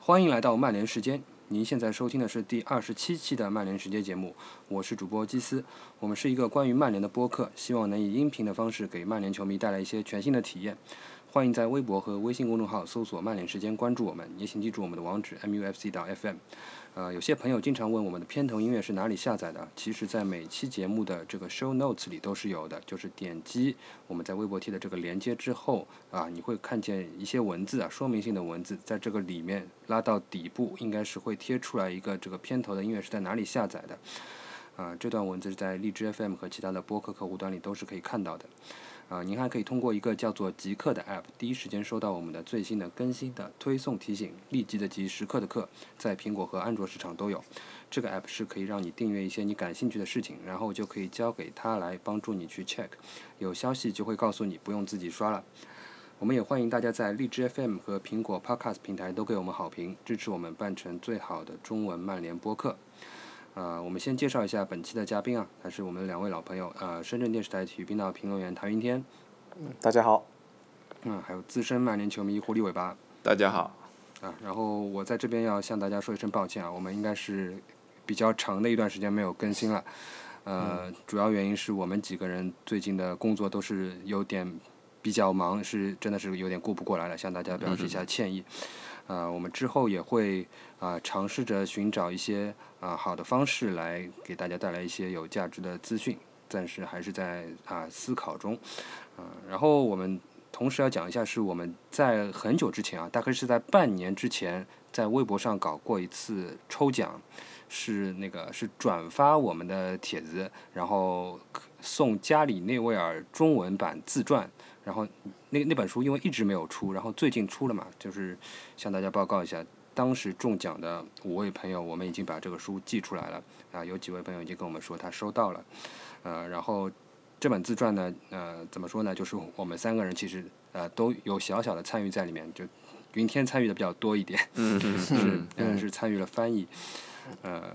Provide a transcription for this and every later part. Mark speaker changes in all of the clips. Speaker 1: 欢迎来到曼联时间。您现在收听的是第二十七期的曼联时间节目，我是主播基斯。我们是一个关于曼联的播客，希望能以音频的方式给曼联球迷带来一些全新的体验。欢迎在微博和微信公众号搜索“曼联时间”，关注我们，也请记住我们的网址 mufc 到 fm。呃，有些朋友经常问我们的片头音乐是哪里下载的，其实，在每期节目的这个 show notes 里都是有的，就是点击我们在微博贴的这个连接之后啊，你会看见一些文字啊，说明性的文字，在这个里面拉到底部，应该是会贴出来一个这个片头的音乐是在哪里下载的。啊，这段文字是在荔枝 FM 和其他的播客客户端里都是可以看到的。啊，您还可以通过一个叫做极客的 App，第一时间收到我们的最新的更新的推送提醒，立即的及时刻的刻，在苹果和安卓市场都有。这个 App 是可以让你订阅一些你感兴趣的事情，然后就可以交给它来帮助你去 check，有消息就会告诉你，不用自己刷了。我们也欢迎大家在荔枝 FM 和苹果 Podcast 平台都给我们好评，支持我们办成最好的中文曼联播客。呃，我们先介绍一下本期的嘉宾啊，他是我们的两位老朋友，呃，深圳电视台体育频道评论员谭云天，
Speaker 2: 大家好，
Speaker 1: 嗯，还有资深曼联球迷狐狸尾巴
Speaker 3: 大家好，
Speaker 1: 啊。然后我在这边要向大家说一声抱歉啊，我们应该是比较长的一段时间没有更新了，呃，主要原因是我们几个人最近的工作都是有点比较忙，是真的是有点顾不过来了，向大家表示一下歉意。啊，我们之后也会啊、尝试着寻找一些啊、好的方式来给大家带来一些有价值的资讯，暂时还是在啊、思考中。啊，然后我们同时要讲一下，是我们在很久之前啊，大概是在半年之前，在微博上搞过一次抽奖，是那个是转发我们的帖子，然后送加里内维尔中文版自传，然后那那本书因为一直没有出，然后最近出了嘛，就是向大家报告一下。当时中奖的五位朋友，我们已经把这个书寄出来了啊，有几位朋友已经跟我们说他收到了，呃，然后这本自传呢，呃，怎么说呢？就是我们三个人其实呃都有小小的参与在里面，就云天参与的比较多一点，
Speaker 3: 嗯
Speaker 1: 是
Speaker 3: 嗯
Speaker 1: 呃是参与了翻译，呃，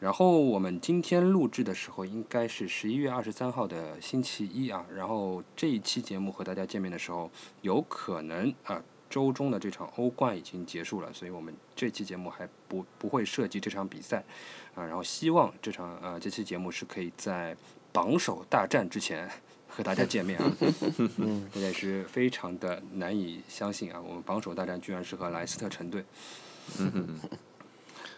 Speaker 1: 然后我们今天录制的时候应该是十一月二十三号的星期一啊，然后这一期节目和大家见面的时候，有可能啊。周中的这场欧冠已经结束了，所以我们这期节目还不不会涉及这场比赛，啊，然后希望这场呃这期节目是可以在榜首大战之前 和大家见面 啊，
Speaker 2: 嗯，
Speaker 1: 这也是非常的难以相信啊！我们榜首大战居然是和莱斯特城队。
Speaker 3: 嗯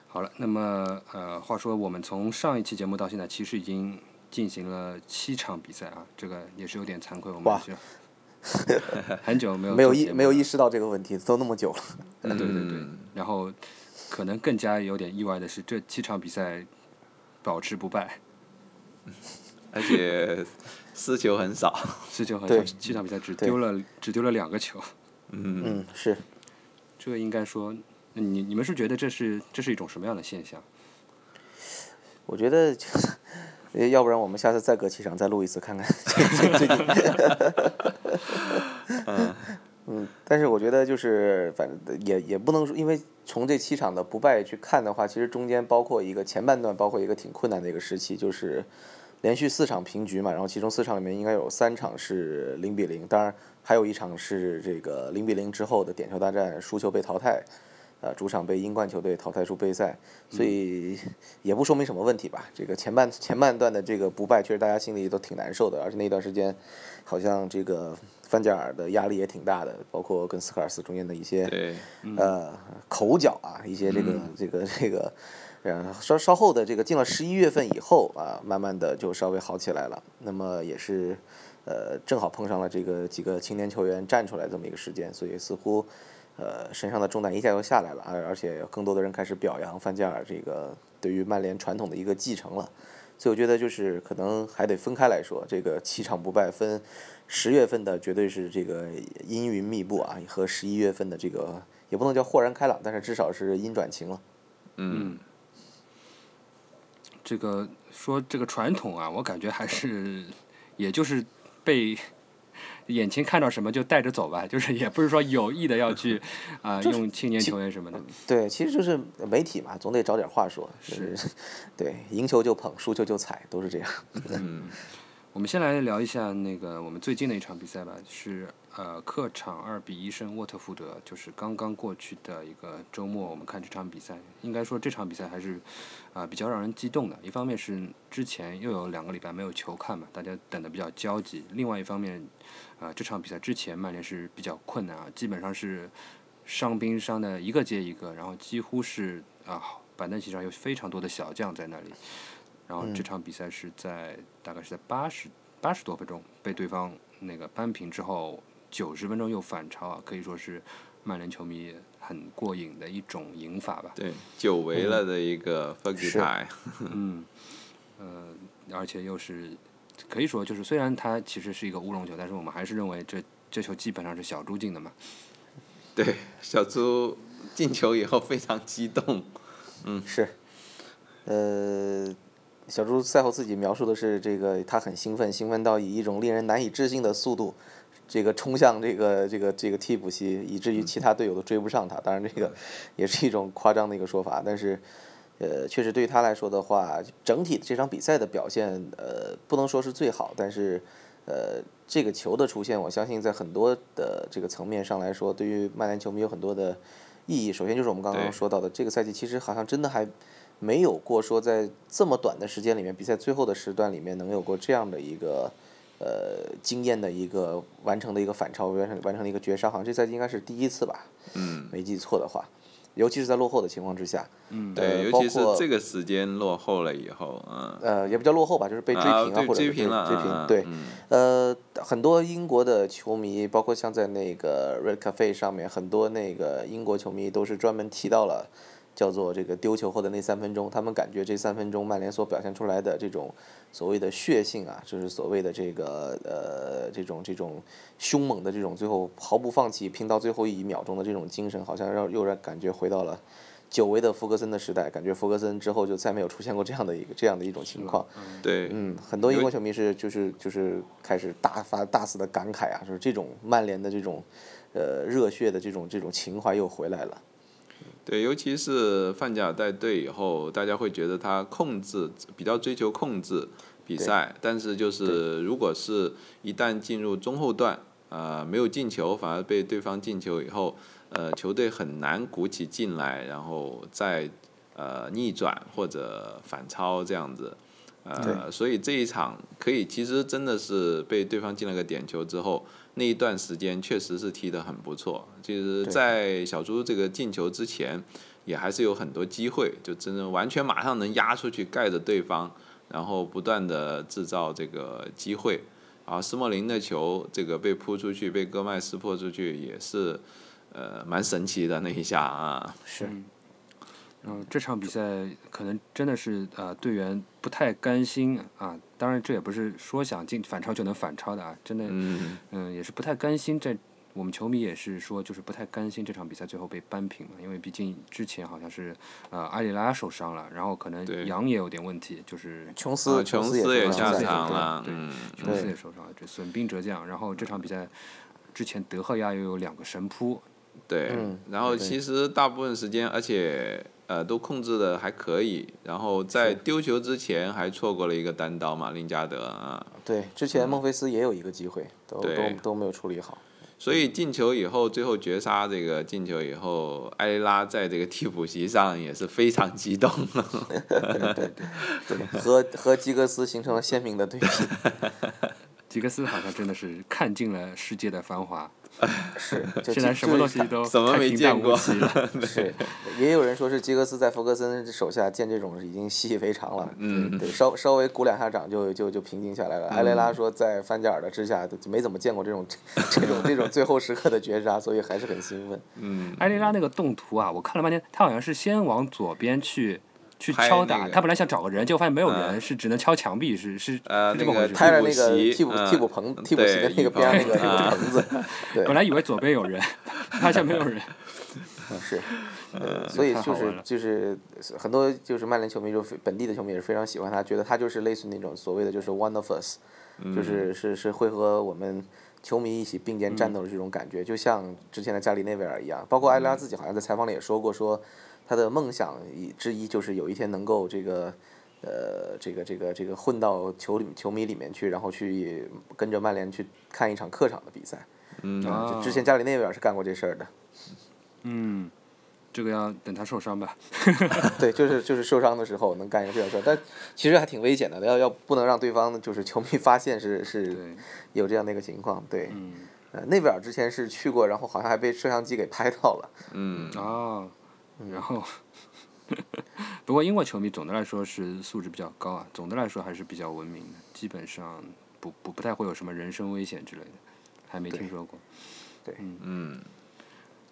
Speaker 1: 好了，那么呃，话说我们从上一期节目到现在，其实已经进行了七场比赛啊，这个也是有点惭愧，我们
Speaker 2: 哇
Speaker 1: 是 很久没有
Speaker 2: 没有
Speaker 1: 做
Speaker 2: 意
Speaker 1: 节目
Speaker 2: 没有
Speaker 1: 了
Speaker 2: 意识到这个问题，都那么久了，
Speaker 3: 嗯，
Speaker 1: 对对对，然后可能更加有点意外的是，这七场比赛保持不败，
Speaker 3: 而且失球很少，
Speaker 1: 是就很
Speaker 2: 对
Speaker 1: 像七场比赛只
Speaker 2: 对
Speaker 1: 丢了只丢了两个球，
Speaker 3: 嗯，
Speaker 2: 嗯，是，
Speaker 1: 这个应该说，你你们是觉得这是这是一种什么样的现象？
Speaker 2: 我觉得就，呃要不然我们下次再隔七场再录一次看看最近，嗯，但是我觉得就是反正也也不能说，因为从这七场的不败去看的话，其实中间包括一个前半段，包括一个挺困难的一个时期，就是连续四场平局嘛，然后其中四场里面应该有三场是零比零，当然还有一场是这个零比零之后的点球大战输球被淘汰。呃，主场被英冠球队淘汰出杯赛，所以也不说明什么问题吧。这个前半前半段的这个不败，确实大家心里都挺难受的，而且那段时间好像这个范加尔的压力也挺大的，包括跟斯科尔斯中间的一些
Speaker 3: 对，
Speaker 2: 呃口角啊，一些这个、这个这个，然后稍稍后的这个进了十一月份以后啊，慢慢的就稍微好起来了。那么也是呃正好碰上了这个几个青年球员站出来这么一个时间，所以似乎呃身上的重担一下又下来了，而而且更多的人开始表扬范加尔这个对于曼联传统的一个继承了。所以我觉得就是可能还得分开来说，这个七场不败分十月份的绝对是这个阴云密布啊，和十一月份的这个也不能叫豁然开朗，但是至少是阴转晴了。
Speaker 3: 嗯，
Speaker 1: 这个说这个传统啊，我感觉还是也就是被眼前看到什么就带着走吧，就是也不是说有意的要去 啊、用青年球员什么的。，
Speaker 2: 对，其实就是媒体嘛，总得找点话说。就是 对，赢球就捧，输球就踩，都是这样。
Speaker 1: 我们先来聊一下那个我们最近的一场比赛吧，是呃客场二比一胜沃特福德，就是刚刚过去的一个周末，我们看这场比赛，应该说这场比赛还是啊、呃比较让人激动的。一方面是之前又有两个礼拜没有球看嘛，大家等的比较焦急；另外一方面，啊、这场比赛之前曼联是比较困难啊，基本上是伤兵伤的一个接一个，然后几乎是啊、板凳席上有非常多的小将在那里。然后这场比赛是在、大概是在八十八十多分钟被对方那个扳平之后，九十分钟又反超啊，可以说是曼联球迷很过瘾的一种赢法吧。
Speaker 3: 对，久违了的一个 f e r g
Speaker 2: 是
Speaker 3: u 派，
Speaker 1: 嗯，呃，而且又是可以说就是虽然它其实是一个乌龙球，但是我们还是认为这这球基本上是小猪进的嘛。
Speaker 3: 对，小猪进球以后非常激动，
Speaker 2: 是，呃，小猪赛后自己描述的是这个，他很兴奋，兴奋到以一种令人难以置信的速度，这个冲向这个这个这个替补席，以至于其他队友都追不上他。当然，这个也是一种夸张的一个说法，但是。呃，确实对于他来说的话，整体这场比赛的表现，呃，不能说是最好，但是，呃，这个球的出现，我相信在很多的这个层面上来说，对于曼联球迷有很多的意义。首先就是我们刚刚
Speaker 3: 对
Speaker 2: 说到的，这个赛季其实好像真的还没有过说在这么短的时间里面，比赛最后的时段里面能有过这样的一个呃惊艳的一个完成的一个反超，完成完成的一个绝杀，好像这赛季应该是第一次吧，
Speaker 3: 嗯，
Speaker 2: 没记错的话，尤其是在落后的情况之下，
Speaker 1: 嗯
Speaker 2: 呃
Speaker 3: 对，尤
Speaker 2: 包
Speaker 3: 其是
Speaker 2: 括
Speaker 3: 这个时间落后了以后，嗯，
Speaker 2: 呃，也不叫落后吧，就是被追平啊，
Speaker 3: 啊，对，
Speaker 2: 或者
Speaker 3: 追
Speaker 2: 是
Speaker 3: 平了，
Speaker 2: 追
Speaker 3: 啊
Speaker 2: 平，对，
Speaker 3: 嗯
Speaker 2: 呃，很多英国的球迷，包括像在那个 Red Cafe 上面，很多那个英国球迷都是专门提到了叫做这个丢球后的那三分钟，他们感觉这三分钟曼联所表现出来的这种所谓的血性啊，就是所谓的这个呃这种这种凶猛的这种最后毫不放弃拼到最后一秒钟的这种精神，好像让又让感觉回到了。久违的福格森的时代，感觉福格森之后就再没有出现过这样的一个这样的一种情况。
Speaker 3: 对，
Speaker 2: 嗯，很多英
Speaker 3: 有
Speaker 2: 国球迷是就是就是开始大发大肆的感慨啊，就是这种曼联的这种呃热血的这种这种情怀又回来了。
Speaker 3: 对，尤其是范加尔带队以后，大家会觉得他控制比较追求控制比赛，但是就是如果是一旦进入中后段，呃，没有进球，反而被对方进球以后，呃，球队很难鼓起劲来，然后再呃逆转或者反超这样子。呃，所以这一场可以，其实真的是被对方进了个点球之后，那一段时间确实是踢得很不错。其实，
Speaker 2: 对
Speaker 3: 在小猪这个进球之前，也还是有很多机会，就真的完全马上能压出去盖着对方，然后不断的制造这个机会。啊，斯莫林的球这个被扑出去，被戈麦斯破出去，也是呃蛮神奇的那一下啊。
Speaker 2: 是
Speaker 1: 然呃后这场比赛可能真的是呃队员不太甘心啊，当然这也不是说想进反超就能反超的啊，真的
Speaker 3: 嗯，
Speaker 1: 嗯，也是不太甘心这。我们球迷也是说，就是不太甘心这场比赛最后被扳平嘛，因为毕竟之前好像是，呃，阿里拉受伤了，然后可能
Speaker 3: 对
Speaker 1: 杨也有点问题，就是
Speaker 2: 琼斯，
Speaker 3: 啊，琼
Speaker 2: 斯
Speaker 3: 斯
Speaker 2: 也
Speaker 3: 也
Speaker 2: 是
Speaker 3: 下
Speaker 2: 这样
Speaker 3: 场
Speaker 2: 对
Speaker 3: 了，
Speaker 1: 对
Speaker 3: 嗯，
Speaker 1: 琼斯也受伤了，这损兵折将。然后这场比赛之前德赫亚又有两个神扑，
Speaker 3: 对
Speaker 2: 嗯，
Speaker 3: 然后
Speaker 2: 对
Speaker 3: 其实大部分时间，而且呃都控制的还可以，然后在丢球之前还错过了一个单刀嘛，林加德啊，
Speaker 2: 对，之前孟菲斯也有一个机会，都都
Speaker 3: 对
Speaker 2: 都没有处理好。
Speaker 3: 所
Speaker 2: 嗯
Speaker 3: 以进球以后，最后绝杀这个进球以后，埃雷拉在这个替补席上也是非常激动，
Speaker 2: 对，和和基格斯形成了鲜明的 对比。
Speaker 1: 吉格斯好像真的是看尽了世界的繁华，
Speaker 2: 是，就
Speaker 1: 现在
Speaker 2: 基
Speaker 1: 什么
Speaker 2: 就
Speaker 1: 东
Speaker 2: 是
Speaker 1: 西都
Speaker 3: 什么
Speaker 1: 太
Speaker 3: 没
Speaker 1: 平
Speaker 3: 见
Speaker 1: 淡无
Speaker 3: 过
Speaker 1: 奇了。
Speaker 2: 是，也有人说是基格斯在弗格森手下见这种已经习以为常了，嗯，对，稍稍微鼓两下掌就就就平静下来了。埃雷
Speaker 3: 嗯
Speaker 2: 拉说，在范加尔的之下就没怎么见过这种 这种这种最后时刻的绝杀，所以还是很兴奋。
Speaker 1: 埃利拉那个动图啊，我看了半天，他好像是先往左边去去
Speaker 3: 拍
Speaker 1: 敲
Speaker 3: 那
Speaker 1: 打，
Speaker 3: 个嗯
Speaker 1: 他本来想找个人，结果发现没有人，是只能敲墙壁，是是
Speaker 3: 呃
Speaker 1: 是这
Speaker 3: 那
Speaker 1: 么
Speaker 3: 个
Speaker 1: 回事
Speaker 3: 他
Speaker 2: 拍
Speaker 1: 儿。
Speaker 2: 了那个
Speaker 3: 替补席
Speaker 2: 替
Speaker 3: 嗯
Speaker 2: 补替补棚替补席的
Speaker 3: 对
Speaker 2: 那个
Speaker 3: 一啊
Speaker 2: 边上那个
Speaker 3: 旁
Speaker 2: 那个棚子，对
Speaker 1: 本，来以为左边有人， 发现没有 人。
Speaker 2: 是，呃，所以
Speaker 1: 太
Speaker 2: 就
Speaker 1: 好玩
Speaker 2: 是
Speaker 1: 了
Speaker 2: 就是很多就是曼联球迷，就是本地的球迷也是非常喜欢他，觉得他就是类似那种所谓的就是 one of us，就是是是会和我们球迷一起并肩战斗的这种感觉，就像之前的加里内维尔一样，包括埃拉自己好像在采访里也说过说。他的梦想一之一就是有一天能够这个呃，这个这个这个混到球里球迷里面去，然后去跟着曼联去看一场客场的比赛。
Speaker 3: 嗯
Speaker 1: 啊
Speaker 2: 啊就之前加里内维尔是干过这事儿的。
Speaker 1: 嗯，这个要等他受伤吧。
Speaker 2: 对，就是就是受伤的时候能干一个这种事儿，但其实还挺危险的，要要不能让对方就是球迷发现是是
Speaker 1: 对，
Speaker 2: 有这样的一个情况。对，
Speaker 1: 嗯
Speaker 2: 呃，内维尔之前是去过，然后好像还被摄像机给拍到了。
Speaker 3: 嗯，
Speaker 1: 啊，然后， 不过英国球迷总的来说是素质比较高啊，总的来说还是比较文明的，基本上不不不太会有什么人身危险之类的，还没听说过。
Speaker 3: 嗯，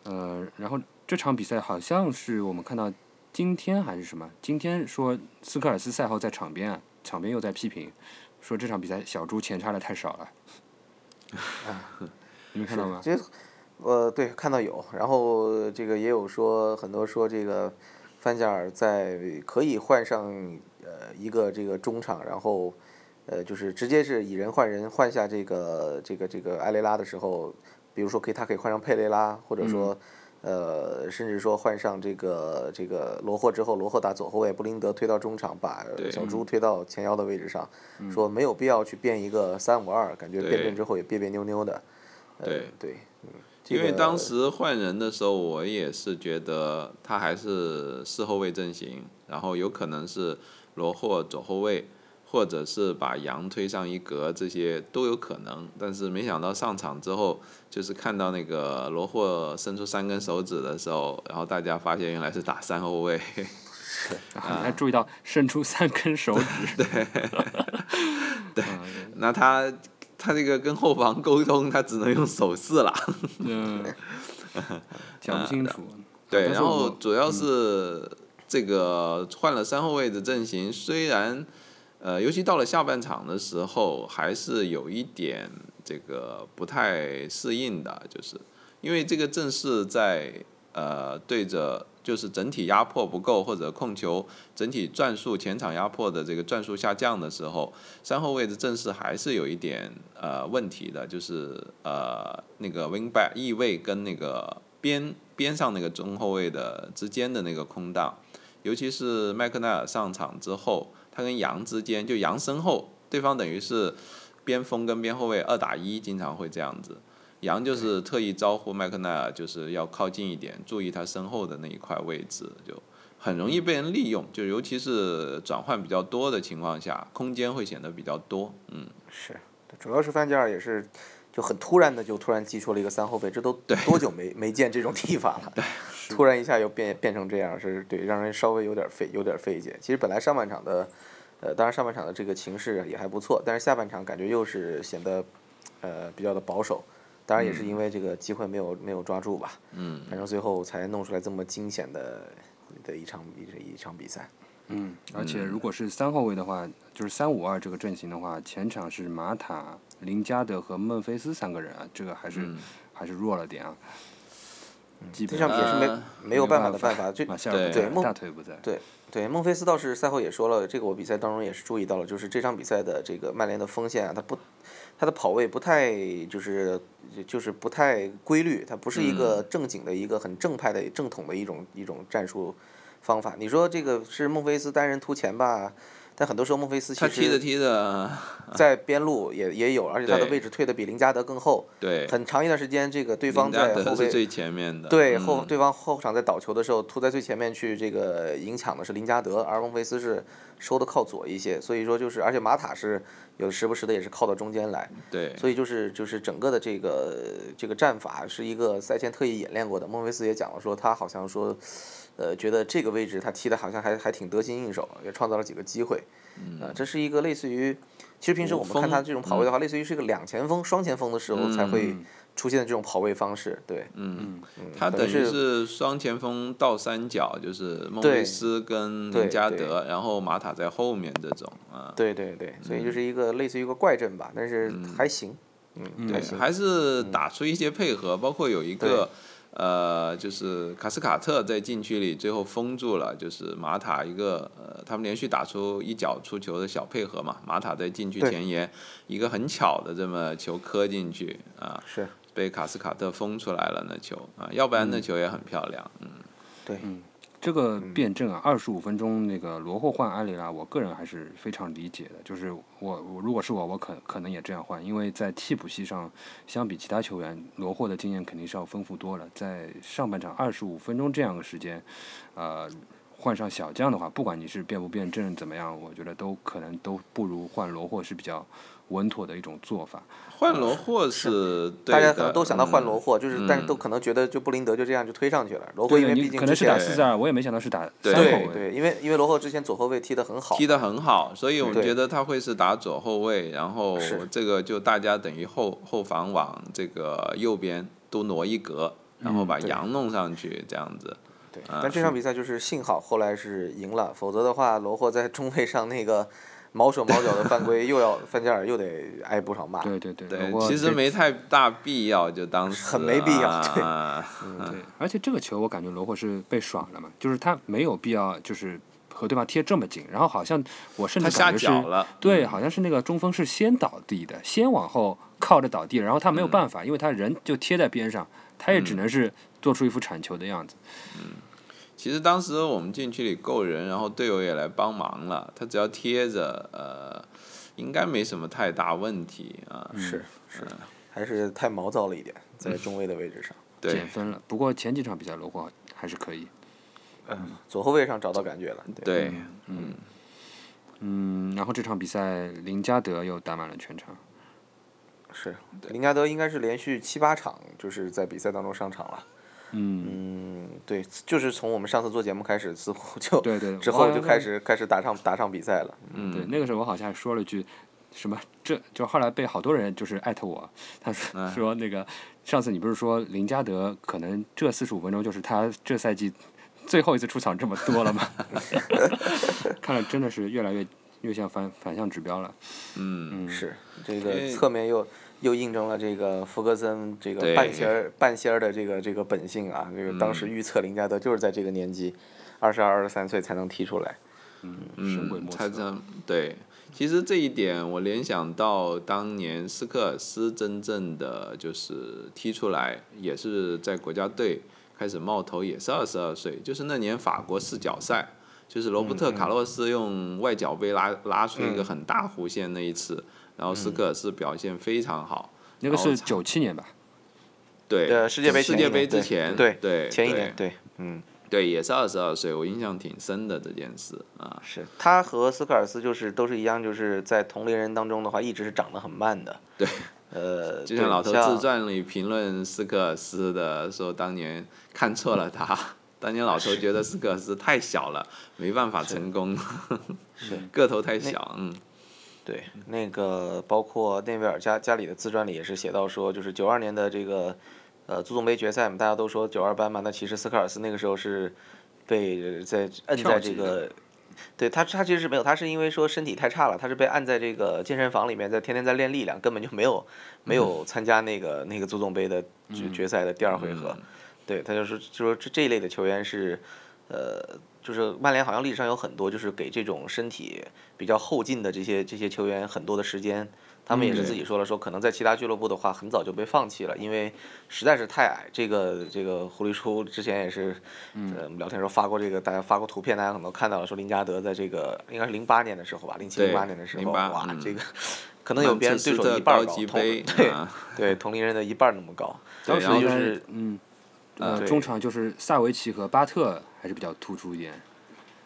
Speaker 1: 呃，然后这场比赛好像是我们看到今天还是什么，今天说斯科尔斯赛后在场边啊，场边又在批评，说这场比赛小猪前插的太少了。 你们看到吗？
Speaker 2: 其实，呃，对，看到有，然后这个也有说很多说这个范加尔在可以换上呃一个这个中场，然后呃就是直接是以人换人换下这个这个这个埃雷拉的时候，比如说可以他可以换上佩雷拉，或者说。
Speaker 1: 嗯
Speaker 2: 呃，甚至说换上这个这个罗霍之后，罗霍打左后卫，布林德推到中场，把
Speaker 3: 对
Speaker 2: 小
Speaker 1: 嗯
Speaker 2: 猪推到前腰的位置上，说没有必要去变一个三五二，感觉变
Speaker 3: 对
Speaker 2: 变之后也别别扭扭的。
Speaker 3: 对。
Speaker 2: 对，嗯，这
Speaker 3: 因为
Speaker 2: 个
Speaker 3: 当时换人的时候，我也是觉得他还是四后卫阵型，然后有可能是罗霍左后卫，或者是把杨推上一格，这些都有可能。但是没想到上场之后，就是看到那个罗霍伸出三根手指的时候，然后大家发现原来是打三后卫。
Speaker 1: 啊 你还注意到伸出三根手指？对，
Speaker 3: 那他他这个跟后防沟通，他只能用手势 了。
Speaker 1: 嗯，讲不清楚。
Speaker 3: 呃对，
Speaker 1: 但是
Speaker 3: 然
Speaker 1: 我
Speaker 3: 后
Speaker 1: 们嗯
Speaker 3: 主要是这个换了三后卫的阵型，虽然呃，尤其到了下半场的时候，还是有一点这个不太适应的，就是因为这个阵势在呃对着就是整体压迫不够或者控球整体战术前场压迫的这个战术下降的时候，三后卫的阵势还是有一点呃问题的，就是呃那个 wing back 翼位跟那个边边上那个中后卫的之间的那个空档，尤其是麦克奈尔上场之后，他跟杨之间就杨身后，对方等于是边锋跟边后卫二打一，经常会这样子。杨就是特意招呼麦克奈尔，就是要靠近一点，注意他身后的那一块位置，就很容易被人利用，就尤其是转换比较多的情况下，空间会显得比较多。嗯，
Speaker 2: 是主要是范加尔也是就很突然的就突然击出了一个三后卫，这都多久没没见这种踢法了？突然一下又变变成这样，是对让人稍微有点费有点费解。其实本来上半场的，呃，当然上半场的这个情势也还不错，但是下半场感觉又是显得呃比较的保守。当然也是因为这个机会没有没有抓住吧，
Speaker 3: 嗯，
Speaker 2: 反正最后才弄出来这么惊险的的一场一一场比赛。
Speaker 1: 嗯，而且如果是三后卫的话，就是三五二这个阵型的话，前场是马塔、林加德和孟菲斯三个人啊，这个还是、
Speaker 3: 嗯
Speaker 1: 还是弱了点啊。基
Speaker 2: 嗯
Speaker 1: 本
Speaker 2: 这场
Speaker 1: 上
Speaker 2: 比赛是没、
Speaker 3: 呃
Speaker 2: 没有办法的
Speaker 1: 办
Speaker 2: 办 法，这
Speaker 1: 马夏尔不
Speaker 3: 对
Speaker 1: 在
Speaker 2: 梦
Speaker 1: 大腿不在。
Speaker 2: 对，哎孟菲斯倒是赛后也说了，这个我比赛当中也是注意到了，就是这场比赛的这个曼联的锋线啊，他不，他的跑位不太就是就是不太规律，他不是一个
Speaker 3: 嗯
Speaker 2: 正经的一个很正派的正统的一种一种战术方法。你说这个是孟菲斯单人突前吧？但很多时候孟菲斯其
Speaker 3: 他踢着
Speaker 2: 实
Speaker 3: 踢着，
Speaker 2: 在边路也也有，而且他的
Speaker 3: 对
Speaker 2: 位置退的比林加德更后，
Speaker 3: 对，
Speaker 2: 很长一段时间这个对方
Speaker 3: 林加
Speaker 2: 在后
Speaker 3: 德
Speaker 2: 卫
Speaker 3: 是最前面的。
Speaker 2: 对
Speaker 3: 嗯
Speaker 2: 后对方后场在倒球的时候突在最前面去这个迎抢的是林加德，而孟菲斯是收的靠左一些，所以说就是而且马塔是有时不时的也是靠到中间来，
Speaker 3: 对，
Speaker 2: 所以就是就是整个的这个这个战法是一个赛前特意演练过的。孟菲斯也讲了说他好像说，呃，觉得这个位置他踢的好像还还挺得心应手，也创造了几个机会，
Speaker 3: 嗯
Speaker 2: 啊、这是一个类似于。其实平时我们
Speaker 3: 无锋
Speaker 2: 看他这种跑位
Speaker 3: 嗯
Speaker 2: 的话，类似于是一个两前锋、双前锋的时候才会出现的这种跑位方式，对，
Speaker 3: 嗯，他
Speaker 2: 等
Speaker 3: 等
Speaker 2: 于
Speaker 3: 于
Speaker 2: 是
Speaker 3: 是双前锋倒三角，就是孟
Speaker 2: 对
Speaker 3: 菲斯跟
Speaker 2: 对
Speaker 3: 林加
Speaker 2: 对
Speaker 3: 德，然后马塔在后面这种啊。
Speaker 2: 对对对，所以就是一个类似于一个怪阵吧，但是还行，嗯，还
Speaker 3: 对，
Speaker 2: 行，
Speaker 3: 还是打出一些配合，包括有一个呃，就是卡斯卡特在禁区里最后封住了，就是马塔一个呃，他们连续打出一脚出球的小配合嘛，马塔在禁区
Speaker 2: 对
Speaker 3: 前沿一个很巧的这么球磕进去啊，
Speaker 2: 是
Speaker 3: 被卡斯卡特封出来了那球啊，要不然那球也很漂亮，嗯
Speaker 2: 对，
Speaker 1: 这个辩证啊，二十五分钟那个罗霍换埃雷拉，我个人还是非常理解的。就是我我如果是我，我可可能也这样换，因为在替补席上，相比其他球员，罗霍的经验肯定是要丰富多了。在上半场二十五分钟这样的时间，呃，换上小将的话，不管你是辩不辩证怎么样，我觉得都可能都不如换罗霍是比较稳妥的一种做法。
Speaker 3: 换罗霍是对
Speaker 2: 大家
Speaker 3: 的
Speaker 2: 可能都想到换罗
Speaker 3: 嗯
Speaker 2: 霍，就是但是
Speaker 3: 嗯
Speaker 2: 都可能觉得就布林德就这样就推上去了。罗霍
Speaker 1: 对
Speaker 2: 因为
Speaker 1: 你
Speaker 2: 毕竟
Speaker 1: 可能
Speaker 2: 之
Speaker 1: 是打
Speaker 2: 前
Speaker 1: 四哎四二，我也没想到是打
Speaker 3: 对
Speaker 1: 三
Speaker 3: 打
Speaker 1: 后
Speaker 2: 对
Speaker 1: 卫。
Speaker 2: 对，因为因为罗霍之前左后卫踢得很好，
Speaker 3: 踢得很好，所以我们
Speaker 2: 对
Speaker 3: 觉得他会是打左后卫，然后
Speaker 2: 是
Speaker 3: 这个就大家等于后后防往这个右边多挪一格，然后把
Speaker 2: 嗯对
Speaker 3: 羊弄上去这样子。
Speaker 2: 对，
Speaker 3: 啊
Speaker 2: 但这场比赛就是幸好后来是赢了，否则的话，罗霍在中卫上那个毛手毛脚的犯规，又要 范加尔又得挨不少骂。
Speaker 1: 对对对，
Speaker 3: 对
Speaker 1: 罗，霍
Speaker 3: 呃其实
Speaker 1: 这
Speaker 3: 没太大必要，就当时
Speaker 2: 很没必要对
Speaker 3: 啊、
Speaker 1: 对，而且这个球我感觉罗霍是被耍了嘛，就是他没有必要就是和对方贴这么紧，然后好像我甚
Speaker 3: 他
Speaker 1: 至
Speaker 3: 下
Speaker 1: 感觉
Speaker 3: 脚
Speaker 1: 是，
Speaker 3: 了。嗯
Speaker 1: 对，好像是那个中锋是先倒地的，先往后靠着倒地，然后他没有
Speaker 3: 嗯
Speaker 1: 办法，因为他人就贴在边上，他也只能是做出一副铲球的样子。
Speaker 3: 其实当时我们禁区里够人，然后队友也来帮忙了，他只要贴着，呃，应该没什么太大问题啊。
Speaker 2: 是是，还是太毛躁了一点，在中卫的位置上，
Speaker 3: 对
Speaker 1: 减，分了，不过前几场比赛罗霍还是可以。
Speaker 2: 左后卫上找到感觉了。对，
Speaker 3: 对，
Speaker 1: 嗯，然后这场比赛林加德又打满了全场，
Speaker 2: 是林加德应该是连续七八场就是在比赛当中上场了。
Speaker 1: 嗯，
Speaker 2: 嗯，对，就是从我们上次做节目开始，似乎就
Speaker 1: 对对，
Speaker 2: 之
Speaker 1: 我好
Speaker 2: 后就
Speaker 1: 像
Speaker 2: 开始开始打上打上比赛了。嗯
Speaker 1: 对，那个时候我好像还说了句什么，这就后来被好多人就是艾特我，他
Speaker 2: 嗯
Speaker 1: 说 说那个上次你不是说林加德可能这四十五分钟就是他这赛季最后一次出场这么多了吗？ 看来真的是越来越越像反反向指标了。
Speaker 3: 嗯，
Speaker 2: 是这
Speaker 3: 因
Speaker 2: 个
Speaker 3: 为
Speaker 2: 侧面又又印证了这个福格森这个
Speaker 3: 对嗯
Speaker 2: 半仙儿半仙儿的这个这个本性啊，这个当时预测林加德就是在这个年纪，二十二二十三岁才能踢出来。
Speaker 1: 神鬼
Speaker 3: 嗯，
Speaker 1: 莫
Speaker 3: 他
Speaker 1: 测。
Speaker 3: 这对，其实这一点我联想到当年斯科尔斯真正的就是踢出来，也是在国家队开始冒头，也是二十二岁，就是那年法国世锦赛，就是罗伯
Speaker 2: 嗯
Speaker 3: 特卡洛斯用外脚背拉拉出一个很大弧线那一次，然后
Speaker 2: 嗯
Speaker 3: 斯科尔斯表现非常好，
Speaker 1: 那个
Speaker 3: 然后
Speaker 1: 是
Speaker 3: 才
Speaker 1: 九七年吧？
Speaker 3: 对，
Speaker 2: 呃，世界杯
Speaker 3: 世
Speaker 2: 前一
Speaker 3: 界
Speaker 2: 年
Speaker 3: 杯之
Speaker 2: 对
Speaker 3: 前，
Speaker 2: 对
Speaker 3: 对，
Speaker 2: 前一
Speaker 3: 对
Speaker 2: 年，对，嗯，
Speaker 3: 对，也是二十二岁，我印象挺深的这件事啊，
Speaker 2: 是他和斯科尔斯就是都是一样，就是在同龄人当中的话，一直是长得很慢的。
Speaker 3: 对，
Speaker 2: 呃，
Speaker 3: 就
Speaker 2: 对
Speaker 3: 像老头自传里评论斯科尔斯的说，当年看错了他，当年老头觉得斯科尔斯太小了，没办法成功， 个头太小，嗯，
Speaker 2: 对，那个包括内维尔家家里的自传里也是写到说，就是九二年的这个呃足总杯决赛嘛，大家都说九二班嘛，那其实斯科尔斯那个时候是被在摁
Speaker 3: 跳
Speaker 2: 在这
Speaker 3: 级
Speaker 2: 个。对他，他其实是没有，他是因为说身体太差了，他是被按在这个健身房里面，在天天在练力量，根本就没有
Speaker 3: 嗯
Speaker 2: 没有参加那个那个足总杯的决决赛的第二回合。
Speaker 3: 嗯
Speaker 2: 对，他就说就说这这一类的球员是，呃，就是曼联好像历史上有很多就是给这种身体比较后进的这些这些球员很多的时间。他们也是
Speaker 3: 嗯对
Speaker 2: 自己说了，说可能在其他俱乐部的话，很早就被放弃了，因为实在是太矮。这个这个狐狸叔之前也是，
Speaker 3: 嗯
Speaker 2: 呃，我们聊天时候发过这个，大家发过图片，大家可能都看到了，说林加德在这个应该是零八年的时候吧，零七零八
Speaker 3: 对
Speaker 2: 年的时候，
Speaker 3: 08
Speaker 2: 哇，
Speaker 3: 嗯
Speaker 2: 这个可能有别人对手
Speaker 3: 曼
Speaker 2: 的
Speaker 3: 彻斯特
Speaker 2: 一半儿
Speaker 3: 高
Speaker 2: 高，
Speaker 3: 级
Speaker 2: 同
Speaker 3: 杯，
Speaker 2: 对
Speaker 3: 啊
Speaker 2: 对，同龄人的一半儿那么高。
Speaker 1: 当
Speaker 3: 对
Speaker 1: 时
Speaker 3: 然后
Speaker 2: 就
Speaker 1: 在
Speaker 2: 是啊
Speaker 1: 嗯，呃，
Speaker 2: 对
Speaker 1: 中场就是萨维奇和巴特还是比较突出一点，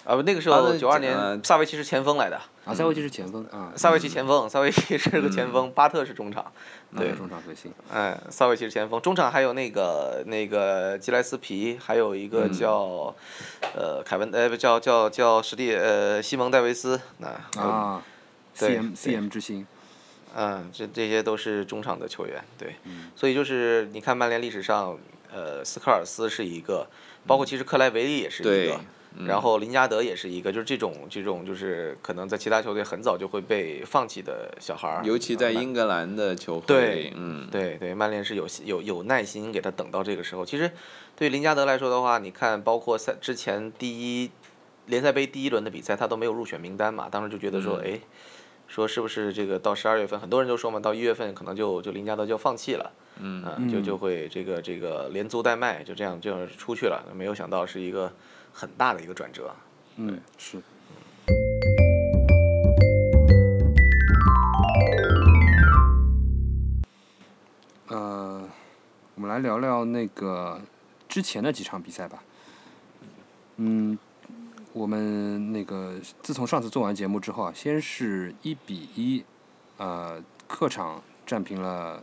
Speaker 2: 啊，不，那个时
Speaker 3: 他
Speaker 2: 候
Speaker 3: 的
Speaker 2: 九二
Speaker 3: 呃
Speaker 2: 年萨维奇是前锋来的，
Speaker 1: 啊，萨维奇是前锋啊，
Speaker 2: 嗯萨维奇前锋，萨维奇是个
Speaker 3: 嗯
Speaker 2: 前锋，巴特是中场，
Speaker 1: 那
Speaker 2: 对
Speaker 1: 个，中场核心。
Speaker 2: 哎，萨维奇是前锋，中场还有那个那个基莱斯皮，还有一
Speaker 3: 嗯
Speaker 2: 个叫呃凯文呃不叫叫叫史蒂呃西蒙戴维斯，那
Speaker 1: 啊
Speaker 2: 嗯对
Speaker 1: ，CM
Speaker 2: 对
Speaker 1: CM 之星，
Speaker 2: 嗯，这这些都是中场的球员，对，
Speaker 3: 嗯
Speaker 2: 所以就是你看曼联历史上，呃，斯科尔斯是一个，包括其实克莱维利也是一
Speaker 3: 嗯对嗯
Speaker 2: 个，然后林加德也是一个，就是这种这种就是可能在其他球队很早就会被放弃的小孩儿，
Speaker 3: 尤其在
Speaker 2: 嗯曼
Speaker 3: 英格兰的球会，
Speaker 2: 对
Speaker 3: 嗯，
Speaker 2: 对对，曼联是有有有耐心给他等到这个时候。其实对于林加德来说的话，你看，包括赛之前第一联赛杯第一轮的比赛，他都没有入选名单嘛，当时就觉得说，哎、说是不是这个到十二月份，很多人就说嘛，到一月份可能就就林加德就放弃了，啊嗯，就就会这个这个连租带卖，就这样这样出去了。没有想到是一个
Speaker 4: 很大的一个转折。
Speaker 1: 嗯，是。呃，我们来聊聊那个之前的几场比赛吧。嗯，我们那个自从上次做完节目之后啊，先是一比一，呃，客场战平了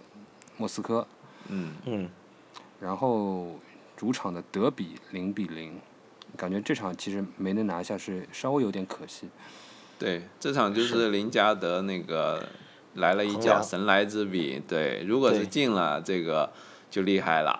Speaker 1: 莫斯科，
Speaker 3: 嗯，
Speaker 2: 嗯，
Speaker 1: 然后主场的德比零比零，感觉这场其实没能拿下是稍微有点可惜。
Speaker 3: 对，这场就是林加德那个来了一
Speaker 2: 衡
Speaker 3: 脚
Speaker 2: 量
Speaker 3: 神来之笔，对，如果是
Speaker 2: 对
Speaker 3: 进了这个就厉害了，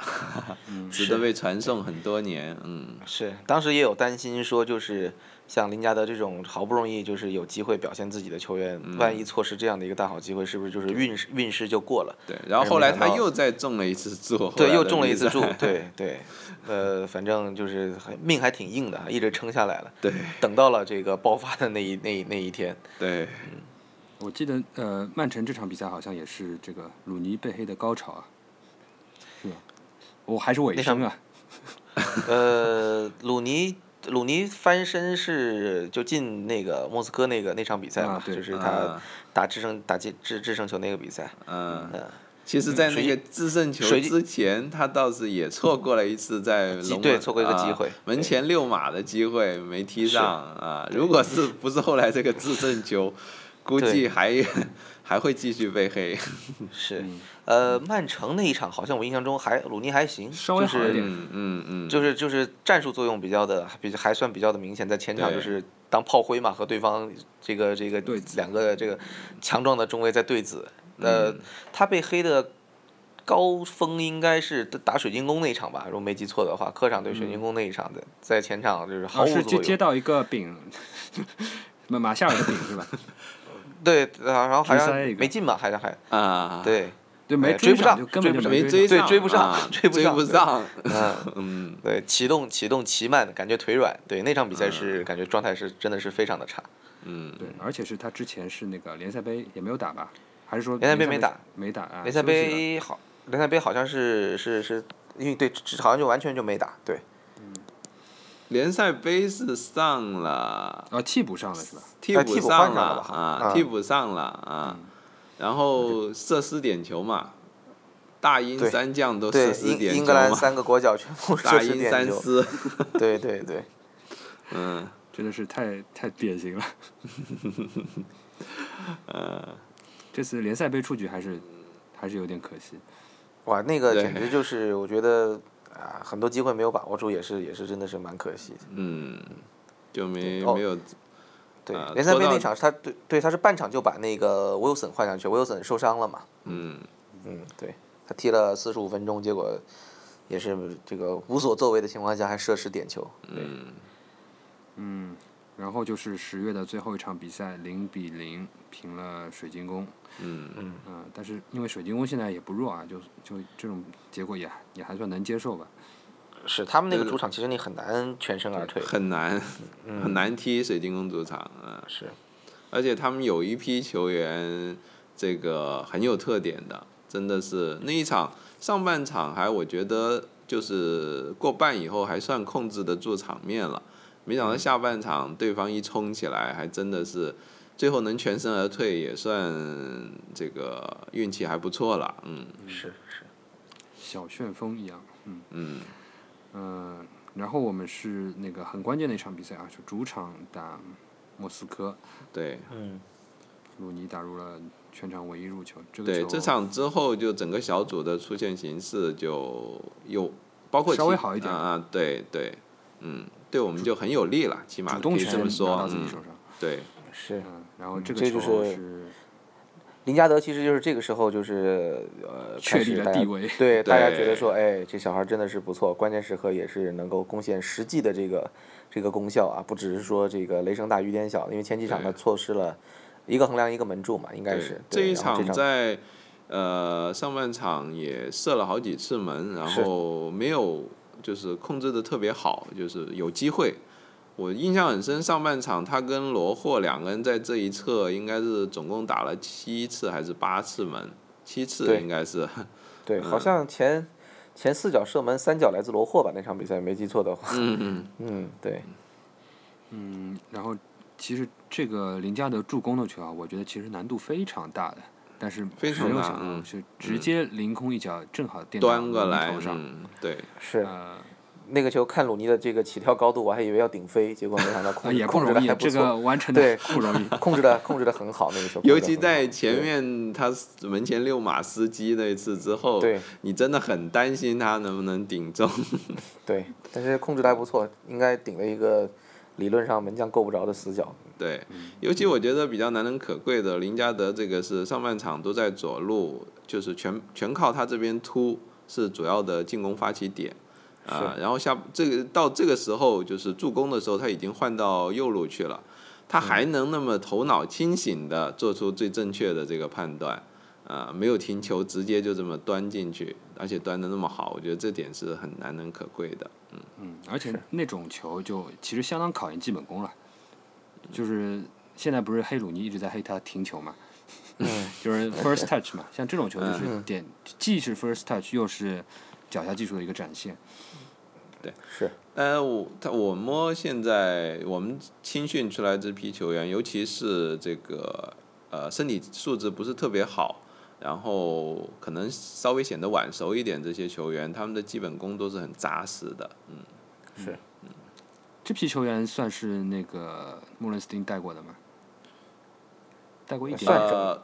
Speaker 3: 值得
Speaker 2: 嗯是
Speaker 3: 被传颂很多年，嗯，
Speaker 2: 是，当时也有担心说，就是像林加德这种好不容易就是有机会表现自己的球员，万一错失这样的一个大好机会，是不是就是运势运势就过了？
Speaker 3: 对，然后
Speaker 2: 但是
Speaker 3: 后
Speaker 2: 没
Speaker 3: 来
Speaker 2: 想
Speaker 3: 他
Speaker 2: 到
Speaker 3: 又再中了一次柱，
Speaker 2: 对，
Speaker 3: 后来
Speaker 2: 又
Speaker 3: 的
Speaker 2: 中了一
Speaker 3: 比
Speaker 2: 次
Speaker 3: 赛
Speaker 2: 柱，对对，呃，反正就是很命还挺硬的，啊一直撑下来了。
Speaker 3: 对
Speaker 2: 等到了这个爆发的那一那一那一天，
Speaker 3: 对，
Speaker 1: 我记得呃，曼城这场比赛好像也是这个鲁尼被黑的高潮啊，是吧？我、还是尾
Speaker 2: 那场
Speaker 1: 声啊，
Speaker 2: 呃，鲁尼鲁尼翻身是就进那个莫斯科那个那场比赛
Speaker 1: 啊
Speaker 2: 嘛，
Speaker 1: 对
Speaker 2: 就是
Speaker 3: 啊
Speaker 2: 他打制胜打进制制胜球那个比赛，
Speaker 3: 嗯。
Speaker 2: 嗯，
Speaker 3: 其实，在那
Speaker 2: 水
Speaker 3: 个
Speaker 2: 晶
Speaker 3: 制胜球
Speaker 2: 水晶
Speaker 3: 之前，他倒是也错过了一次在
Speaker 2: 机
Speaker 3: 龙
Speaker 2: 对
Speaker 3: 门
Speaker 2: 错过一个机
Speaker 3: 啊
Speaker 2: 会
Speaker 3: 门
Speaker 2: 对
Speaker 3: 前六码的机会没踢上啊。如果是不是后来这个制胜球，估
Speaker 2: 对
Speaker 3: 计还还会继续被黑。
Speaker 2: 是，
Speaker 3: 嗯
Speaker 2: 呃，曼城那一场好像我印象中还鲁尼还行，
Speaker 1: 稍微
Speaker 2: 就
Speaker 1: 好一
Speaker 2: 是
Speaker 1: 点
Speaker 3: 嗯嗯嗯，
Speaker 2: 就是就是战术作用比较的比较还算比较的明显，在前场就
Speaker 3: 对
Speaker 2: 是当炮灰嘛，和对方这个这个
Speaker 1: 对子
Speaker 2: 两个这个强壮的中卫在对子，
Speaker 3: 嗯
Speaker 2: 呃，他被黑的高峰应该是打水晶宫那一场吧，如果没记错的话，客场对水
Speaker 3: 嗯
Speaker 2: 晶宫那一场的，在前场就是毫
Speaker 1: 啊
Speaker 2: 无
Speaker 1: 是
Speaker 2: 作
Speaker 1: 接接
Speaker 2: 用，
Speaker 1: 到一个饼， 马马夏尔的饼是吧？
Speaker 2: 对，啊然后好像
Speaker 1: 直塞一个
Speaker 2: 没进嘛，还是还
Speaker 3: 啊，
Speaker 2: 对，
Speaker 1: 对，没
Speaker 2: 哎追不
Speaker 1: 上
Speaker 2: 上
Speaker 1: 就根本就
Speaker 2: 追不
Speaker 3: 没
Speaker 1: 追
Speaker 3: 追
Speaker 1: 上。
Speaker 2: 对
Speaker 3: 上，
Speaker 2: 追不上
Speaker 3: 啊
Speaker 2: 追不
Speaker 3: 追
Speaker 2: 上
Speaker 3: 不
Speaker 2: 对
Speaker 3: 上，
Speaker 2: 嗯
Speaker 3: 嗯，
Speaker 2: 对，启动启动奇慢，感觉腿软，对，那场比赛是感觉状态是真的是非常的差，
Speaker 3: 嗯，
Speaker 1: 对，而且是他之前是那个联赛杯也没有打吧？还是说
Speaker 2: 联赛杯
Speaker 1: 没
Speaker 2: 没打？
Speaker 1: 没打啊？
Speaker 2: 联赛
Speaker 1: 休息了
Speaker 2: 杯好，联赛杯好像是是是，因为对，只好像就完全就没打，对，
Speaker 3: 联赛杯是上了。
Speaker 1: 啊，替补上了是吧？
Speaker 3: 替
Speaker 2: 哎
Speaker 3: 补
Speaker 2: 替补
Speaker 3: 上
Speaker 2: 换上了吧
Speaker 3: 啊，
Speaker 2: 啊嗯
Speaker 3: 替补上了啊，然后射失点球嘛，大英
Speaker 2: 对
Speaker 3: 三将都
Speaker 2: 对
Speaker 3: 射，失
Speaker 2: 英
Speaker 3: 点
Speaker 2: 英
Speaker 3: 球
Speaker 2: 格兰
Speaker 3: 嘛，
Speaker 2: 三个国脚全部
Speaker 3: 大
Speaker 2: 射失
Speaker 3: 英
Speaker 2: 点
Speaker 3: 三
Speaker 2: 球，
Speaker 3: 狮，
Speaker 2: 对对对，
Speaker 3: 嗯，
Speaker 1: 真的是太太典型了。
Speaker 3: 呃，
Speaker 1: 这次联赛杯出局还是还是有点可惜。
Speaker 2: 哇，那个
Speaker 3: 对
Speaker 2: 简直就是我觉得啊，很多机会没有把握住，也是也是真的是蛮可惜的。
Speaker 3: 嗯，就没
Speaker 2: 哦
Speaker 3: 没有，
Speaker 2: 对
Speaker 3: 啊，
Speaker 2: 联赛
Speaker 3: 说
Speaker 2: 杯
Speaker 3: 到
Speaker 2: 那场是他对对他是半场就把那个 Wilson 换上去，Wilson 受伤了嘛，
Speaker 3: 嗯，
Speaker 2: 嗯，对他踢了四十五分钟，结果也是这个无所作为的情况下还射失点球，
Speaker 3: 嗯，
Speaker 1: 嗯，然后就是十月的最后一场比赛，零比零平了水晶宫。
Speaker 3: 嗯，
Speaker 1: 嗯、但是因为水晶宫现在也不弱啊，就就这种结果也也还算能接受吧。
Speaker 2: 是他们那个
Speaker 3: 对
Speaker 2: 主场其实你很难全身而退，
Speaker 3: 很难，很难踢水晶宫主场啊，
Speaker 2: 是
Speaker 3: 而且他们有一批球员，这个很有特点的，真的是那一场上半场还我觉得就是过半以后还算控制得住场面了，没想到下半场对方一冲起来，还真的是最后能全身而退，也算这个运气还不错了，嗯
Speaker 2: 是是，
Speaker 1: 小旋风一样，嗯
Speaker 3: 嗯
Speaker 1: 嗯、呃然后我们是那个很关键的一场比赛啊，是主场打莫斯科，
Speaker 3: 对。
Speaker 2: 嗯，
Speaker 1: 鲁尼打入了全场唯一入球，这个
Speaker 3: 对
Speaker 1: 球
Speaker 3: 这场之后，就整个小组的出现形式就又包括
Speaker 1: 稍
Speaker 3: 其
Speaker 1: 微好一点
Speaker 3: 啊、啊对对，嗯，对我们就很有利了，起码
Speaker 1: 主
Speaker 3: 可
Speaker 1: 动
Speaker 3: 以这
Speaker 1: 权
Speaker 3: 么说
Speaker 1: 拿到，自己
Speaker 3: 嗯
Speaker 1: 手，上，
Speaker 3: 对，
Speaker 2: 是
Speaker 1: 嗯，然后这个
Speaker 2: 这
Speaker 1: 球
Speaker 2: 就是林加德其实就是这个时候就是呃
Speaker 1: 确
Speaker 2: 开
Speaker 1: 立
Speaker 2: 始
Speaker 1: 了
Speaker 2: 大家
Speaker 1: 地位
Speaker 2: 对大家觉
Speaker 3: 对
Speaker 2: 得说，哎，这小孩真的是不错，关键时刻也是能够贡献实际的这个这个功效啊，不只是说这个雷声大雨点小，因为前几场他
Speaker 3: 对
Speaker 2: 错失了一个横梁一个门柱嘛，应该
Speaker 3: 对
Speaker 2: 是
Speaker 3: 这
Speaker 2: 对
Speaker 3: 一
Speaker 2: 然后
Speaker 3: 场
Speaker 2: 这
Speaker 3: 在呃上半场也射了好几次门，然
Speaker 2: 是
Speaker 3: 后没有就是控制的特别好，就是有机会。我印象很深，上半场他跟罗霍两个人在这一侧应该是总共打了七次还是八次门，七次
Speaker 2: 对
Speaker 3: 应该是。
Speaker 2: 对，好像前前四脚射门，三脚来自罗霍吧？那场比赛没记错的话。嗯嗯嗯，对，
Speaker 1: 嗯，然后其实这个林加德助攻的球啊，我觉得其实难度非常大的，但是没
Speaker 3: 非常
Speaker 1: 有
Speaker 3: 大
Speaker 1: 想到
Speaker 3: 嗯
Speaker 1: 是直接凌空一脚，正好垫到
Speaker 3: 端过
Speaker 1: 门
Speaker 3: 来
Speaker 1: 头，上。
Speaker 3: 嗯，对，
Speaker 2: 是
Speaker 1: 呃，
Speaker 2: 那个球看鲁尼的这个起跳高度，我还以为要顶飞，结果没想到控
Speaker 1: 啊
Speaker 2: 制
Speaker 1: 也不
Speaker 2: 控制的
Speaker 1: 容易
Speaker 2: 还，不
Speaker 1: 这
Speaker 2: 错，
Speaker 1: 个完成的
Speaker 2: 对
Speaker 1: 不容易。
Speaker 2: 控制的控制的很好，那个球控制得很好，
Speaker 3: 尤其在前
Speaker 2: 对
Speaker 3: 面他门前六码司机那一次之后，
Speaker 2: 对
Speaker 3: 你真的很担心他能不能顶中。
Speaker 2: 对，但是控制的还不错，应该顶了一个理论上门将够不着的死角。
Speaker 3: 对，尤其我觉得比较难能可贵的，林加德这个是上半场都在左路，就是全全靠他这边突是主要的进攻发起点。啊，然后下这个到这个时候就是助攻的时候，他已经换到右路去了，他还能那么头脑清醒的做出最正确的这个判断，啊，没有停球，直接就这么端进去，而且端的那么好，我觉得这点是很难能可贵的。
Speaker 1: 嗯，而且那种球就其实相当考验基本功了，就是现在不是黑鲁尼一直在黑他停球嘛，
Speaker 2: 嗯
Speaker 1: 就是 first touch 嘛，像这种
Speaker 3: 嗯
Speaker 1: 球就是点，既是 first touch 又是脚下技术的一个展现。
Speaker 2: 是，
Speaker 3: 呃，我他我摸现在我们青训出来这批球员，尤其是这个呃身体素质不是特别好，然后可能稍微显得晚熟一点，这些球员他们的基本功都是很扎实的。
Speaker 2: 嗯
Speaker 1: 这批球员算是那个穆伦斯汀带过的吗？带过一点
Speaker 2: 算
Speaker 1: 点，
Speaker 2: 是
Speaker 3: 呃，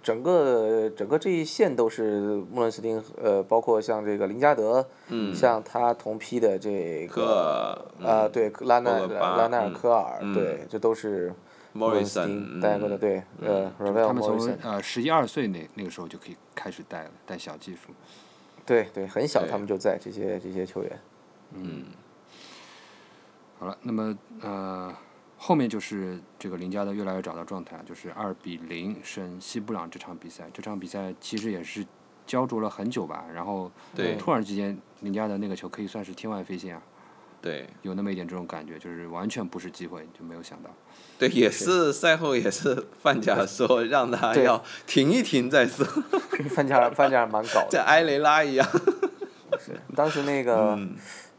Speaker 2: 整个整个这一线都是穆伦斯汀，呃，包括像这个林加德，
Speaker 3: 嗯，
Speaker 2: 像他同批的这个
Speaker 3: 克
Speaker 2: 啊、对，拉纳
Speaker 3: 博格嗯巴
Speaker 2: 拉纳尔
Speaker 3: 嗯
Speaker 2: 科尔，
Speaker 3: 嗯
Speaker 2: 对，这都是穆伦斯汀
Speaker 3: Morrison
Speaker 2: 带过的，
Speaker 3: 嗯
Speaker 2: 对，呃
Speaker 1: 他
Speaker 2: ，Ravel
Speaker 1: 们从
Speaker 2: Morrison，
Speaker 1: 呃十一二岁那那个时候就可以开始带了，带小技术。
Speaker 2: 对对，很小
Speaker 3: 对
Speaker 2: 他们就在这些这些球员，
Speaker 1: 好了，那么呃，后面就是这个林加德越来越找到状态，就是二比零胜西布朗这场比赛。这场比赛其实也是焦灼了很久吧，然后
Speaker 3: 对
Speaker 1: 突然之间林加德那个球可以算是天外飞仙啊，
Speaker 3: 对
Speaker 1: 有那么一点这种感觉，就是完全不是机会，就没有想到。
Speaker 3: 对，也是赛后也是范加说让他
Speaker 2: 对
Speaker 3: 要停一停 再说，
Speaker 2: 范加尔范加尔蛮搞的，
Speaker 3: 像埃雷拉一样。
Speaker 2: 当时那个、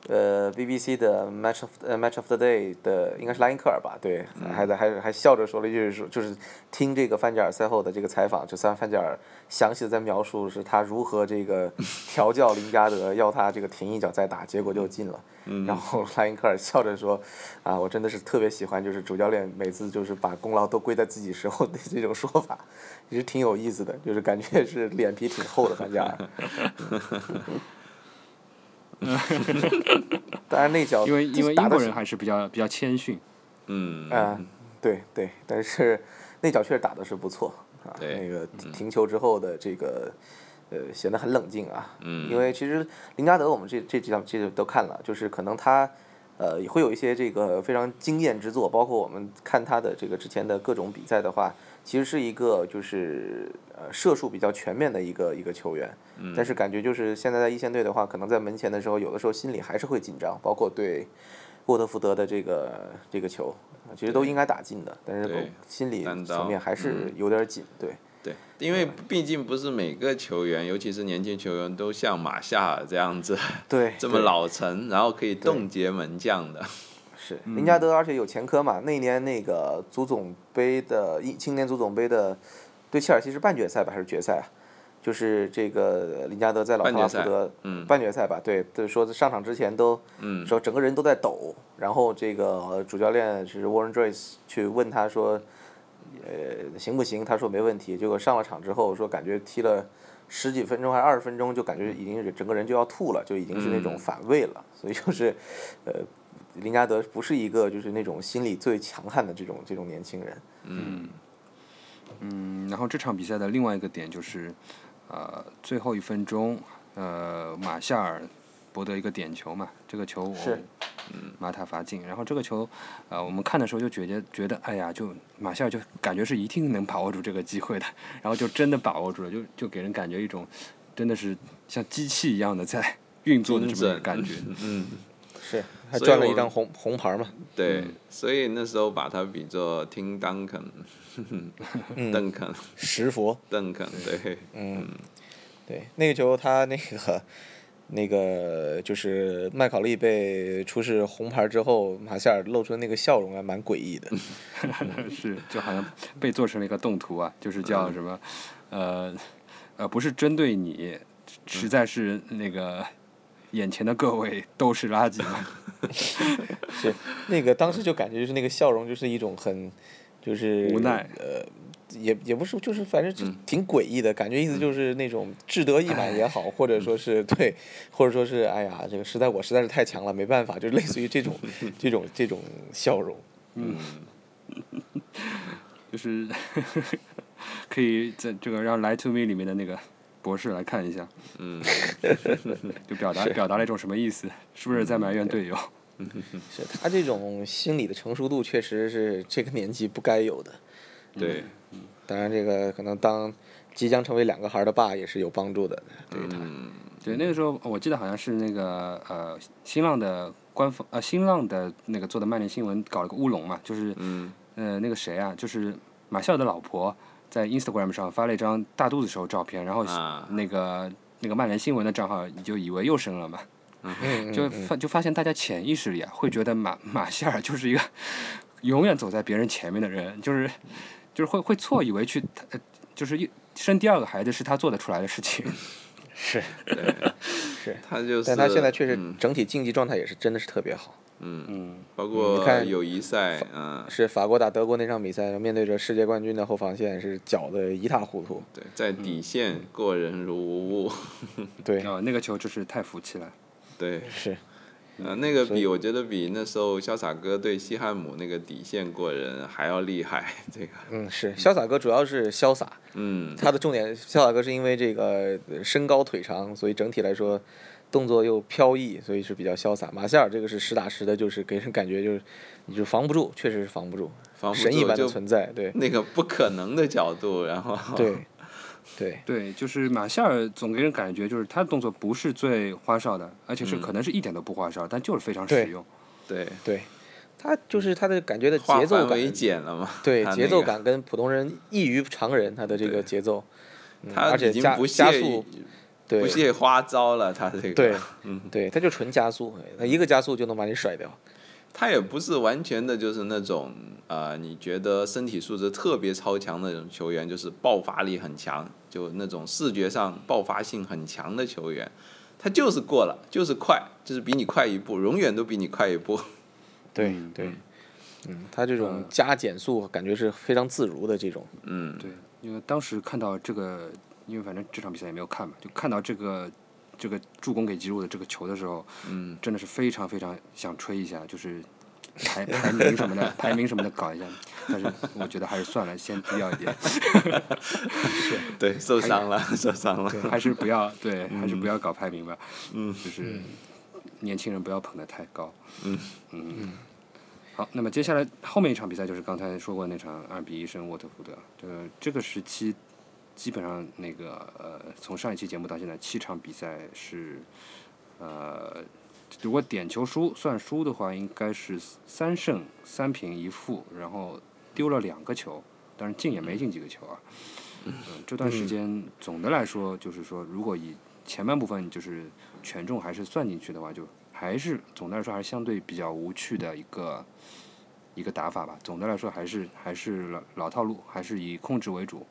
Speaker 2: 呃 BBC 的 Match of 呃 Match of the Day 的应该是拉因克尔吧？对，还在还还笑着说了一句说，就是听这个范加尔赛后的这个采访，就范范加尔详细的在描述是他如何这个调教林加德，要他这个停一脚再打，结果就进了。
Speaker 1: 嗯
Speaker 2: 然后拉因克尔笑着说：“啊，我真的是特别喜欢，就是主教练每次就是把功劳都归在自己身后的这种说法， 也是挺有意思的，就是感觉是脸皮挺厚的范加尔。” 当然那脚
Speaker 1: 因为因为
Speaker 2: 打
Speaker 1: 英
Speaker 2: 的
Speaker 1: 国
Speaker 2: 哦是
Speaker 1: 人还是比较比较谦逊，
Speaker 3: 嗯，
Speaker 2: 啊、对对，但是 那脚确实打的是不错啊。
Speaker 3: 对嗯
Speaker 2: 那个停球之后的这个，呃，显得很冷静啊。
Speaker 3: 嗯
Speaker 2: 因为其实林加德我们这这几场这都看了，就是可能他。呃，也会有一些这个非常惊艳之作，包括我们看他的这个之前的各种比赛的话，其实是一个就是呃射术比较全面的一个一个球员，
Speaker 3: 嗯
Speaker 2: 但是感觉就是现在在一线队的话，可能在门前的时候，有的时候心里还是会紧张，包括对沃特福德的这个这个球，呃其实都应该打进的，但是
Speaker 3: 对
Speaker 2: 心理
Speaker 3: 单刀
Speaker 2: 层面还是
Speaker 3: 嗯
Speaker 2: 有点紧，对，
Speaker 3: 对，因为毕竟不是每个球员，尤其是年轻球员，都像马夏尔这样子
Speaker 2: 对，
Speaker 3: 这么
Speaker 2: 对
Speaker 3: 老成，然后可以冻结门 将的。
Speaker 2: 是
Speaker 3: 嗯
Speaker 2: 林加德，而且有前科嘛，那一年那个足总杯的一青年足总杯的对切尔西是半决赛吧还是决赛啊？就是这个林加德在老特
Speaker 3: 半决
Speaker 2: 拉福
Speaker 3: 赛
Speaker 2: 德
Speaker 3: 嗯
Speaker 2: 半决赛吧，对，就是说上场之前都
Speaker 3: 嗯
Speaker 2: 说整个人都在抖，然后这个呃主教练是 Warren Joyce 去问他说，呃，行不行？他说没问题。结果上了场之后说感觉踢了十几分钟还是二十分钟，就感觉已经整个人就要吐了，就已经是那种
Speaker 3: 嗯
Speaker 2: 反胃了。所以就是，呃，林加德不是一个就是那种心理最强悍的这种这种年轻人。
Speaker 3: 嗯，
Speaker 1: 嗯，然后这场比赛的另外一个点就是，呃，最后一分钟，呃，马夏尔博得一个点球嘛，这个球我嗯
Speaker 2: 是
Speaker 1: 马塔罚进，然后这个球，呃，我们看的时候就觉得觉得，哎呀，就马夏尔就感觉是一定能把握住这个机会的，然后就真的把握住了，就就给人感觉一种真的是像机器一样的在运作的这么一个感觉。
Speaker 3: 嗯，
Speaker 2: 是，还
Speaker 3: 所以
Speaker 2: 赚了
Speaker 3: 我
Speaker 2: 一张红红牌嘛？
Speaker 3: 对，
Speaker 2: 嗯
Speaker 3: 所以那时候把他比作 Tim Duncan，邓
Speaker 2: 嗯
Speaker 3: 肯，
Speaker 2: 石佛。嗯
Speaker 3: 邓肯，对，
Speaker 2: 对，那个球他那个那个就是麦考利被出示红牌之后，马夏尔露出的那个笑容还蛮诡异的。
Speaker 1: 是，就好像被做成了一个动图啊，就是叫什么，呃，呃，不是针对你，实在是那个眼前的各位都是垃圾嘛。
Speaker 2: 是， 那个当时就感觉就是那个笑容就是一种很，就是
Speaker 1: 无奈
Speaker 2: 呃，也也不是，就是反正就挺诡异的、感觉，意思就是那种志得意满也好，或者说是对，或者说是哎呀，这个实在我实在是太强了，没办法，就是类似于这种这种这种笑容。
Speaker 1: 就是 可以在这个让《来 to Me》里面的那个博士来看一下，
Speaker 3: 嗯，
Speaker 1: 就表达表达了一种什么意思？是不是在埋怨队友？
Speaker 2: 是他这种心理的成熟度，确实是这个年纪不该有的。嗯
Speaker 3: 对，
Speaker 2: 当然，这个可能当即将成为两个孩儿的爸也是有帮助的，对于他。
Speaker 3: 嗯，
Speaker 1: 对，那个时候我记得好像是那个呃，新浪的官方呃，新浪的那个做的曼联新闻搞了个乌龙嘛，就是
Speaker 3: 嗯，
Speaker 1: 呃那个谁啊，就是马夏尔的老婆在 Instagram 上发了一张大肚子时候照片，然后
Speaker 3: 啊
Speaker 1: 那个、那个曼联新闻的账号就以为又生了嘛，
Speaker 2: 嗯嗯
Speaker 1: 就发就发现大家潜意识里啊会觉得马马夏尔就是一个永远走在别人前面的人，就是就是会会错以为去他呃就是一生第二个孩子是他做得出来的事情，
Speaker 2: 是，
Speaker 3: 他就是，
Speaker 2: 但他现在确实
Speaker 3: 嗯
Speaker 2: 整体竞技状态也是真的是特别好。
Speaker 1: 嗯。
Speaker 3: 包
Speaker 2: 你
Speaker 3: 括
Speaker 2: 看
Speaker 3: 友谊赛，嗯，
Speaker 2: 是法国打德国那场比赛，面对着世界冠军的后防线是搅得一塌糊涂。
Speaker 3: 对，在底线
Speaker 2: 嗯
Speaker 3: 过人如无物，嗯
Speaker 2: 对，
Speaker 1: 哦，那个球就是太服气了。
Speaker 3: 对，
Speaker 2: 是
Speaker 3: 呃，那个比我觉得比那时候潇洒哥对西汉姆那个底线过人还要厉害， 这个，
Speaker 2: 嗯是，潇洒哥主要是潇洒，
Speaker 3: 嗯，
Speaker 2: 他的重点，潇洒哥是因为这个呃身高腿长，所以整体来说动作又飘逸，所以是比较潇洒。马夏尔这个是实打实的，就是给人感觉就是你就防不住，确实是防不住，
Speaker 3: 防不
Speaker 2: 神一
Speaker 3: 住
Speaker 2: 般的
Speaker 3: 就
Speaker 2: 存在。对
Speaker 3: 那个不可能的角度，然后，
Speaker 2: 对对，
Speaker 1: 对，就是马夏尔总给人感觉就是他的动作不是最花哨的，而且是可能是一点都不花哨，但就是非常实
Speaker 2: 嗯对
Speaker 1: 用。
Speaker 3: 对，
Speaker 2: 对，他就是他的感觉的
Speaker 3: 化
Speaker 2: 节奏
Speaker 3: 繁
Speaker 2: 感，
Speaker 3: 为简了嘛，
Speaker 2: 对
Speaker 3: 他那
Speaker 2: 节奏
Speaker 3: 个，
Speaker 2: 感跟普通人异于常人，他的这个节奏，嗯、
Speaker 3: 他
Speaker 2: 而且
Speaker 3: 已经
Speaker 2: 加
Speaker 3: 不
Speaker 2: 加
Speaker 3: 屑
Speaker 2: 速，对
Speaker 3: 不屑花招了，他这个，
Speaker 2: 对，对，他就纯加速，他一个加速就能把你甩掉，
Speaker 3: 他也不是完全的，就是那种呃，你觉得身体素质特别超强的那种球员，就是爆发力很强，就那种视觉上爆发性很强的球员，他就是过了，就是快，就是比你快一步，永远都比你快一步。
Speaker 2: 对、对。嗯，他这种加减速感觉是非常自如的这种，
Speaker 3: 嗯，
Speaker 1: 对，因为当时看到这个，因为反正这场比赛也没有看嘛，就看到这个这个助攻给吉鲁的这个球的时候，
Speaker 3: 嗯，
Speaker 1: 真的是非常非常想吹一下，就是排排名什么的，排名什么的搞一下，但是我觉得还是算了，先低调一点，
Speaker 3: 对，受伤了，受伤了。
Speaker 1: 还是不 要对，还是不要搞排名吧。嗯，就是年轻人不要捧得太高。
Speaker 3: 嗯
Speaker 1: 嗯好，那么接下来后面一场比赛就是刚才说过那场二比一胜沃特福德，这个这个时期基本上那个呃，从上一期节目到现在七场比赛是呃，如果点球输算输的话，应该是三胜三平一负，然后丢了两个球，但是进也没进几个球啊。嗯，这段时间总的来说就是说，如果以前半部分就是权重还是算进去的话，就还是总的来说还是相对比较无趣的一个一个打法吧。总的来说还是还是老老套路，还是以控制为主。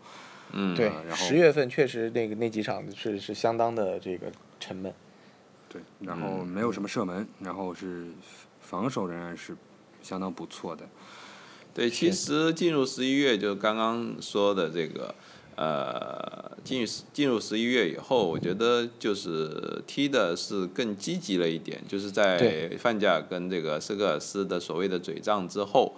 Speaker 3: 嗯，
Speaker 2: 对
Speaker 1: 然，后
Speaker 2: 十月份确实那个那几场是是相当的这个沉闷，
Speaker 1: 对，嗯然后没有什么射门，然后是防守仍然是相当不错的。
Speaker 3: 对，其实进入十一月，就刚刚说的这个，呃，进入进入十一月以后，我觉得就是踢的是更积极了一点，就是在
Speaker 2: 对
Speaker 3: 范加尔跟这个斯科尔斯的所谓的嘴仗之后，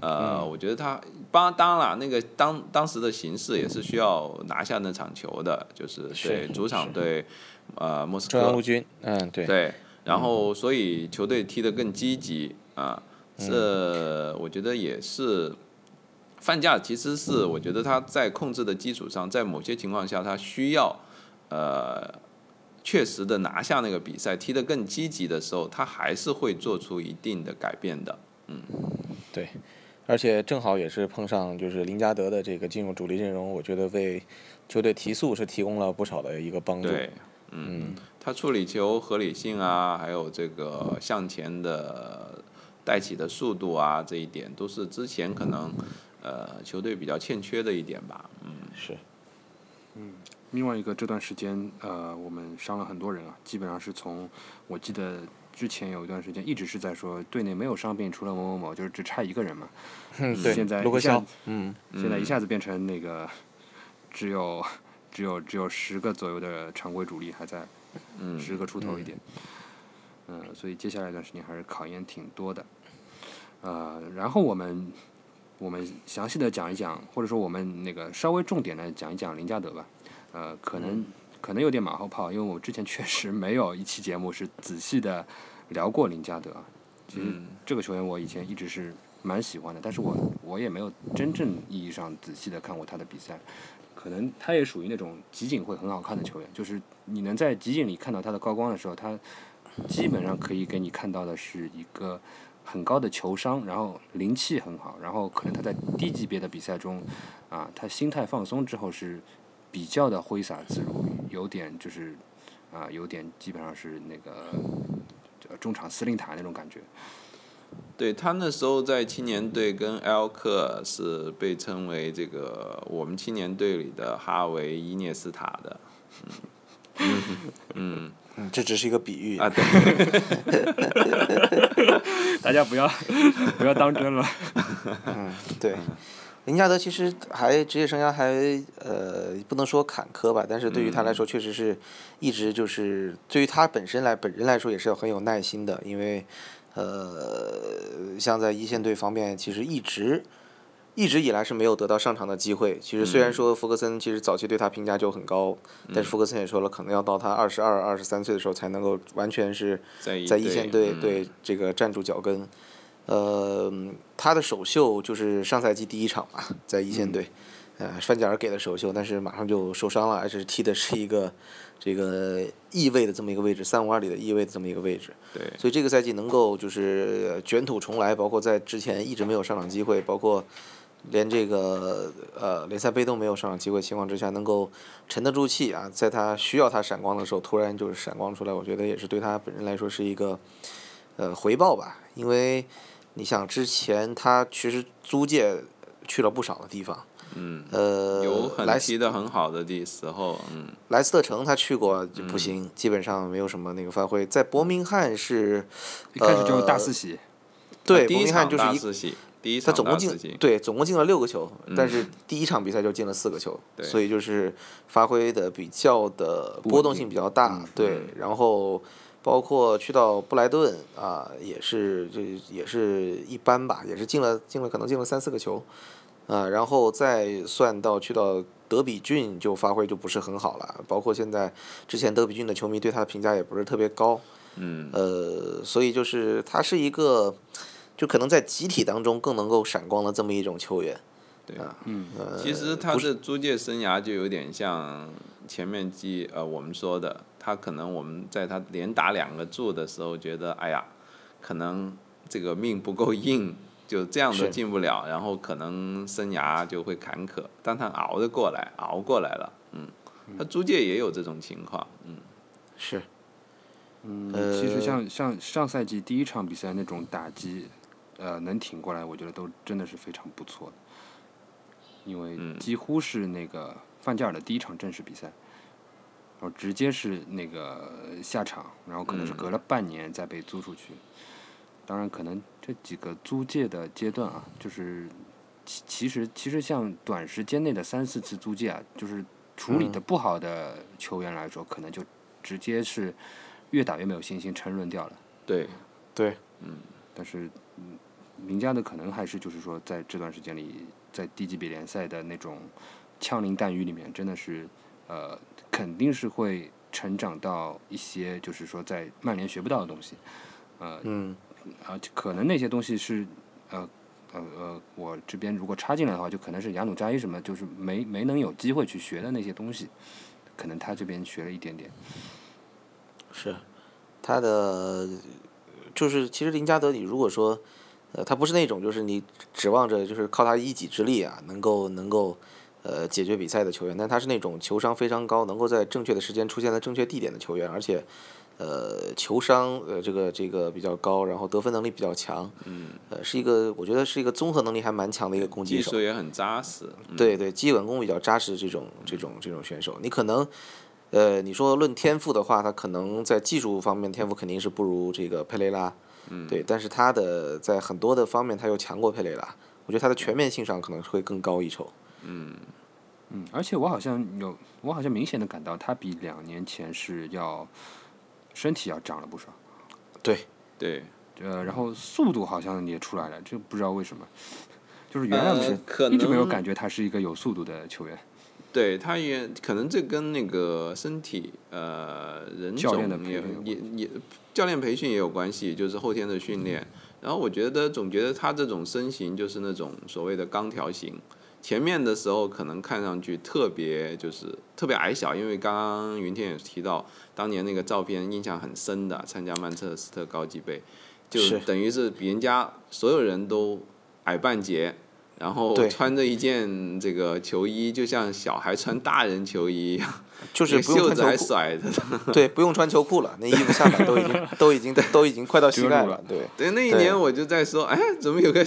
Speaker 3: 呃，
Speaker 2: 嗯
Speaker 3: 我觉得他帮当然了那个当当时的形势也是需要拿下那场球的，就是
Speaker 2: 是
Speaker 3: 对主场
Speaker 2: 是
Speaker 3: 对呃莫斯
Speaker 2: 中央
Speaker 3: 科
Speaker 2: 陆军，嗯，对，
Speaker 3: 对，然后所以球队踢得更积极啊，这我觉得也是。范加尔其实是我觉得他在控制的基础上，在某些情况下他需要，呃，确实的拿下那个比赛，踢得更积极的时候，他还是会做出一定的改变的。
Speaker 2: 对，而且正好也是碰上就是林加德的这个进入主力阵容，我觉得为球队提速是提供了不少的一个帮助。
Speaker 3: 对，嗯，他处理球合理性啊，还有这个向前的带起的速度啊，这一点都是之前可能呃球队比较欠缺的一点吧。
Speaker 2: 是，
Speaker 1: 另外一个这段时间，呃，我们伤了很多人啊，基本上是从我记得之前有一段时间一直是在说队内没有伤病，除了某某某，就是只差一个人嘛。
Speaker 2: 嗯
Speaker 1: 现在
Speaker 2: 卢克
Speaker 1: 一下
Speaker 2: 肖，嗯，
Speaker 1: 现在一下子变成那个只有只有只有十个左右的常规主力还在，
Speaker 3: 嗯
Speaker 1: 十个出头一点。嗯、所以接下来一段时间还是考验挺多的。呃，然后我们我们详细的讲一讲，或者说我们那个稍微重点的讲一讲林加德吧。呃，可能、可能有点马后炮，因为我们之前确实没有一期节目是仔细的聊过林加德啊。其实这个球员我以前一直是蛮喜欢的，但是我我也没有真正意义上仔细的看过他的比赛。可能他也属于那种集锦会很好看的球员，就是你能在集锦里看到他的高光的时候，他基本上可以给你看到的是一个很高的球商，然后灵气很好，然后可能他在低级别的比赛中，啊，他心态放松之后是比较的挥洒自如，有点就是啊，有点基本上是那个呃中场司令塔那种感觉。
Speaker 3: 对他那时候在青年队跟埃奥克是被称为这个我们青年队里的哈维伊涅斯塔的
Speaker 2: 嗯这只是一个比喻
Speaker 3: 啊，对，
Speaker 1: 大家不要 不要当真了。
Speaker 2: 嗯对，林加德其实还职业生涯还呃不能说坎坷吧，但是对于他来说确实是一直就是对于他本身来本人来说也是要很有耐心的，因为呃像在一线队方面其实一直。一直以来是没有得到上场的机会。其实虽然说福格森其实早期对他评价就很高，但是福格森也说了，可能要到他二十二、二十三岁的时候才能够完全是
Speaker 3: 在一
Speaker 2: 在一线队
Speaker 3: 队嗯
Speaker 2: 对这个站住脚跟。呃，他的首秀就是上赛季第一场嘛，在一
Speaker 3: 嗯
Speaker 2: 线队，呃，范加尔给的首秀，但是马上就受伤了，而且踢的是一个这个翼位的这么一个位置，三五二里的翼位的这么一个位置。
Speaker 3: 对
Speaker 2: 所以这个赛季能够就是呃卷土重来，包括在之前一直没有上场机会，包括连这个呃联赛杯都没有上场机会情况之下，能够沉得住气啊，在他需要他闪光的时候，突然就是闪光出来，我觉得也是对他本人来说是一个呃回报吧，因为你想之前他其实租借去了不少的地方，
Speaker 3: 嗯，
Speaker 2: 呃，
Speaker 3: 有很
Speaker 2: 莱斯
Speaker 3: 踢得很好的地时候，嗯，
Speaker 2: 莱斯特城他去过就不行，基本上没有什么那个发挥，在伯明翰是
Speaker 1: 一开始就是
Speaker 2: 呃
Speaker 1: 大四喜，
Speaker 2: 对
Speaker 3: 第
Speaker 2: 伯
Speaker 3: 一
Speaker 2: 明翰
Speaker 3: 场
Speaker 2: 就是
Speaker 3: 大
Speaker 2: 一
Speaker 3: 四喜，第一
Speaker 2: 他
Speaker 3: 场
Speaker 2: 总共
Speaker 3: 大
Speaker 2: 进
Speaker 3: 四喜，
Speaker 2: 对总共进了六个球，但是第一场比赛就进了四个球，
Speaker 3: 对
Speaker 2: 所以就是发挥的比较的波动性比较大，对，然后包括去到布莱顿啊，也是这也是一般吧，也是进了进了可能进了三四个球，啊，然后再算到去到德比郡就发挥就不是很好了，包括现在之前德比郡的球迷对他的评价也不是特别高，
Speaker 3: 嗯，
Speaker 2: 呃，所以就是他是一个，就可能在集体当中更能够闪光的这么一种球员。
Speaker 3: 对
Speaker 2: 啊，
Speaker 1: 嗯
Speaker 2: 呃，
Speaker 3: 其实他的租借生涯就有点像前面记呃我们说的，他可能我们在他连打两个柱的时候，觉得哎呀，可能这个命不够硬，就这样都
Speaker 2: 是
Speaker 3: 进不了，然后可能生涯就会坎坷，但他熬得过来，熬过来了，嗯，他租借也有这种情况，嗯，
Speaker 2: 是
Speaker 1: 嗯，其实像像上赛季第一场比赛那种打击，呃，能挺过来，我觉得都真的是非常不错的，因为几乎是那个范加尔的第一场正式比赛，然后直接是那个下场，然后可能是隔了半年再被租出去。当然，可能这几个租借的阶段啊，就是其其实其实像短时间内的三四次租借啊，就是处理的不好的球员来说，可能就直接是越打越没有信心，沉沦掉了。
Speaker 3: 对，
Speaker 2: 对，
Speaker 1: 但是，嗯，林加德可能还是就是说，在这段时间里，在低级别联赛的那种枪林弹雨里面，真的是呃，肯定是会成长到一些就是说在曼联学不到的东西。
Speaker 2: 嗯，
Speaker 1: 啊，可能那些东西是，呃，呃呃，我这边如果插进来的话，就可能是雅努扎伊什么，就是没没能有机会去学的那些东西，可能他这边学了一点点。
Speaker 2: 是他的就是其实林加德，你如果说呃他不是那种就是你指望着就是靠他一己之力啊，能够能够
Speaker 5: 呃解决比赛的球员，但他是那种球商非常高，能够在正确的时间出现在正确地点的球员，而且呃球商呃这个这个比较高，然后得分能力比较强，嗯，呃是一个我觉得是一个综合能力还蛮强的一个攻击
Speaker 3: 技
Speaker 5: 手，
Speaker 3: 术也很扎实。嗯
Speaker 5: 对对，基本功比较扎实这种这种这种选手，你可能，呃，你说论天赋的话，他可能在技术方面天赋肯定是不如这个佩雷拉，
Speaker 3: 嗯
Speaker 5: 对，但是他的在很多的方面他又强过佩雷拉，我觉得他的全面性上可能会更高一筹。
Speaker 1: 嗯，而且我好像有，我好像明显的感到他比两年前是要身体要长了不少，
Speaker 5: 对，
Speaker 3: 对，
Speaker 1: 呃，然后速度好像也出来了，这不知道为什么，就是原来我
Speaker 3: 呃
Speaker 1: 是、
Speaker 3: 可
Speaker 1: 一直没有
Speaker 3: 能
Speaker 1: 感觉他是一个有速度的球员，
Speaker 3: 对他也可能这跟那个身体呃人
Speaker 1: 教练的
Speaker 3: 种
Speaker 1: 培
Speaker 3: 也
Speaker 1: 训有
Speaker 3: 也也教练培训也有关系，就是后天的训练。然后我觉得总觉得他这种身形就是那种所谓的钢条型，前面的时候可能看上去特别就是特别矮小，因为刚刚云天也提到当年那个照片印象很深的，参加曼彻斯特高级杯，就是等于是比人家所有人都矮半截，然后
Speaker 5: 对
Speaker 3: 穿着一件这个球衣，就像小孩穿大人球衣一 样，
Speaker 5: 就是不用
Speaker 3: 袖子
Speaker 5: 穿
Speaker 3: 还
Speaker 5: 球
Speaker 3: 甩着的。
Speaker 5: 裤，对，不用穿球裤了，那衣服下摆都已经都已经都已经快到膝
Speaker 1: 遮
Speaker 5: 盖
Speaker 1: 住
Speaker 5: 了
Speaker 1: 了，
Speaker 5: 对。
Speaker 3: 对，那一
Speaker 5: 对
Speaker 3: 年我就在说，哎，怎么有个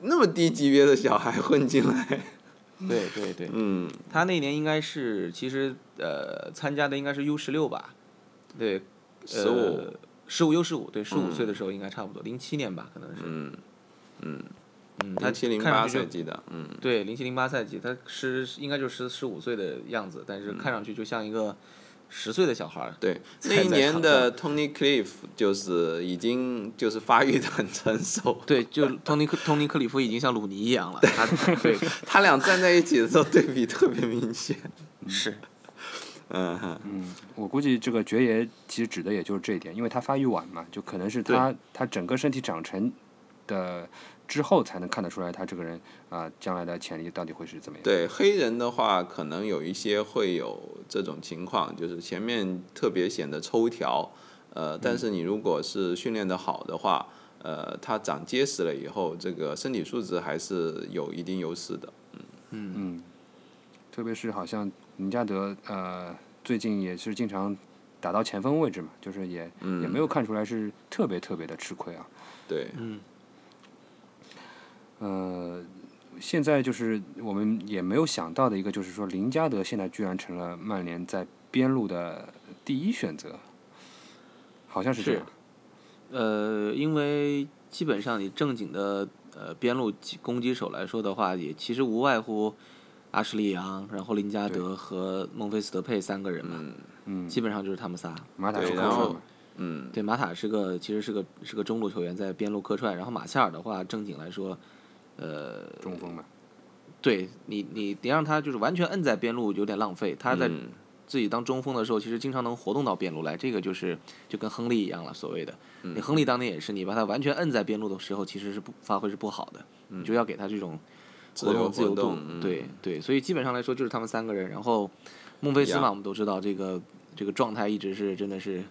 Speaker 3: 那么低级别的小孩混进来？
Speaker 5: 对对对，
Speaker 3: 嗯，
Speaker 2: 他那年应该是其实呃参加的应该是 U 十六吧，对，呃
Speaker 3: 十五，
Speaker 2: 十五 U 十五，对，十五岁的时候应该差不多，零七年吧，可能是，
Speaker 3: 嗯
Speaker 2: 嗯，他
Speaker 3: 零七零
Speaker 2: 看
Speaker 3: 八
Speaker 2: 上去
Speaker 3: 赛
Speaker 2: 就
Speaker 3: 季的，嗯，
Speaker 2: 对零七零八赛季，他是应该就十十五岁的样子，但
Speaker 3: 嗯
Speaker 2: 是看上去就像一个十岁的小孩儿，
Speaker 3: 对，
Speaker 2: 在
Speaker 3: 那一年的
Speaker 2: 在
Speaker 3: Tony Cliff 就是已经就是发育的很成熟，
Speaker 2: 对， 就托尼克托尼克里夫已经像鲁尼一样了，他对
Speaker 3: 他俩站在一起的时候对比特别明显。
Speaker 2: 是，
Speaker 3: 嗯哼，
Speaker 1: 嗯，我估计这个爵爷其实指的也就是这一点，因为他发育晚嘛，就可能是他他整个身体长成的之后才能看得出来他这个人啊、将来的潜力到底会是怎么样。
Speaker 3: 对黑人的话，可能有一些会有这种情况，就是前面特别显得抽条，呃，但
Speaker 2: 嗯
Speaker 3: 是你如果是训练的好的话，呃，它长结实了以后，这个身体素质还是有一定优势的。
Speaker 1: 嗯，特别是好像林加德呃最近也是经常打到前锋位置嘛，就是也、
Speaker 2: 嗯
Speaker 1: 也没有看出来是特别特别的吃亏啊。
Speaker 3: 对，
Speaker 2: 嗯
Speaker 1: 呃，现在就是我们也没有想到的一个，就是说林加德现在居然成了曼联在边路的第一选择，好像是这
Speaker 2: 是
Speaker 1: 样。
Speaker 2: 呃，因为基本上你正经的呃边路攻击手来说的话，也其实无外乎阿什利杨，然后林加德和孟菲斯德佩三个人嘛，
Speaker 3: 嗯
Speaker 1: 嗯，
Speaker 2: 基本上就是他们仨。
Speaker 1: 马塔
Speaker 3: 对
Speaker 1: 是客
Speaker 3: 然
Speaker 1: 串
Speaker 3: 后
Speaker 1: 嘛，
Speaker 3: 嗯，
Speaker 2: 对，马塔是个其实是个是个中路球员，在边路客串。然后马夏尔的话，正经来说，呃，
Speaker 1: 中锋嘛，
Speaker 2: 对你你你让他就是完全摁在边路有点浪费，他在
Speaker 3: 嗯
Speaker 2: 自己当中锋的时候，其实经常能活动到边路来，这个就是就跟亨利一样了，所谓的。
Speaker 3: 嗯
Speaker 2: 你亨利当年也是，你把他完全摁在边路的时候，其实是不发挥是不好的，你就要给他这种
Speaker 3: 嗯自
Speaker 2: 活
Speaker 3: 由
Speaker 2: 动自由
Speaker 3: 活
Speaker 2: 度
Speaker 3: 动，嗯
Speaker 2: 对对，所以基本上来说就是他们三个人，然后孟菲斯嘛，
Speaker 3: 呀
Speaker 2: 我们都知道这个这个状态一直是真的是，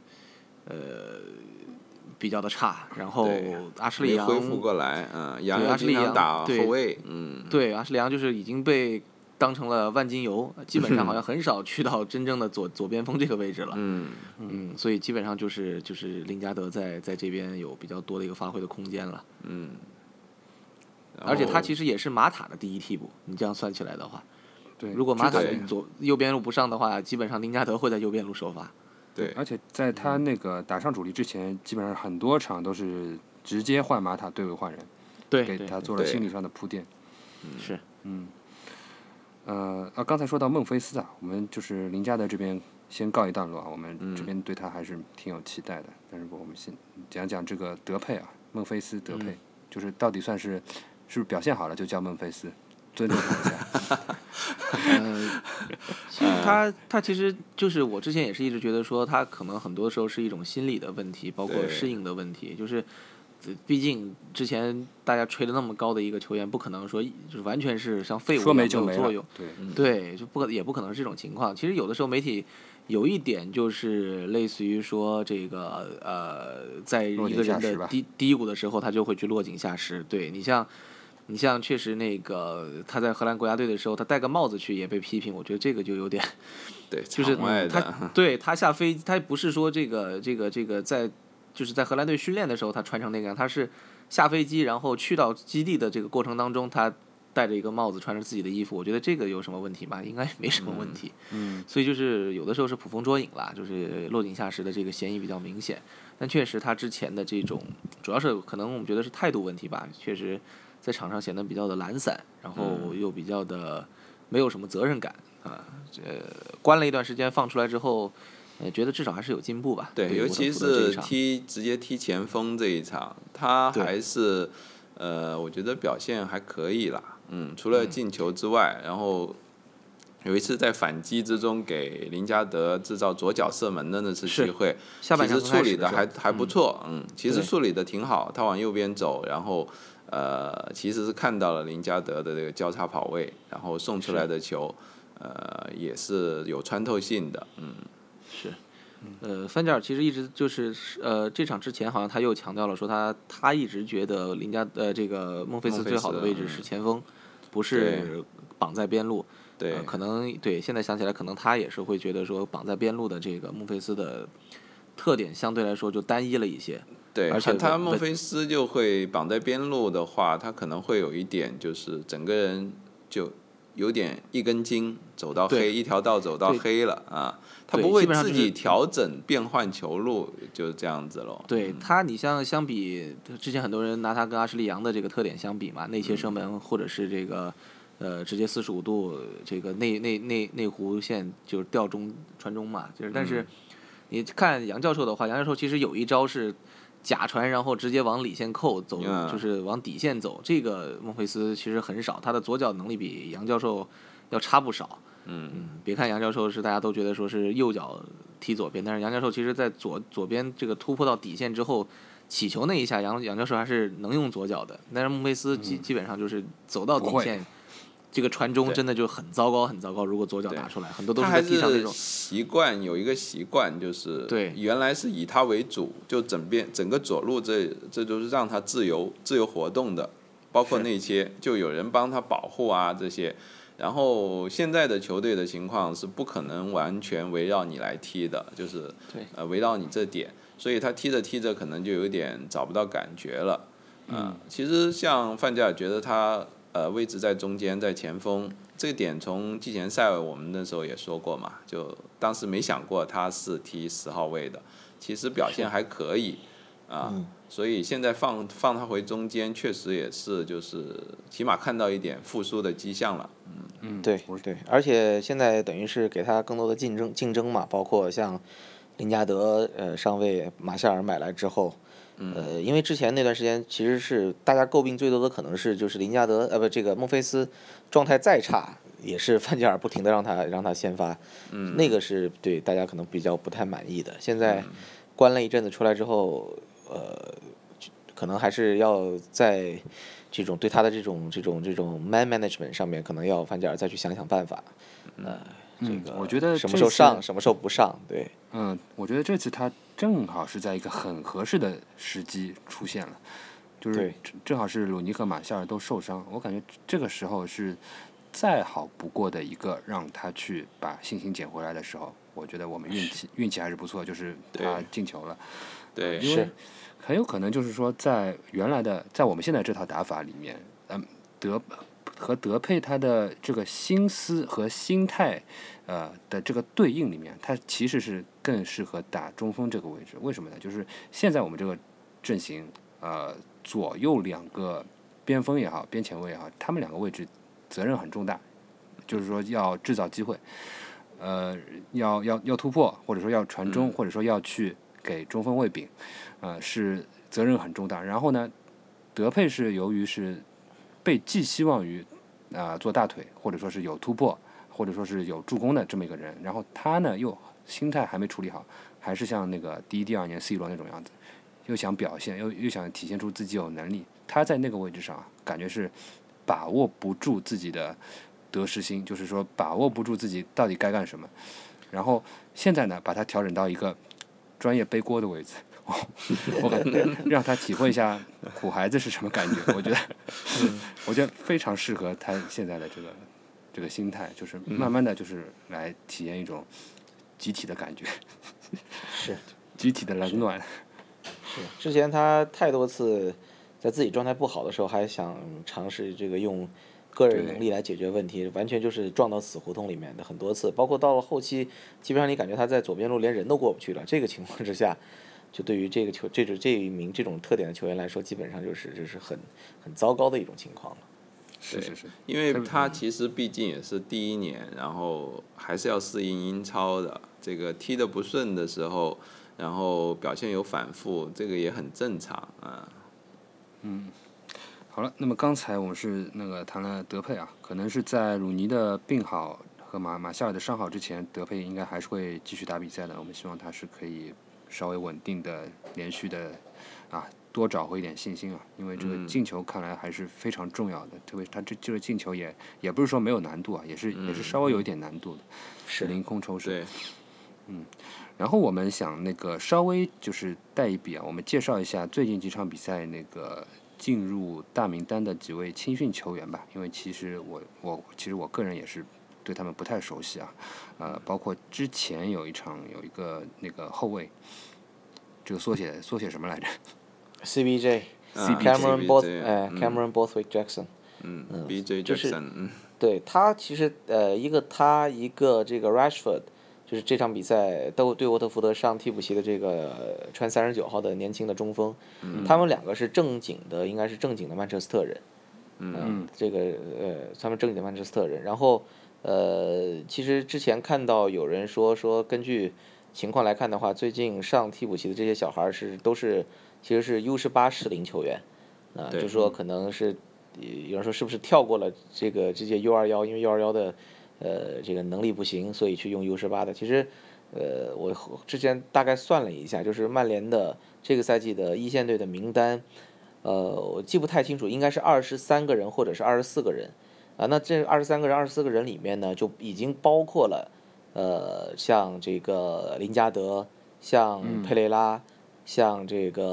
Speaker 2: 呃，比较的差，然后
Speaker 3: 对
Speaker 2: 阿什利
Speaker 3: 没
Speaker 2: 杨
Speaker 3: 恢复过来，嗯，杨
Speaker 2: 对啊
Speaker 3: 洋
Speaker 2: 阿什
Speaker 3: 经
Speaker 2: 利
Speaker 3: 常
Speaker 2: 杨
Speaker 3: 打
Speaker 2: 对
Speaker 3: 后卫，嗯，
Speaker 2: 对，阿什利杨就是已经被当成了万金油，基本上好像很少去到真正的左左边锋这个位置了。
Speaker 3: 嗯，
Speaker 2: 嗯，所以基本上就是就是林加德在在这边有比较多的一个发挥的空间了，
Speaker 1: 嗯
Speaker 2: 而且他其
Speaker 3: 实
Speaker 2: 实也是马塔的第一替补，你这样算起来的话，
Speaker 1: 对。
Speaker 2: 如果马塔
Speaker 3: 对
Speaker 2: 左右边路不上的话，基本上林加德会在右边路首发。
Speaker 3: 对
Speaker 1: 而且在他
Speaker 2: 嗯
Speaker 1: 那个打上主力之前，基本上很多场都是直接换马塔对位换人，
Speaker 2: 对
Speaker 1: 给
Speaker 2: 对
Speaker 1: 他
Speaker 2: 对嗯
Speaker 1: 做了
Speaker 3: 对
Speaker 1: 心理上的铺垫。嗯
Speaker 2: 是，
Speaker 1: 呃，啊，刚才说到孟菲斯啊，我们就是林加德这边先告一段落啊，我们这
Speaker 2: 嗯
Speaker 1: 边对他还是挺有期待的。但是我们先讲讲这个德佩啊，孟菲斯德佩，
Speaker 2: 嗯
Speaker 1: 就是到底算是是不是表现好了就叫孟菲斯，尊重他一 下。
Speaker 2: 呃，其
Speaker 1: 嗯
Speaker 2: 实他他其实就是我之前也是一直觉得说他可能很多时候是一种心理的问题，包括
Speaker 3: 对
Speaker 2: 适应的问题，就是。呃毕竟之前大家吹的那么高的一个球员，不可能说一就是完全是像废物一
Speaker 1: 说
Speaker 2: 样
Speaker 1: 没
Speaker 2: 没
Speaker 1: 就
Speaker 2: 有
Speaker 1: 没
Speaker 2: 作用嗯
Speaker 1: 了，，嗯对，
Speaker 2: 对，就不可也不可能是这种情况。其实有的时候媒体有一点就是类似于说这个呃，在一
Speaker 1: 落井
Speaker 2: 个
Speaker 1: 下
Speaker 2: 人
Speaker 1: 石
Speaker 2: 的
Speaker 1: 吧
Speaker 2: 低低谷的时候，他就会去落井下石。对你像，你像确实那个他在荷兰国家队的时候，他戴个帽子去也被批评，我觉得这个就有点
Speaker 3: 对，
Speaker 2: 就是
Speaker 3: 场外的
Speaker 2: 他对他下飞机，他不是说这个这个这个在就是在荷兰队训练的时候他穿成那个样，他是下飞机然后去到基地的这个过程当中，他戴着一个帽子，穿着自己的衣服，我觉得这个有什么问题吗？应该没什么问题。
Speaker 1: 嗯，
Speaker 2: 所以就是有的时候是捕风捉影啦，就是落井下石的这个嫌疑比较明显。但确实他之前的这种，主要是可能我们觉得是态度问题吧，确实在场上显得比较的懒散，然
Speaker 3: 嗯
Speaker 2: 后又比较的没有什么责任感啊。这关了一段时间放出来之后，呃，觉得至少还是有进步吧。对
Speaker 3: 对，
Speaker 2: 于
Speaker 3: 尤
Speaker 2: 沃特
Speaker 3: 其
Speaker 2: 福德这
Speaker 3: 是
Speaker 2: 一场，
Speaker 3: 踢直接踢前锋这一场，他
Speaker 2: 对
Speaker 3: 还是呃，我觉得表现还可以啦。嗯，除了进球之外，然后有一次在反击之中给林加德制造左脚射门的那次
Speaker 2: 是
Speaker 3: 机会，
Speaker 2: 下半
Speaker 3: 其
Speaker 2: 场刚
Speaker 3: 实处
Speaker 2: 开
Speaker 3: 理
Speaker 2: 始的时
Speaker 3: 还
Speaker 2: 候
Speaker 3: 还不错，嗯，其实
Speaker 2: 对
Speaker 3: 处理的挺好，他往右边走，然后呃，其实是看到了林加德的这个交叉跑位，然后送出来的球，呃，也是有穿透性的，嗯，
Speaker 2: 是，呃，范加尔其实一直就是呃，这场之前好像他又强调了说他他一直觉得林加呃这个孟菲
Speaker 3: 孟
Speaker 2: 斯
Speaker 3: 菲
Speaker 2: 最好
Speaker 3: 斯
Speaker 2: 的位置
Speaker 3: 嗯
Speaker 2: 是前锋，不是绑在边路。
Speaker 3: 对，
Speaker 2: 呃可能对现在想起来，可能他也是会觉得说绑在边路的这个孟菲斯的特点相对来说就单一了一些。
Speaker 3: 对，
Speaker 2: 而且
Speaker 3: 他他
Speaker 2: 我
Speaker 3: 孟菲斯就会绑在边路的话，他可能会有一点就是整个人就有点一根筋走到黑，
Speaker 2: 对
Speaker 3: 一条道走到
Speaker 2: 对
Speaker 3: 黑了啊，他
Speaker 2: 对
Speaker 3: 不会
Speaker 2: 基本上
Speaker 3: 自
Speaker 2: 就是
Speaker 3: 己调整变换球路，就是这样子咯。
Speaker 2: 对他，你像相比之前很多人拿他跟阿什利杨的这个特点相比嘛，内切射门或者是这个呃直接四十五度这个内内内内弧线就是吊中传中嘛，就是但是你看杨教授的话，杨教授其实有一招是假传，然后直接往里线扣走，
Speaker 3: 嗯
Speaker 2: 就是往底线走。这个孟菲斯其实很少，他的左脚能力比杨教授要差不少。
Speaker 3: 嗯，
Speaker 2: 别看杨教授是大家都觉得说是右脚踢左边，但是杨教授其实在左左边这个突破到底线之后，起球那一下，杨杨教授还是能用左脚的。但是孟菲斯基基本上就是走到底
Speaker 1: 不会
Speaker 2: 线，这个传中
Speaker 3: 嗯对
Speaker 2: 真的就很糟糕，很糟糕。如果左脚打出来，很多都
Speaker 3: 他
Speaker 2: 是
Speaker 3: 还
Speaker 2: 在地上那
Speaker 3: 是
Speaker 2: 种。
Speaker 3: 习惯有一个习惯，就是
Speaker 2: 对
Speaker 3: 原来是以他为主，就整边整个左路这这就是让他自由自由活动的，包括
Speaker 2: 是
Speaker 3: 那些就有人帮他保护啊这些。然后现在的球队的情况是不可能完全围绕你来踢的，就是
Speaker 2: 对
Speaker 3: 呃围绕你这点，所以他踢着踢着可能就有点找不到感觉了。嗯，其实像范加尔觉得他呃位置在中间，在前锋这个点，从季前赛我们那时候也说过嘛，就当时没想过他是踢十号位的，其实表现还可以啊。所以现在放放他回中间，确实也是，就是起码看到一点复苏的迹象了。
Speaker 6: 对
Speaker 1: 嗯我
Speaker 6: 对，而且现在等于是给他更多的竞争竞争嘛，包括像林加德呃上卫马夏尔买来之后，呃，因为之前那段时间其实是大家诟病最多的可能是就是林加德呃不这个孟菲斯状态再差。也是范加尔不停的让他让他先发，嗯，那个是对大家可能比较不太满意的。现在关了一阵子出来之后，呃，可能还是要在这种对他的这种这种这种 man management 上面，可能要范加尔再去想想办法。呃，这
Speaker 1: 嗯
Speaker 6: 个
Speaker 1: 我觉得
Speaker 6: 什么
Speaker 1: 这
Speaker 6: 时候
Speaker 1: 次
Speaker 6: 上，什么时候不上，对，
Speaker 1: 嗯，我觉得这次他正好是在一个很合适的时机出现了，就是
Speaker 6: 对
Speaker 1: 正正好是鲁尼和马夏尔都受伤，我感觉这个时候是再好不过的一个让他去把信心捡回来的时候。我觉得我们运气运气还是不错，就是他
Speaker 3: 对
Speaker 1: 进球了，
Speaker 3: 对，
Speaker 1: 因为
Speaker 6: 是
Speaker 1: 很有可能就是说在原来的在我们现在这套打法里面，嗯，德和德佩他的这个心思和心态，呃的这个对应里面，他其实是更适合打中锋这个位置。为什么呢？就是现在我们这个阵型，呃，左右两个边锋也好，边前卫也好，他们两个位置责任很重大，就是说要制造机会，呃，要要要突破，或者说要传中，或者说要去给中锋喂饼，呃，是责任很重大。然后呢，德佩是由于是被寄希望于啊、呃做大腿，或者说是有突破，或者说是有助攻的这么一个人，然后他呢又心态还没处理好，还是像那个第一、第二年 C 罗那种样子，又想表现，又又想体现出自己有能力。他在那个位置上啊，感觉是把握不住自己的得失心，就是说把握不住自己到底该干什么。然后现在呢，把他调整到一个专业背锅的位置，我我感觉让他体会一下苦孩子是什么感觉。我觉得， 我觉得非常适合他现在的这个这个心态，就是慢慢的就是来体验一种集体的感觉，
Speaker 2: 是
Speaker 1: 集体的冷暖。
Speaker 2: 是。之前他太多次在自己状态不好的时候，还想尝试这个用个人能力来解决问题，完全就是撞到死胡同里面的很多次。包括到了后期，基本上你感觉他在左边路连人都过不去了。这个情况之下，就对于这个球这种这一名这种特点的球员来说，基本上就是就是很很糟糕的一种情况了。
Speaker 1: 是是是，
Speaker 3: 因为他其实毕竟也是第一年，然后还是要适应英超的。这个踢得不顺的时候，然后表现有反复，这个也很正常啊。
Speaker 1: 好了，那么刚才我们是那个谈了德佩啊，可能是在鲁尼的病好和马马夏尔的伤好之前，德佩应该还是会继续打比赛的。我们希望他是可以稍微稳定的、连续的啊，多找回一点信心啊，因为这个进球看来还是非常重要的。特别是他这这个进球也也不是说没有难度啊，也是也是稍微有一点难度的，
Speaker 2: 是
Speaker 1: 凌空抽射。
Speaker 3: 对，
Speaker 1: 然后我们想那个稍微就是带一笔啊，我们介绍一下最近几场比赛那个进入大名单的几位青训球员吧，因为其实我我其实我个人也是对他们不太熟悉啊，呃，包括之前有一场有一个那个后卫，这个缩写缩写什么来着？
Speaker 2: CBJ。
Speaker 3: 啊
Speaker 2: 嗯 Cameron Both，
Speaker 3: CBJ
Speaker 2: 哎
Speaker 3: 嗯
Speaker 2: ，Cameron Bothwick Jackson，
Speaker 3: 嗯，B.J.
Speaker 2: 就是
Speaker 3: Jackson，嗯，
Speaker 2: 对他其实呃一个他一个这个 Rashford，就是这场比赛都对沃特福德上替补席的这个呃穿三十九号的年轻的中锋，他们两个是正经的，应该是正经的曼彻斯特人，嗯，这个呃他们正经的曼彻斯特人，然后呃其实之前看到有人说说根据情况来看的话，最近上替补席的这些小孩儿是都是其实是 U 十八适龄球员，啊、
Speaker 3: 对
Speaker 2: 就说可能是有人说是不是跳过了这个这届 U 二幺，因为 U 二幺的呃这个能力不行，所以去用 U 十八的。其实呃我之前大概算了一下，就是曼联的这个赛季的一线队的名单，呃我记不太清楚，应该是二十三个人或者是二十四个人啊、那这二十三个人、二十四个人里面呢，就已经包括了呃像这个林加德、像佩雷拉、像这个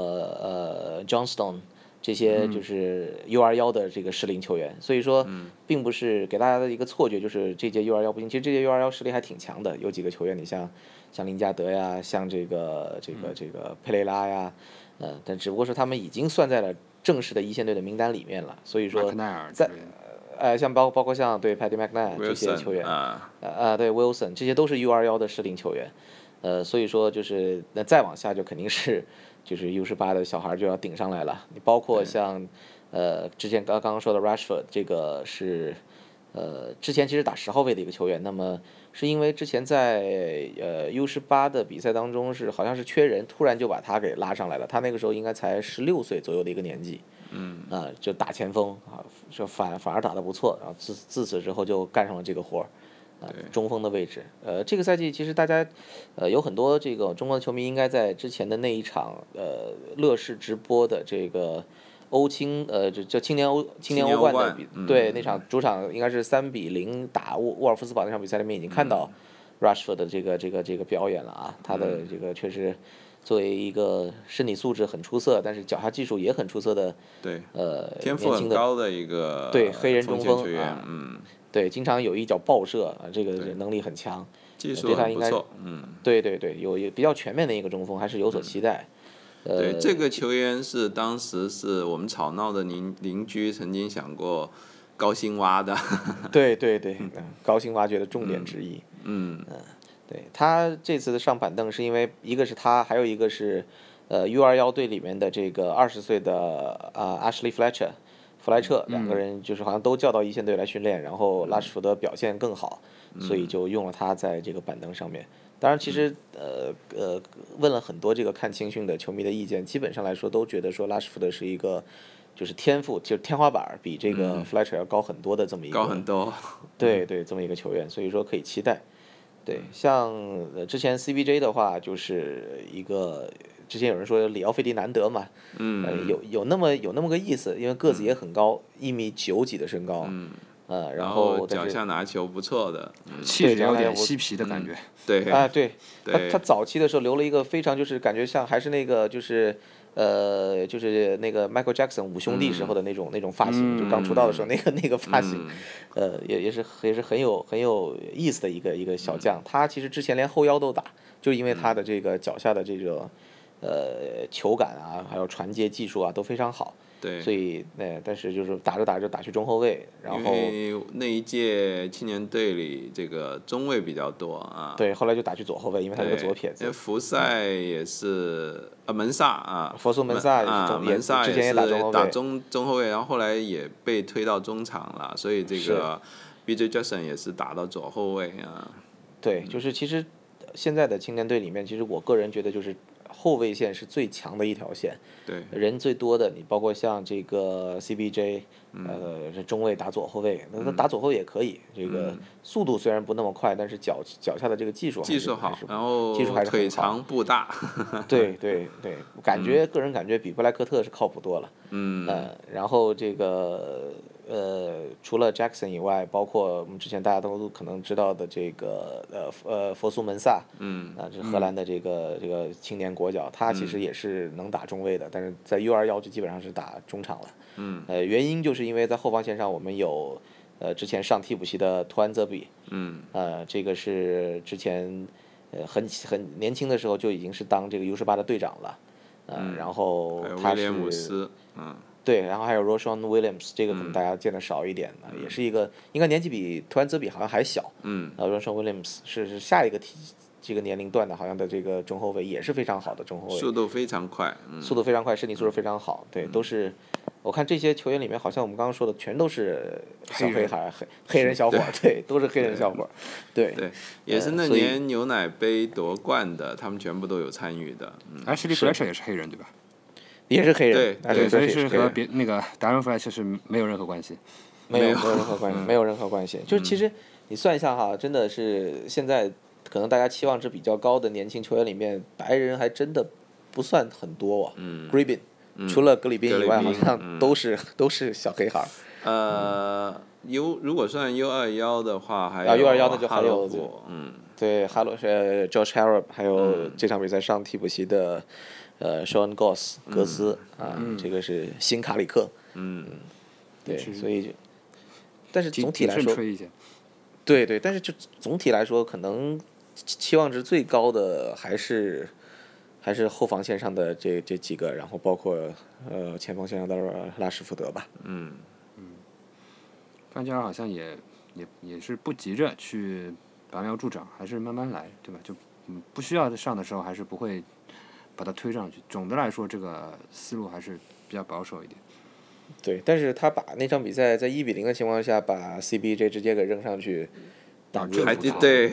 Speaker 2: 呃 Johnston。这些就是 U 二幺的这个适龄球员，所以说并不是给大家的一个错觉，就是这届 U 二幺不行。其实这届 U 二幺实力还挺强的，有几个球员，你像像林加德呀，像这个这个这个佩雷拉呀，嗯、但只不过是他们已经算在了正式的一线队的名单里面了。所以
Speaker 1: 马
Speaker 2: 说
Speaker 1: 克，奈尔之
Speaker 2: 在
Speaker 1: 类的
Speaker 2: 呃，像包包括像对 Paddy McNair 这些球
Speaker 3: Wilson
Speaker 2: 员，
Speaker 3: 啊，
Speaker 2: 呃啊，对 Wilson 这些都是 U 二幺的适龄球员，呃，所以说就是那再往下就肯定是就是 U 十八的小孩就要顶上来了。你包括像呃之前刚刚刚说的 Rashford，这个是呃之前其实打十号位的一个球员，那么是因为之前在呃 U 十八的比赛当中是好像是缺人，突然就把他给拉上来了。他那个时候应该才十六岁左右的一个年纪。嗯啊、就打前锋啊，就反反而打得不错，然后自自此之后就干上了这个活儿，啊、中锋的位置。呃，这个赛季其实大家，呃，有很多这个中国的球迷应该在之前的那一场呃乐视直播的这个欧青呃这叫青年欧青年
Speaker 3: 青年
Speaker 2: 冠
Speaker 3: 欧
Speaker 2: 的
Speaker 3: 冠
Speaker 2: 比、
Speaker 3: 嗯
Speaker 2: 对那场主场应该是三比零打沃沃尔夫斯堡那场比赛里面已经看到
Speaker 3: 嗯
Speaker 2: Rashford 的这个这个这个表演了啊，他的这个确实。作为一个身体素质很出色，但是脚下技术也很出色的
Speaker 3: 对，
Speaker 2: 呃
Speaker 3: 天赋
Speaker 2: 年轻
Speaker 3: 很
Speaker 2: 的
Speaker 3: 高的一个
Speaker 2: 对黑人中
Speaker 3: 锋
Speaker 2: 锋
Speaker 3: 球员
Speaker 2: 啊，
Speaker 3: 嗯，
Speaker 2: 对，经常有一脚爆射啊，这个能力很强。
Speaker 3: 技术
Speaker 2: 对他
Speaker 3: 很
Speaker 2: 应
Speaker 3: 不
Speaker 2: 该
Speaker 3: 错，嗯。
Speaker 2: 对对对，有有比较全面的一个中锋，还是有所期待。呃
Speaker 3: 对，这个球员是当时是我们吵闹的邻邻居曾经想过高薪挖的，
Speaker 2: 对对对，嗯高薪挖掘的重点之一。
Speaker 3: 嗯，
Speaker 2: 对他这次的上板凳，是因为一个是他，还有一个是呃 U 二幺队里面的这个二十岁的啊、呃、Ashley Fletcher 弗莱
Speaker 3: 嗯
Speaker 2: 彻两个人，就是好像都叫到一线队来训练，然后拉什福德表现更好，
Speaker 3: 嗯
Speaker 2: 所以就用了他在这个板凳上面。当然，其实
Speaker 3: 嗯
Speaker 2: 呃呃，问了很多这个看青训的球迷的意见，基本上来说都觉得说拉什福德是一个就是天赋，就是天花板儿比这个弗莱彻要高很多的这么一个
Speaker 3: 嗯高很
Speaker 2: 嗯
Speaker 3: 多，
Speaker 2: 对对，这么一个球员，所以说可以期待。对，像呃之前 CBJ 的话，就是一个之前有人说里奥费迪南德嘛，呃嗯，有有那么有那么个意思，因为个子也很高，一米九几的身高，嗯，嗯，
Speaker 3: 然
Speaker 2: 后但
Speaker 3: 脚
Speaker 2: 是
Speaker 3: 下拿球不错的，嗯
Speaker 1: 气质
Speaker 2: 对
Speaker 1: 有
Speaker 2: 当然
Speaker 1: 点
Speaker 2: 我
Speaker 1: 嬉皮的感觉。
Speaker 3: 对
Speaker 2: 啊，对，他
Speaker 3: 对
Speaker 2: 他早期的时候留了一个非常就是感觉像还是那个就是呃就是那个 Michael Jackson 五兄弟时候的那种、
Speaker 3: 嗯
Speaker 2: 那种发型，就刚出道的时候那个那个发型，呃也也是也是很有很有意思的一个一个小将。
Speaker 3: 嗯
Speaker 2: 他其实之前连后腰都打，就是因为他的这个脚下的这个呃球感啊，还有传接技术啊都非常好。
Speaker 3: 对
Speaker 2: 所以，呃，但是就是打着打着打去中后卫，然后
Speaker 3: 因为那一届青年队里这个中卫比较多啊。
Speaker 2: 对，后来就打去左后卫，因为他是
Speaker 3: 对，
Speaker 2: 个左撇子
Speaker 3: 因为。福赛也是呃门萨啊，
Speaker 2: 佛苏门萨也是
Speaker 3: 啊
Speaker 2: 中也
Speaker 3: 门萨
Speaker 2: 之前也打
Speaker 3: 是
Speaker 2: 中后卫
Speaker 3: 打中中后卫，然后后来也被推到中场了，所以这个 B.J. Jackson 也是打到左后卫啊。
Speaker 2: 对，就是其实呃现在的青年队里面，其实我个人觉得就是后卫线是最强的一条线，
Speaker 3: 对
Speaker 2: 人最多的。你包括像这个 CBJ，、呃，
Speaker 3: 嗯
Speaker 2: 是中卫打左后卫，那他打左后卫也可以。这个速度虽然不那么快，但是脚脚下的这个技术还是
Speaker 3: 嗯技术
Speaker 2: 还
Speaker 3: 好嗯
Speaker 2: 是，
Speaker 3: 然后
Speaker 2: 技术还是
Speaker 3: 腿
Speaker 2: 很好
Speaker 3: 长步大，
Speaker 2: 对对对，感
Speaker 3: 嗯
Speaker 2: 觉、个人感觉比布莱克特是靠谱多了。嗯，呃，然后这个呃，除了 Jackson 以外，包括我们之前大家都可能知道的这个呃呃佛苏门萨，嗯，啊、这是荷兰的这个、这个青年国脚，他其
Speaker 3: 嗯
Speaker 2: 实也是能打中卫的，但是在 U 二幺就基本上是打中场了。嗯，呃，原因就是因为在后防线上我们有。呃，之前上替补席的图安泽比，嗯，呃，这个是之前呃，很很年轻的时候就已经是当这个 U 十八的队长了，呃，然后
Speaker 3: 嗯还有
Speaker 2: 他
Speaker 3: 哎威
Speaker 2: 是
Speaker 3: 廉姆斯，嗯，
Speaker 2: 对，然后还有 Roshan Williams，这个可能大家见的少一点啊，也是一个应该年纪比图安泽比好像还小，嗯，呃，Roshan Williams 是是下一个体这个年龄段的，好像的这个中后卫也是非常好的中后卫
Speaker 3: 速，度非常快，嗯，
Speaker 2: 速度非常快，身体素质非常好，对，都是。我看这些球员里面，好像我们刚刚说的全都是小
Speaker 1: 黑人
Speaker 2: 黑孩儿、黑黑人小伙儿，对，都是黑人小伙儿，对，
Speaker 3: 对，也是那
Speaker 2: 所以
Speaker 3: 年牛奶杯夺冠的，他们全部都有参与的，嗯，
Speaker 1: 哎，Ashley Fletcher 也是黑人对吧？
Speaker 2: 也是黑人
Speaker 3: 对，
Speaker 2: 但
Speaker 3: 对
Speaker 1: 所
Speaker 2: 这
Speaker 1: 以
Speaker 2: 也
Speaker 1: 是
Speaker 2: 黑人
Speaker 1: 和别那个达伦 Fletcher 是没有任何关系。
Speaker 2: 没有没有任何关系，没有任何关系。就是其实你算一下哈，真的是现在可能大家期望值比较高的年轻球员里面，白人还真的不算很多啊。嗯 g r i b b i n 除了格里宾
Speaker 3: 格
Speaker 2: 以
Speaker 3: 里
Speaker 2: 外，好
Speaker 3: 宾
Speaker 2: 像都是都是小黑孩儿。
Speaker 3: 呃，U 如果算 U 二幺的话，还
Speaker 2: 啊
Speaker 3: 有
Speaker 2: U21 那就
Speaker 3: 哈
Speaker 2: 还有
Speaker 3: 罗普，嗯，
Speaker 2: 对，哈罗是 Josh Harrop，还有这场比赛上替补席的呃 Sean Goss 格斯啊，这个是新卡里克。
Speaker 3: 嗯，
Speaker 2: 对，
Speaker 1: 是
Speaker 2: 所以就，但是
Speaker 1: 挺
Speaker 2: 总体来
Speaker 1: 挺
Speaker 2: 说
Speaker 1: 顺，吹一些，
Speaker 2: 对对，但是就总体来说，可能期期望值最高的还是还是后防线上的这这几个，然后包括呃前锋线上的拉什福德吧。
Speaker 3: 嗯，
Speaker 1: 范加尔好像也也也是不急着去拔苗助长，还是慢慢来，对吧？就嗯，不需要上的时候还是不会把它推上去。总的来说，这个思路还是比较保守一点。
Speaker 2: 对，但是他把那场比赛在一比零的情况下，把 CBJ 直接给扔上去挡住
Speaker 1: 这
Speaker 3: 啊还
Speaker 2: 了。
Speaker 1: 不
Speaker 3: 记
Speaker 1: 错
Speaker 3: 对。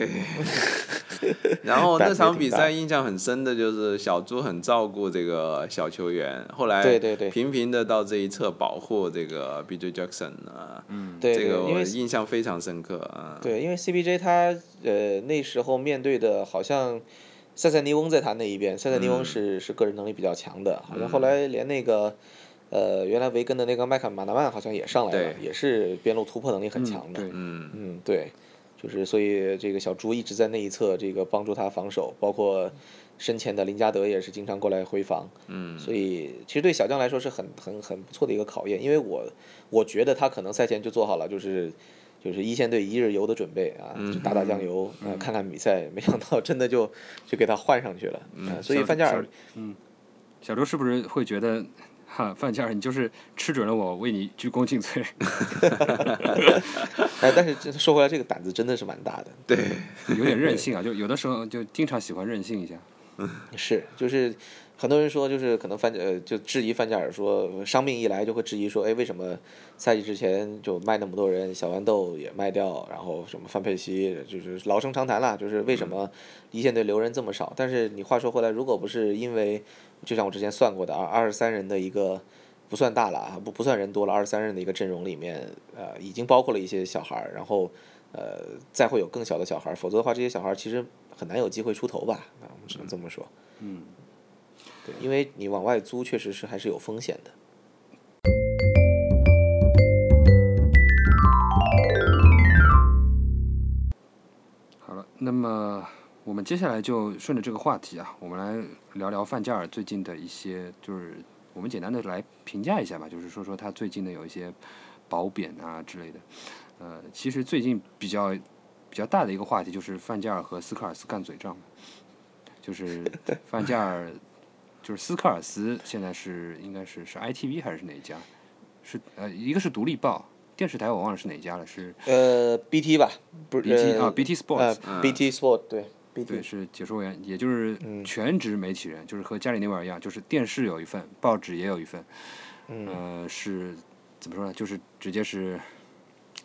Speaker 3: 然后
Speaker 2: 胆
Speaker 3: 那
Speaker 2: 子
Speaker 3: 场
Speaker 2: 挺
Speaker 3: 比
Speaker 2: 大
Speaker 3: 赛印象很深的就是小猪很照顾这个小球员，后来
Speaker 2: 对对对
Speaker 3: 频频的到这一侧保护这个 B.J. Jackson 啊，嗯，
Speaker 2: 对
Speaker 3: 这
Speaker 2: 对
Speaker 3: 个
Speaker 2: 因
Speaker 3: 我
Speaker 2: 为
Speaker 3: 印象非常深刻啊。
Speaker 2: 对，因为 CBJ 他呃那时候面对的好像塞塞尼翁在他那一边，塞塞尼
Speaker 3: 嗯
Speaker 2: 翁是、是个人能力比较强的，好像后来连那个呃原来维根的那个麦坎马纳曼好像也上来了，
Speaker 3: 对
Speaker 2: 也是边路突破能力很强的。
Speaker 1: 对，
Speaker 3: 嗯，
Speaker 2: 嗯，对，就是所以这个小猪一直在那一侧，这个帮助他防守，包括身前的林加德也是经常过来回防。嗯，所以其实对小将来说是很很很不错的一个考验，因为我我觉得他可能赛前就做好了，就是。就是一线队一日游的准备啊，
Speaker 1: 嗯
Speaker 2: 就打打酱油，呃，看看比赛。没想到真的就就给他换上去了，啊所以
Speaker 1: 嗯小
Speaker 2: 范加
Speaker 1: 小嗯
Speaker 2: 尔
Speaker 1: 小周是不是会觉得，哈，范加尔你就是吃准了我，为你鞠躬尽瘁？
Speaker 2: 哎，但是这说回来，这个胆子真的是蛮大的。
Speaker 3: 对，
Speaker 1: 有点任性啊，就有的时候就经常喜欢任性一下。
Speaker 2: 是，就是很多人说，就是可能范加呃，就质疑范加尔说，呃伤病一来就会质疑说，哎，为什么赛季之前就卖那么多人，小豌豆也卖掉，然后什么范佩西，就是老生常谈啦，就是为什么一线队留人这么少？但是你话说回来，如果不是因为，就像我之前算过的啊，二十三人的一个。不算大了啊，不不算人多了，二十三人的一个阵容里面，呃，已经包括了一些小孩儿，然后呃，再会有更小的小孩儿，否则的话，这些小孩儿其实很难有机会出头吧？啊，我们只能这么说。对，因为你往外租确实是还是有风险的。
Speaker 1: 那么我们接下来就顺着这个话题啊，我们来聊聊范加尔最近的一些，就是我们简单的来评价一下吧，就是说说他最近的有一些褒贬啊之类的。呃，其实最近比较比较大的一个话题就是范加尔和斯科尔斯干嘴仗，就是范加尔，就是斯科尔斯现在是应该是是 ITV 还是哪一家？是呃，一个是独立报电视台，我忘了是哪家了，是
Speaker 2: 呃，BT 吧，不是
Speaker 1: BT 啊
Speaker 2: 呃
Speaker 1: ，BT
Speaker 2: 呃
Speaker 1: Sports，
Speaker 2: ，BT Sport 对
Speaker 1: 对，
Speaker 2: ，BT
Speaker 1: 是解说员，也就是
Speaker 2: 嗯
Speaker 1: 全职媒体人，就是和加里内维尔一样，就是电视有一份，报纸也有一份，
Speaker 2: 嗯
Speaker 1: 呃，是怎么说呢？就是直接是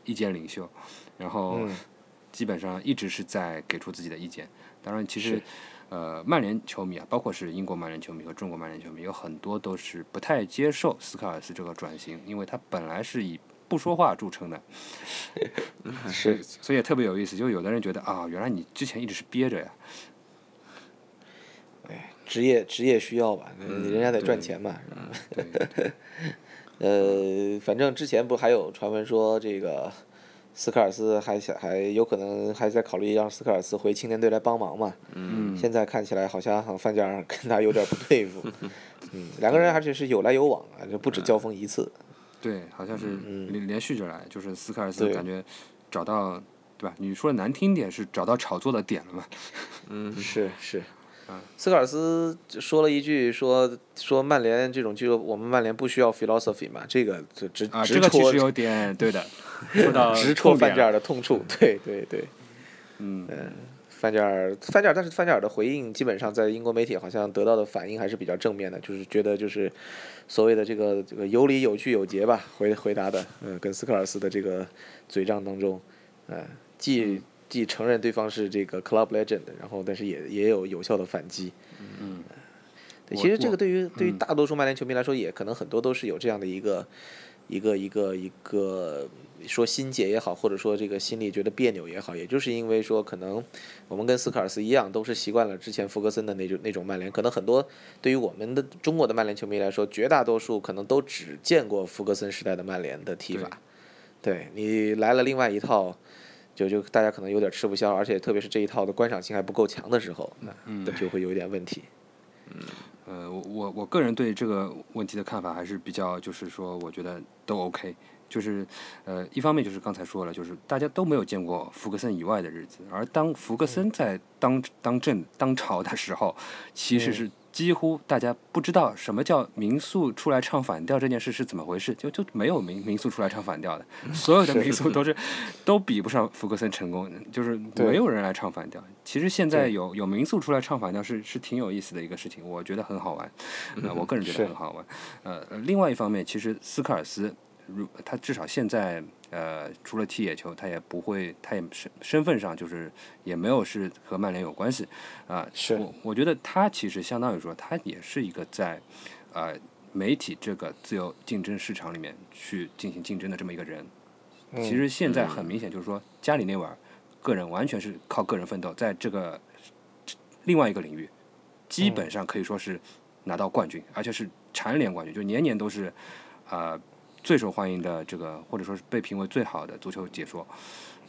Speaker 1: 意见领袖，然后
Speaker 2: 嗯
Speaker 1: 基本上一直是在给出自己的意见。当然，其实
Speaker 2: 是
Speaker 1: 呃，曼联球迷啊，包括是英国曼联球迷和中国曼联球迷，有很多都是不太接受斯科尔斯这个转型，因为他本来是以不说话著称的，
Speaker 2: 是
Speaker 1: 所以也特别有意思。就有的人觉得啊，原来你之前一直是憋着呀，
Speaker 2: 职业职业需要吧，人家得赚
Speaker 1: 嗯对嗯
Speaker 2: 钱嘛，是吧
Speaker 1: 对，
Speaker 2: 呃，反正之前不还有传闻说这个斯科尔斯还想还有可能还在考虑让斯科尔斯回青年队来帮忙嘛？
Speaker 1: 嗯，
Speaker 2: 现在看起来好像好像范加尔跟他有点不 对付，嗯，两个人而且是有来有往啊，这不止
Speaker 1: 嗯
Speaker 2: 交锋一次，
Speaker 1: 对，好像是连连续着来，就是斯科尔斯
Speaker 2: 嗯对
Speaker 1: 感觉找到，对吧？你说的难听点是找到炒作的点了嘛？
Speaker 2: 是是。嗯斯科尔斯就说了一句说说曼联这种俱乐部，我们曼联不需要 philosophy 嘛，这个就直
Speaker 1: 啊，
Speaker 2: 直
Speaker 1: 这个其
Speaker 2: 戳
Speaker 1: 实有点对的，说到
Speaker 2: 直戳
Speaker 1: 痛点
Speaker 2: 范加
Speaker 1: 了
Speaker 2: 尔的痛处，对对对，呃
Speaker 1: 嗯，
Speaker 2: 范加尔，范加尔，但是范加尔的回应基本上在英国媒体好像得到的反应还是比较正面的，就是觉得就是所谓的这个这个有理有据有节吧，回回答的，嗯，跟斯科尔斯的这个嘴仗当中，呃，
Speaker 1: 嗯
Speaker 2: 既既承认对方是这个 club legend，然后但是也也有有效的反击，呃
Speaker 1: 嗯
Speaker 2: 对，
Speaker 1: 我
Speaker 2: 其实这
Speaker 1: 我嗯
Speaker 2: 个对于对于大多数曼联球迷来说，也可能很多都是有这样的一个一个一个一个说心结也好，或者说这个心里觉得别扭也好，也就是因为说可能我们跟斯科尔斯一样，都是习惯了之前福格森的那种那种曼联，可能很多对于我们的中国的曼联球迷来说，绝大多数可能都只见过福格森时代的曼联的踢法，对你来了另外一套。就就大家可能有点吃不消，而且特别是这一套的观赏性还不够强的时候，那就会有一点问题。
Speaker 1: 呃，我我我个人对这个问题的看法还是比较，就是说，我觉得都 OK。就是，呃，一方面就是刚才说了，就是大家都没有见过福格森以外的日子，而当福格森在当当政当朝的时候，其实是几乎大家不知道什么叫民宿出来唱反调这件事是怎么回事，就就没有民民宿出来唱反调的，所有的民宿嗯都是都比不上福格森成功，就是
Speaker 2: 对
Speaker 1: 没有人来唱反调。其实现在
Speaker 2: 对
Speaker 1: 有有民宿出来唱反调是是挺有意思的一个事情，我觉得很好玩，呃，我个人觉
Speaker 2: 是
Speaker 1: 得很好玩。呃，另外一方面，其实斯科尔斯，如他至少现在呃，除了踢野球，他也不会，他也身身份上就是也没有是和曼联有关系啊、
Speaker 2: 是
Speaker 1: 我我觉得他其实相当于说，他也是一个在呃媒体这个自由竞争市场里面去进行竞争的这么一个人。
Speaker 2: 嗯
Speaker 1: 其实现在很明显就是说，加里内维尔个人完全是靠个人奋斗，在这个另外一个领域，基
Speaker 2: 嗯
Speaker 1: 本上可以说是拿到冠军，而且是蝉联冠军，就年年都是啊、呃最受欢迎的这个，或者说是被评为最好的足球解说。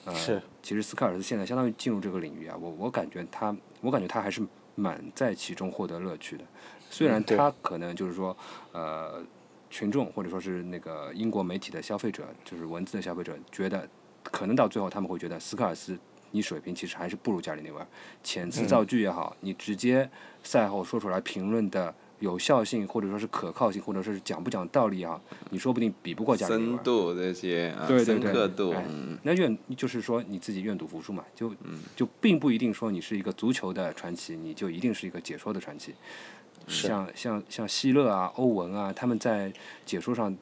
Speaker 1: 呃、
Speaker 2: 是，
Speaker 1: 其实斯科尔斯现在相当于进入这个领域啊，我我感觉他，我感觉他还是蛮在其中获得乐趣的。虽然
Speaker 2: 嗯对
Speaker 1: 他可能就是说，呃，群众或者说是那个英国媒体的消费者，就是文字的消费者，觉得可能到最后他们会觉得斯科尔斯你水平其实还是不如加里内维尔，遣词
Speaker 2: 嗯
Speaker 1: 造句也好，你直接赛后说出来评论的有效性或者说是可靠性，或者说是讲不讲道理也好，你说不定比不过加里内维
Speaker 3: 深
Speaker 1: 尔。
Speaker 3: 度这些啊，
Speaker 1: 对对
Speaker 3: 深
Speaker 1: 对
Speaker 3: 刻度，
Speaker 1: 哎
Speaker 3: 嗯，
Speaker 1: 那愿就是说你自己愿赌服输嘛，就
Speaker 2: 嗯
Speaker 1: 就并不一定说你是一个足球的传奇，你就一定是一个解说的传奇。
Speaker 2: 是
Speaker 1: 像像像希勒啊、欧文啊，他们在解说上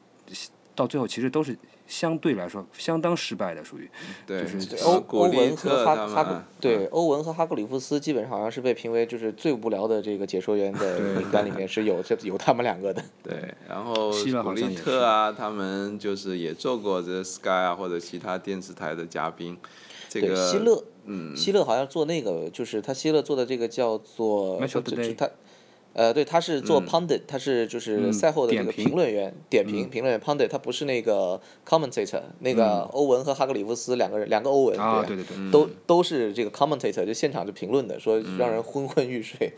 Speaker 1: 到最后其实都是相对来说相当失败的，属于。
Speaker 3: 对，
Speaker 1: 就是
Speaker 2: 对
Speaker 1: 呃
Speaker 2: 欧
Speaker 3: 古
Speaker 2: 欧
Speaker 3: 利
Speaker 2: 文和
Speaker 3: 特
Speaker 2: 哈
Speaker 3: 他们
Speaker 2: 哈格
Speaker 3: 啊，
Speaker 1: 嗯
Speaker 2: 对欧文和哈格里夫斯基本上好像是被评为就是最无聊的这个解说员的名单里面是有这有他们 两个的，
Speaker 3: 对，然后
Speaker 1: 希腊
Speaker 3: 古
Speaker 1: 好像
Speaker 3: 利
Speaker 1: 也是
Speaker 3: 特啊，他们就是也做过这 Sky 啊或者其他电视台的嘉宾，这
Speaker 2: 对
Speaker 3: 个
Speaker 2: 希勒，嗯，希勒好像做那个就是他希勒做的这个叫做
Speaker 1: Match of the
Speaker 2: 就
Speaker 1: Day
Speaker 2: 就他呃，对，他是做 pundit，、他是就是赛后的这
Speaker 1: 嗯点
Speaker 2: 个
Speaker 1: 评嗯
Speaker 2: 评论员、点评评论员 pundit，他不是那个 commentator。那个欧文和哈格里夫斯两个人，两个欧文，
Speaker 1: 啊，对
Speaker 2: 对
Speaker 1: 对对，
Speaker 2: 都都是这个 commentator，就现场就评论的，说让人昏昏欲睡，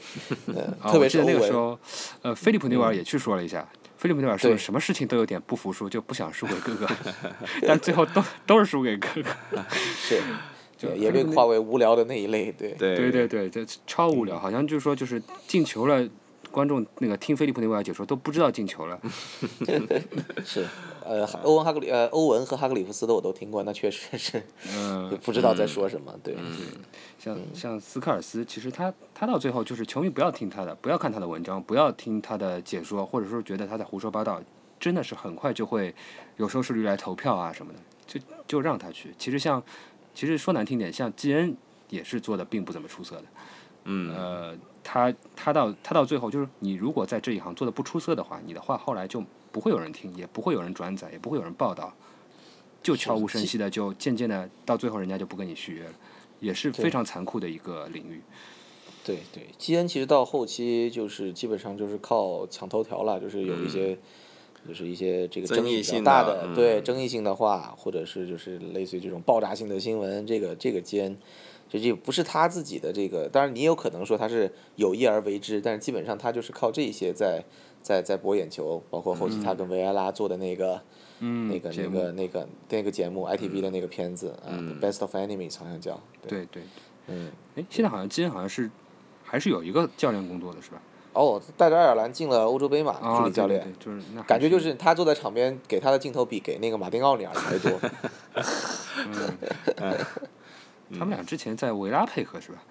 Speaker 2: 嗯，
Speaker 1: 嗯啊，
Speaker 2: 特
Speaker 1: 我
Speaker 2: 别
Speaker 1: 记
Speaker 2: 是
Speaker 1: 得
Speaker 2: 欧
Speaker 1: 那个时
Speaker 2: 文，嗯
Speaker 1: 候，呃，菲利普内瓦尔也去说了一下，菲利普内瓦尔是
Speaker 2: 对
Speaker 1: 什么事情都有点不服输，就不想输给哥哥， 但最后都都是输给哥哥。
Speaker 2: 是
Speaker 1: 就
Speaker 2: 也
Speaker 1: 菲
Speaker 2: 也
Speaker 1: 利
Speaker 2: 被
Speaker 1: 普内
Speaker 2: 划为无聊的那一类，对，
Speaker 3: 对
Speaker 1: 对对对，这超无聊，好像就是说就是进球了，观众那个听菲利普内瓦尔解说都不知道进球了。
Speaker 2: 是，呃，哈欧文哈格里呃欧文和哈格里夫斯的我都听过，那确实是
Speaker 1: 嗯、
Speaker 2: 就不知道在说什么，对，
Speaker 1: 像像斯科尔斯，其实他他到最后就是球迷不要听他的，不要看他的文章，不要听他的解说，或者说觉得他在胡说八道，真的是很快就会有收视率来投票啊什么的，就就让他去。其实像其实说难听点，像基恩也是做的并不怎么出色的，
Speaker 3: 嗯
Speaker 1: 呃，他他到他到最后就是你如果在这一行做的不出色的话，你的话后来就不会有人听，也不会有人转载，也不会有人报道，就悄无声息的就渐渐的到最后人家就不跟你续约了，也是非
Speaker 2: 对
Speaker 1: 常残酷的一个领域。
Speaker 2: 对对，基恩其实到后期就是基本上就是靠抢头条了，就是有一些，就是一些这个
Speaker 3: 争
Speaker 2: 争
Speaker 3: 议
Speaker 2: 议比较
Speaker 3: 性
Speaker 2: 大
Speaker 3: 的嗯
Speaker 2: 对争议性的话，或者是就是类似于这种爆炸性的新闻，这个这个基恩，这这不是他自己的这个，当然你也有可能说他是有意而为之，但是基本上他就是靠这些在在在博眼球，包括后期他跟维埃拉做的那个。
Speaker 1: 嗯，
Speaker 2: 那个
Speaker 1: 节
Speaker 2: 那
Speaker 1: 目
Speaker 2: 个那个那个节目 ITV 的那个片子啊，The Best of Enemies》好像叫，对，
Speaker 1: 对对，
Speaker 2: 嗯，
Speaker 1: 哎，现在好像基恩好像是还是有一个教练工作的是吧？
Speaker 2: 哦，带着爱尔兰进了欧洲杯嘛，助
Speaker 1: 啊，
Speaker 2: 理教练，
Speaker 1: 对对对就是那还
Speaker 2: 感觉就是他坐在场边给他的镜头比给那个马丁奥尼尔 还多。
Speaker 1: 他们俩之前在维拉配合是吧？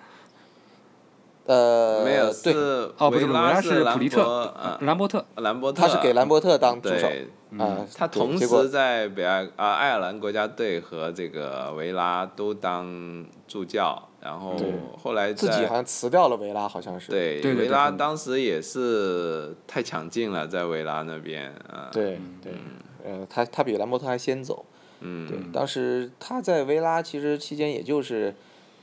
Speaker 2: 呃，
Speaker 3: 没有
Speaker 2: 对，
Speaker 3: 是
Speaker 1: 哦，不是维
Speaker 3: 拉
Speaker 1: 是
Speaker 3: 兰
Speaker 1: 普利
Speaker 3: 博
Speaker 1: 特、嗯
Speaker 3: 啊
Speaker 1: 兰伯特，
Speaker 3: 兰博特，
Speaker 2: 他是给兰伯特当助手
Speaker 3: 对，嗯
Speaker 2: 啊，
Speaker 3: 他
Speaker 2: 对
Speaker 3: 同
Speaker 2: 结果
Speaker 3: 时在北爱啊爱尔兰国家队和这个维拉都当助教，然后后来
Speaker 2: 自己好
Speaker 3: 在
Speaker 2: 像辞掉了维拉，好像是。
Speaker 3: 对
Speaker 1: 对对
Speaker 3: 维
Speaker 1: 对
Speaker 3: 拉
Speaker 1: 对
Speaker 3: 当时也是太抢镜了，在维拉那边啊，
Speaker 2: 对
Speaker 1: 嗯
Speaker 2: 对，呃，他他比兰伯特还先走。
Speaker 3: 嗯
Speaker 2: 对，当时他在维拉其实期间也就是，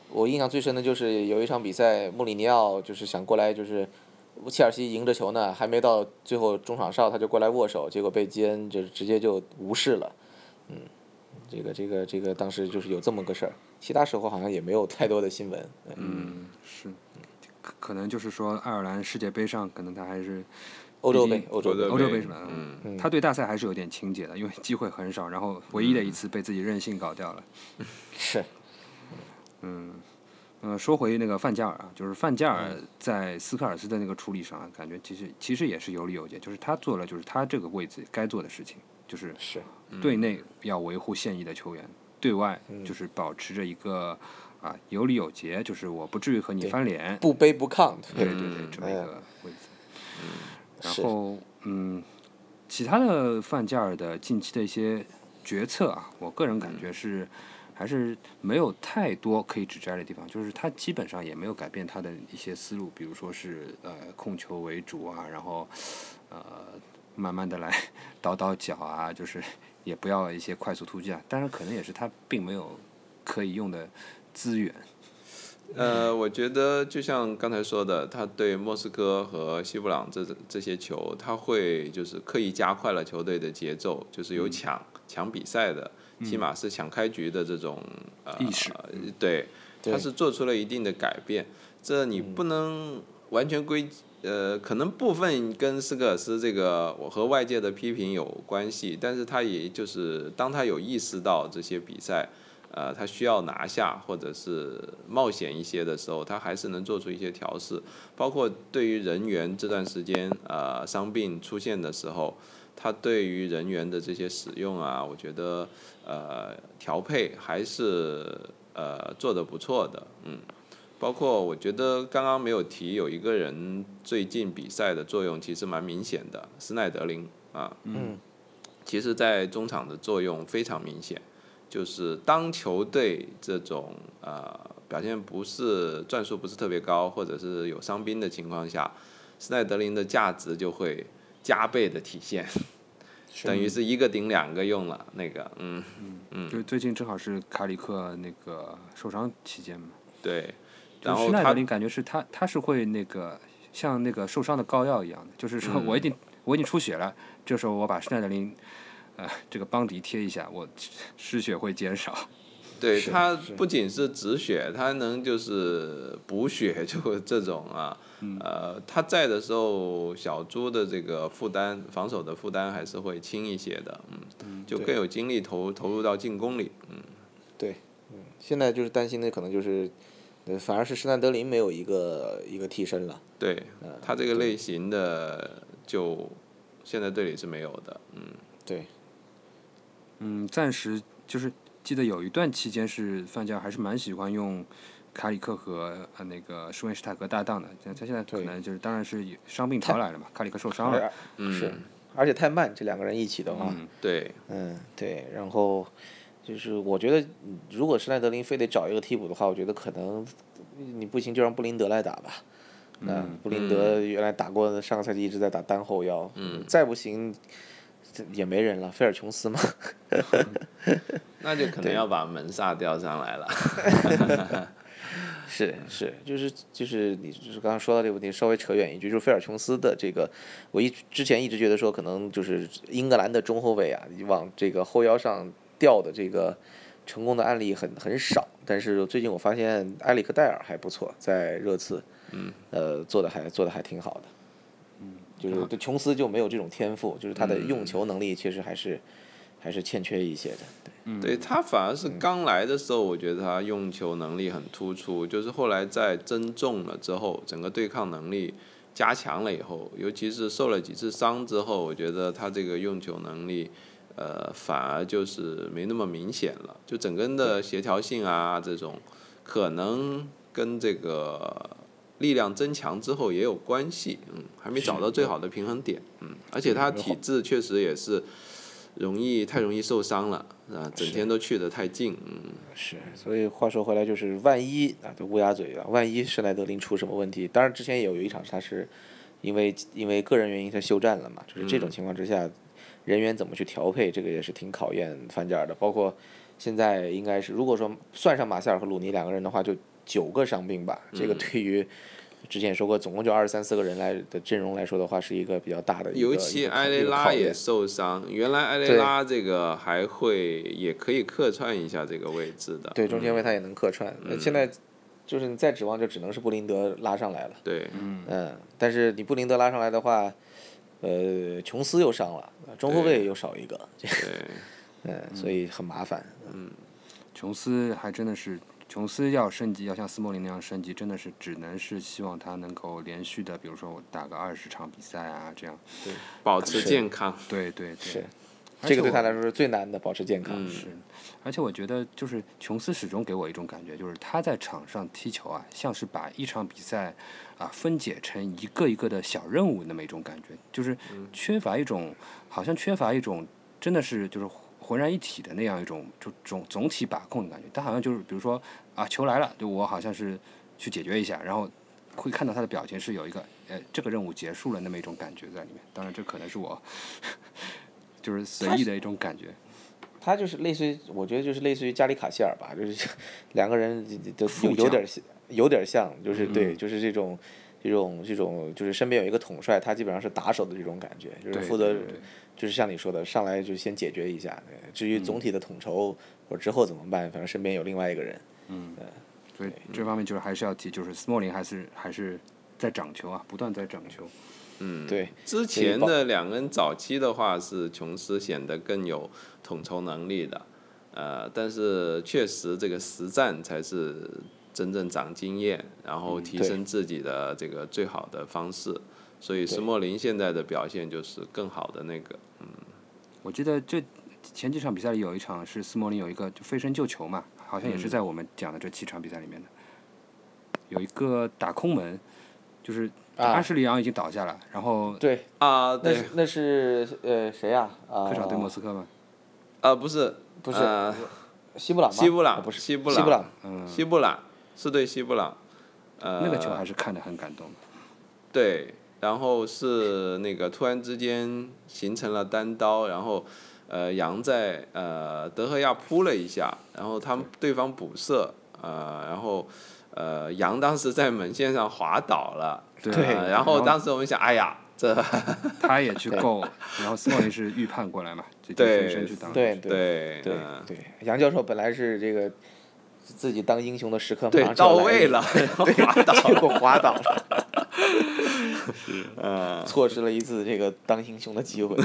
Speaker 2: 我印象最深的就是有一场比赛，穆里尼奥就是想过来就是。切尔西赢着球呢，还没到最后中场哨，他就过来握手，结果被基恩就是直接就无视了。嗯，这个这个这个当时就是有这么个事儿，其他时候好像也没有太多的新闻。嗯，
Speaker 1: 是，可可能就是说爱尔兰世界杯上，可能他还是
Speaker 2: 欧洲杯
Speaker 1: 毕，竟
Speaker 2: 欧洲杯，
Speaker 1: 欧洲杯是吧？
Speaker 3: 嗯，
Speaker 1: 他对大赛还是有点情结的，因为机会很少，然后唯一的一次被自己任性搞掉了。
Speaker 2: 是
Speaker 1: 嗯、说回那个范加尔啊，就是范加尔在斯科尔斯的那个处理上啊，感觉其实其实也是有理有节，就是他做了就是他这个位置该做的事情，就是
Speaker 2: 是，
Speaker 1: 对内要维护现役的球员，对外就是保持着一个啊有理有节，就是我不至于和你翻脸，
Speaker 2: 不卑不亢，
Speaker 1: 对
Speaker 2: 对
Speaker 1: 对对，这嗯么一
Speaker 2: 哎
Speaker 1: 个位置。然
Speaker 2: 是
Speaker 1: 后嗯，其他的范加尔的近期的一些决策啊，我个人感觉是。还是没有太多可以指摘的地方，就是他基本上也没有改变他的一些思路，比如说是呃控球为主啊，然后呃慢慢的来倒倒脚啊，就是也不要一些快速突击啊，当然可能也是他并没有可以用的资源，
Speaker 3: 呃，我觉得就像刚才说的，他对莫斯科和西布朗这这些球，他会就是刻意加快了球队的节奏，就是有抢、抢比赛的，起码是抢开局的这种呃
Speaker 1: 意识
Speaker 3: 对，
Speaker 2: 对
Speaker 3: 他是做出了一定的改变。这你不能完全归呃，可能部分跟斯科尔斯这个我和外界的批评有关系，但是他也就是当他有意识到这些比赛，呃，他需要拿下或者是冒险一些的时候，他还是能做出一些调试，包括对于人员这段时间呃伤病出现的时候。他对于人员的这些使用啊，我觉得呃调配还是呃做得不错的，嗯。包括我觉得刚刚没有提有一个人最近比赛的作用其实蛮明显的，斯奈德林啊，
Speaker 2: 嗯，
Speaker 3: 其实在中场的作用非常明显，就是当球队这种呃表现不是战术不是特别高，或者是有伤兵的情况下，斯奈德林的价值就会加倍的体现，等于是一个顶两个用了那个，嗯。
Speaker 1: 就是最近正好是卡里克那个受伤期间嘛，
Speaker 3: 对，
Speaker 1: 就
Speaker 3: 然
Speaker 1: 是
Speaker 3: 后
Speaker 1: 施耐德
Speaker 3: 他
Speaker 1: 林感觉是他他是会那个像那个受伤的膏药一样的，就是
Speaker 3: 嗯
Speaker 1: 说我已经、我已经出血了，这时候我把施耐德林，呃，这个邦迪贴一下，我失血会减 少。
Speaker 3: 对，它不仅是止血，它能就是补血， 就这种啊。呃，它在的时候，小猪的这个负担，防守的负担还是会轻一些的，嗯，就更有精力投投入到进攻里。
Speaker 2: 现在就是担心的可能就是，呃，反而是施耐德林没有一个一个替身了。
Speaker 3: 呃对，它这个类型的就现在队里是没有的，嗯，
Speaker 2: 对，
Speaker 1: 嗯，暂时就是记得有一段期间是范加尔还是蛮喜欢用卡里克和呃那个舒文施塔格搭档的，但他现在可
Speaker 2: 对
Speaker 1: 能就是当然是有伤病潮来了嘛，卡里克受伤了，
Speaker 3: 嗯
Speaker 2: 是，而且太慢，这两个人一起的话，
Speaker 3: 对，
Speaker 2: 嗯，对，然后就是我觉得，嗯如果施耐德林非得找一个替补的话，我觉得可能你不行就让布林德来打吧。那布林德原来打过，上个赛季一直在打单后腰，嗯，再不行这也没人了，菲尔琼斯嘛，
Speaker 3: 那就可能要把门萨调上来了。
Speaker 2: 是是，就是就是你就是刚刚说到这个问题，稍微扯远一句，就是菲尔琼斯的这个，我一之前一直觉得说，可能就是英格兰的中后卫啊，往这个后腰上吊的这个成功的案例很很少，但是最近我发现埃里克戴尔还不错，在热刺，嗯，呃，做的还做的还挺好的，嗯，就是对琼斯就没有这种天赋，就是他的用球能力确实还是、还是欠缺一些的，对
Speaker 3: 对他反而是刚来的时候，我觉得他用球能力很突出，就是后来在增重了之后，整个对抗能力加强了以后，尤其是受了几次伤之后，我觉得他这个用球能力，呃，反而就是没那么明显了，就整个人的协调性啊这种，可能跟这个力量增强之后也有关系，嗯，还没找到最好的平衡点，嗯，而且他体质确实也是。容易太容易受伤了啊，整天都去得太近，嗯，
Speaker 2: 是，所以话说回来，就是万一啊，这乌鸦嘴了，万一施耐德林出什么问题，当然之前也有有一场他是因为因为个人原因他休战了嘛，就是这
Speaker 3: 嗯
Speaker 2: 种情况之下，人员怎么去调配，这个也是挺考验范加尔的。包括现在应该是，如果说算上马塞尔和鲁尼两个人的话，就九个伤病吧，这
Speaker 3: 嗯
Speaker 2: 个对于。之前也说过，总共就二十三四个人来的阵容来说的话，是一个比较大的一个。
Speaker 3: 尤其
Speaker 2: 一个考
Speaker 3: 埃雷
Speaker 2: 一个
Speaker 3: 拉
Speaker 2: 考
Speaker 3: 也
Speaker 2: 验
Speaker 3: 受伤，原来埃雷
Speaker 2: 对
Speaker 3: 拉这个还会也可以客串一下这个位置的，
Speaker 2: 对中间位他也能客串。那、
Speaker 3: 嗯
Speaker 2: 现在就是你再指望，就只能是布林德拉上来了。
Speaker 3: 对，
Speaker 2: 嗯，但是你布林德拉上来的话，呃，琼斯又伤了，中后卫又少一个，这
Speaker 3: 对，
Speaker 2: 嗯，所以很麻烦。
Speaker 1: 琼斯还真的是，琼斯要升级，要像斯莫林那样升级，真的是只能是希望他能够连续的，比如说我打个二十场比赛啊，这样。
Speaker 3: 保持健康，
Speaker 1: 对对对
Speaker 2: 是，
Speaker 1: 嗯而且
Speaker 2: 这个对他
Speaker 1: 我嗯
Speaker 2: 来说是最难的，保持健康。
Speaker 1: 是，而且我觉得就是琼斯始终给我一种感觉，就是他在场上踢球啊，像是把一场比赛啊分解成一个一个的小任务那么一种感觉，就是
Speaker 2: 嗯
Speaker 1: 缺乏一种好像缺乏一种真的是就是浑然一体的那样一种就总总体把控的感觉。他好像就是比如说啊球来了，就我好像是去解决一下，然后会看到他的表情是有一个呃这个任务结束了那么一种感觉在里面。当然这可能是我 就是随意的一种感觉。
Speaker 2: 他就是类似于，我觉得就是类似于加里卡希尔吧，就是 两个人都有有点像有点像，就是
Speaker 1: 嗯
Speaker 2: 对，就是这种。这种这种就是身边有一个统帅，他基本上是打手的这种感觉，就是
Speaker 1: 对
Speaker 2: 负责
Speaker 1: 对对，
Speaker 2: 就是像你说的，上来就先解决一下。对至于
Speaker 1: 嗯
Speaker 2: 总体的统筹或者之后怎么办，反正身边有另外一个人。
Speaker 1: 所以这方面就是还是要提，就是斯莫林还是还是在涨球啊，不断在涨球。
Speaker 3: 嗯，
Speaker 2: 对，
Speaker 3: 之
Speaker 2: 所以
Speaker 3: 前
Speaker 2: 保
Speaker 3: 的两个人早期的话是琼斯显得更有统筹能力的，呃，但是确实这个实战才是真正长经验，然后提
Speaker 2: 对
Speaker 3: 升自己的这个最好的方式。所以斯莫林现在的表现就是更好的那个，
Speaker 1: 我记得这前几场比赛里有一场是斯莫林有一个就飞身救球嘛，好像也
Speaker 3: 嗯
Speaker 1: 是在我们讲的这七场比赛里面的，有一个打空门，就是
Speaker 2: 啊
Speaker 1: 阿什利杨已经倒下了，然后
Speaker 2: 对，
Speaker 3: 啊，
Speaker 2: 那
Speaker 3: 对
Speaker 2: 是，那是呃谁呀、啊？
Speaker 1: 客场
Speaker 3: 哦
Speaker 1: 对莫斯科嘛，
Speaker 3: 啊，不是，
Speaker 2: 不是
Speaker 3: 呃
Speaker 2: 西布朗吗？
Speaker 3: 西布
Speaker 2: 啊
Speaker 3: 朗，
Speaker 2: 不是
Speaker 3: 西布
Speaker 2: 布
Speaker 3: 朗，
Speaker 2: 朗，
Speaker 3: 西布朗是对西布朗，呃，
Speaker 1: 那个球还是看得很感动的。
Speaker 3: 对，然后是那个突然之间形成了单刀，然后呃杨在呃德赫亚扑了一下，然后他们对方补射，呃，然后呃，杨当时在门线上滑倒了，
Speaker 1: 对
Speaker 2: 对
Speaker 3: 呃然后当时我们想，哎呀，这
Speaker 1: 他也去够，然后斯旺也是预判过来嘛，就就
Speaker 3: 对
Speaker 1: 分身去挡。
Speaker 2: 对
Speaker 3: 嗯对
Speaker 2: 对
Speaker 3: 嗯
Speaker 2: 对，杨教授本来是这个自己当英雄的时刻，马
Speaker 3: 对
Speaker 2: 上就
Speaker 3: 到
Speaker 2: 要来
Speaker 3: 位
Speaker 2: 一
Speaker 3: 了，然后
Speaker 2: 个，
Speaker 3: 滑倒
Speaker 2: 结果滑倒了，
Speaker 3: 嗯，
Speaker 2: 错失了一次这个当英雄的机 会。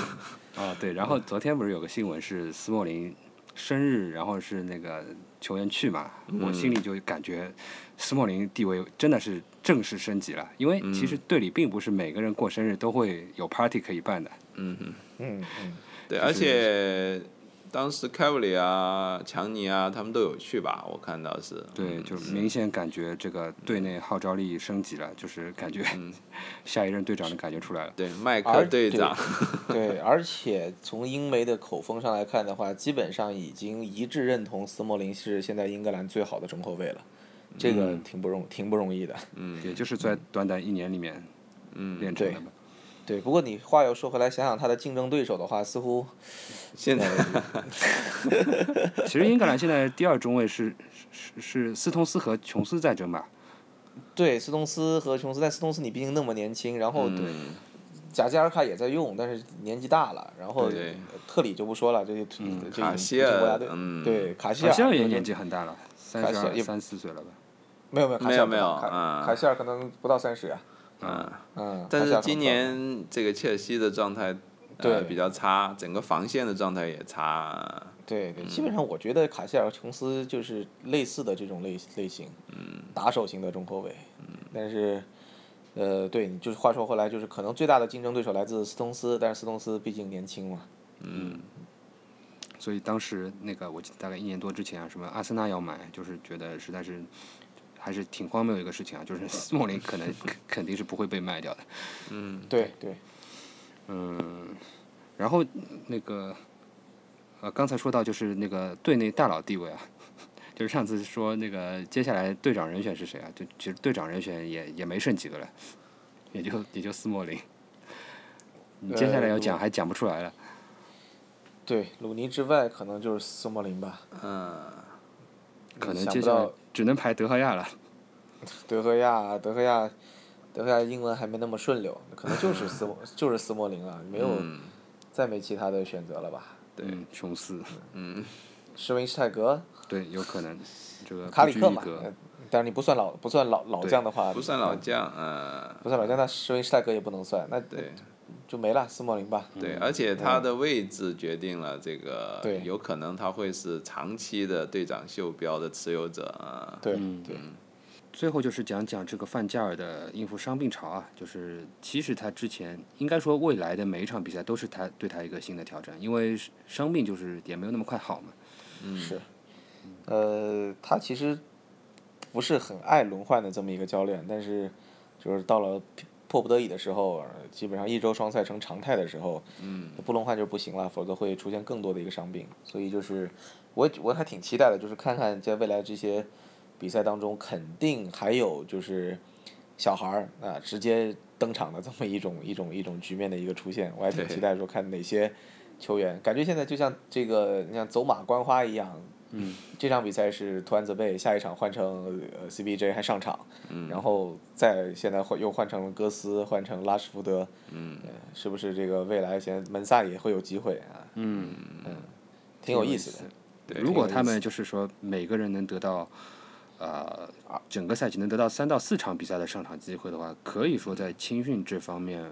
Speaker 1: 啊，对。然后昨天不是有个新闻是斯莫林生日，然后是那个球员去嘛，我心里就感觉斯莫林地位真的是正式升级了，因为其实队里并不是每个人过生日都会有 party 可以办的。
Speaker 2: 嗯嗯，
Speaker 3: 对，而且当时凯布里啊、强尼啊，他们都有去吧？我看到是，嗯
Speaker 1: 对，就明显感觉这个队内号召力升级了，就是感觉 下一任队长的感觉出来了。
Speaker 3: 对，麦克
Speaker 2: 而
Speaker 3: 队
Speaker 2: 对
Speaker 3: 长，
Speaker 2: 对，而且从英媒的口风上来看的话，基本上已经一致认同斯莫林是现在英格兰最好的中后卫了，这
Speaker 3: 嗯
Speaker 2: 个挺不容挺不容易的。
Speaker 1: 也就是在短短一年里面，嗯，练成
Speaker 2: 对
Speaker 1: 的嘛。
Speaker 2: 对，不过你话又说回来，想想他的竞争对手的话，似乎
Speaker 3: 现在
Speaker 1: 其实英格兰现在第二中卫是是是斯通斯和琼斯在争吧？
Speaker 2: 对斯通斯和琼斯，但斯通斯你毕竟那么年轻，然后对
Speaker 3: 嗯
Speaker 2: 贾加尔卡也在用，但是年纪大了，然后
Speaker 3: 对嗯
Speaker 2: 特里就不说了，这就这已经
Speaker 3: 卡
Speaker 2: 不
Speaker 3: 希
Speaker 2: 进国家
Speaker 3: 尔
Speaker 2: 队，
Speaker 3: 嗯
Speaker 2: 对卡希
Speaker 1: 好
Speaker 2: 尔
Speaker 1: 像也
Speaker 2: 就
Speaker 1: 年纪很大了，三
Speaker 2: 卡
Speaker 1: 十
Speaker 2: 希尔
Speaker 1: 二
Speaker 2: 也
Speaker 1: 三四岁了吧？
Speaker 2: 没有没有卡
Speaker 3: 没
Speaker 2: 希
Speaker 3: 有
Speaker 2: 尔
Speaker 3: 没
Speaker 2: 不到
Speaker 3: 有
Speaker 2: 卡
Speaker 3: 嗯
Speaker 2: 卡希尔可能不到三十啊，
Speaker 3: 嗯，
Speaker 2: 嗯，
Speaker 3: 但
Speaker 2: 卡希
Speaker 3: 是
Speaker 2: 尔可能
Speaker 3: 今
Speaker 2: 不到
Speaker 3: 年这个切尔西的状态。呃，
Speaker 2: 对
Speaker 3: 比较差，整个防线的状态也差。
Speaker 2: 对对，基本
Speaker 1: 嗯
Speaker 2: 上我觉得卡希尔和琼斯就是类似的这种类类型，
Speaker 1: 嗯
Speaker 2: 打手型的中后卫。但是，呃，对，你就是话说回来，就是可能最大的竞争对手来自斯通斯，但是斯通斯毕竟年轻嘛。
Speaker 1: 所以当时那个我记得大概一年多之前啊，什么阿森纳要买，就是觉得实在是还是挺荒谬的一个事情啊，就是斯莫林可能肯肯定是不会被卖掉的。
Speaker 2: 对对，
Speaker 1: 嗯，然后那个呃，刚才说到就是那个队内大佬地位啊， 就是上次说那个接下来队长人选是谁啊？就其实队长人选也也没剩几个了，也就也就斯莫林。你接下来要讲还讲不出来了，
Speaker 2: 对，鲁尼之外可能就是斯莫林吧，
Speaker 3: 嗯，
Speaker 1: 可能
Speaker 2: 想
Speaker 1: 接
Speaker 2: 不
Speaker 1: 下来
Speaker 2: 到
Speaker 1: 只能排德赫亚了。
Speaker 2: 德赫亚，德赫亚，德赫亚英文还没那么顺溜，可能就是斯莫 就是斯莫林了，没有、
Speaker 1: 嗯
Speaker 2: 再没其他的选择了吧？
Speaker 1: 对，琼斯，
Speaker 2: 嗯施温施泰格、
Speaker 1: 对，有可能这个
Speaker 2: 卡
Speaker 1: 不
Speaker 2: 里
Speaker 1: 拘
Speaker 2: 克
Speaker 1: 一
Speaker 2: 嘛，
Speaker 1: 格
Speaker 2: 呃但是你不算老不算老老将的话，
Speaker 3: 不算老将，嗯，
Speaker 2: 不算老将，那施温施泰格也不能算，那
Speaker 3: 对
Speaker 2: 就没了，斯莫林吧。
Speaker 3: 对，而且他的位置决定了这个，
Speaker 2: 嗯对
Speaker 3: 有可能他会是长期的队长袖标的持有者啊。
Speaker 2: 对对
Speaker 1: 最后就是讲讲这个范加尔的应付伤病潮啊，就是其实他之前应该说未来的每一场比赛都是他对他一个新的挑战，因为伤病就是也没有那么快好嘛。
Speaker 2: 是，呃，他其实不是很爱轮换的这么一个教练，但是就是到了迫不得已的时候，呃基本上一周双赛成常态的时候，嗯，不轮换就不行了，否则会出现更多的一个伤病。所以就是我我还挺期待的，就是看看在未来这些比赛当中，肯定还有就是小孩儿啊、直接登场的这么一种一种一种局面的一个出现，我还挺期待说看哪些球员，感觉现在就像这个你像走马观花一样。嗯，这场比赛是图安泽贝，下一场换成呃 CBJ 还上场，嗯、然后再现在换又换成了戈斯，换成拉什福德，嗯、是不是这个未来现在门萨也会有机会啊？嗯挺有意思的。
Speaker 3: 对
Speaker 1: 如果他们就是说每个人能得到，呃，整个赛季能得到三到四场比赛的上场机会的话，可以说在青训这方面，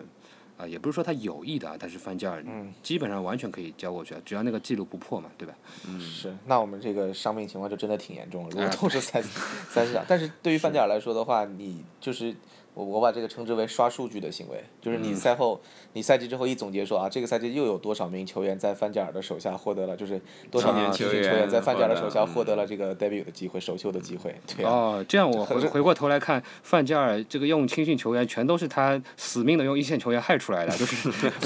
Speaker 1: 啊、也不是说他有意的啊，但是范加尔
Speaker 2: 嗯
Speaker 1: 基本上完全可以交过去啊，只要那个记录不破嘛，对吧？
Speaker 2: 是，那我们这个伤病情况就真的挺严重了。如果都是 三三十场，啊但是对于范加尔来说的话，你就是我我把这个称之为刷数据的行为，就是你赛后、你赛季之后一总结说啊，这个赛季又有多少名球员在范加尔的手下获得了，就是多少名
Speaker 3: 啊
Speaker 2: 青
Speaker 3: 球
Speaker 2: 训球
Speaker 3: 员
Speaker 2: 员在范加尔的
Speaker 3: 获
Speaker 2: 手
Speaker 3: 得
Speaker 2: 下获得了这嗯个 debut 的机会、首秀的机会，对啊，
Speaker 1: 哦，这样我回回过头来看范加尔这个用青训球员，全都是他死命的用一线球员害出来的，就是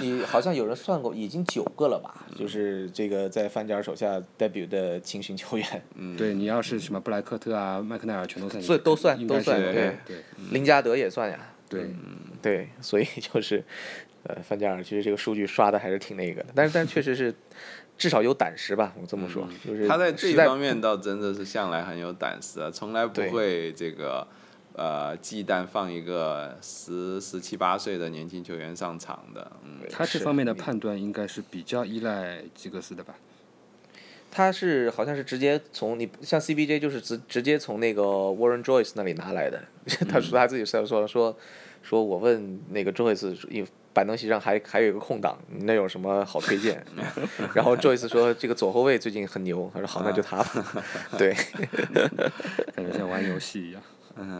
Speaker 2: 你你好像有人算过，已经九个了吧？就是这个在范加尔手下 debut 的青训球员，
Speaker 1: 对你要是什么布莱克特啊、麦克奈尔全都算进去，
Speaker 2: 所以都算
Speaker 1: 应该
Speaker 2: 都算
Speaker 1: 是
Speaker 3: 对
Speaker 1: 对
Speaker 2: 林加德也算呀。嗯
Speaker 1: 对，
Speaker 2: 对，所以 就是，呃，范加尔其实这个数据刷的还是挺那个的，但是但确实是至少有胆识吧，我这么说，就是
Speaker 3: 嗯他在这
Speaker 2: 实
Speaker 3: 一
Speaker 2: 在
Speaker 3: 方面倒真的是向来很有胆识啊，从来不
Speaker 2: 对
Speaker 3: 会这个呃忌惮放一个十十七八岁的年轻球员上场的。嗯，
Speaker 1: 他这
Speaker 2: 是
Speaker 1: 方面的判断应该是比较依赖吉格斯的吧？
Speaker 2: 他是好像是直接从你像 CBJ 就是直直接从那个 Warren Joyce 那里拿来的， 他说他自己说说说说我问那个 Joyce 一板凳席上还还有一个空档，你那有什么好推荐？ 然后 Joyce 说这个左后卫最近很牛，他说好那就他吧，对。
Speaker 1: 感觉像玩游戏一样。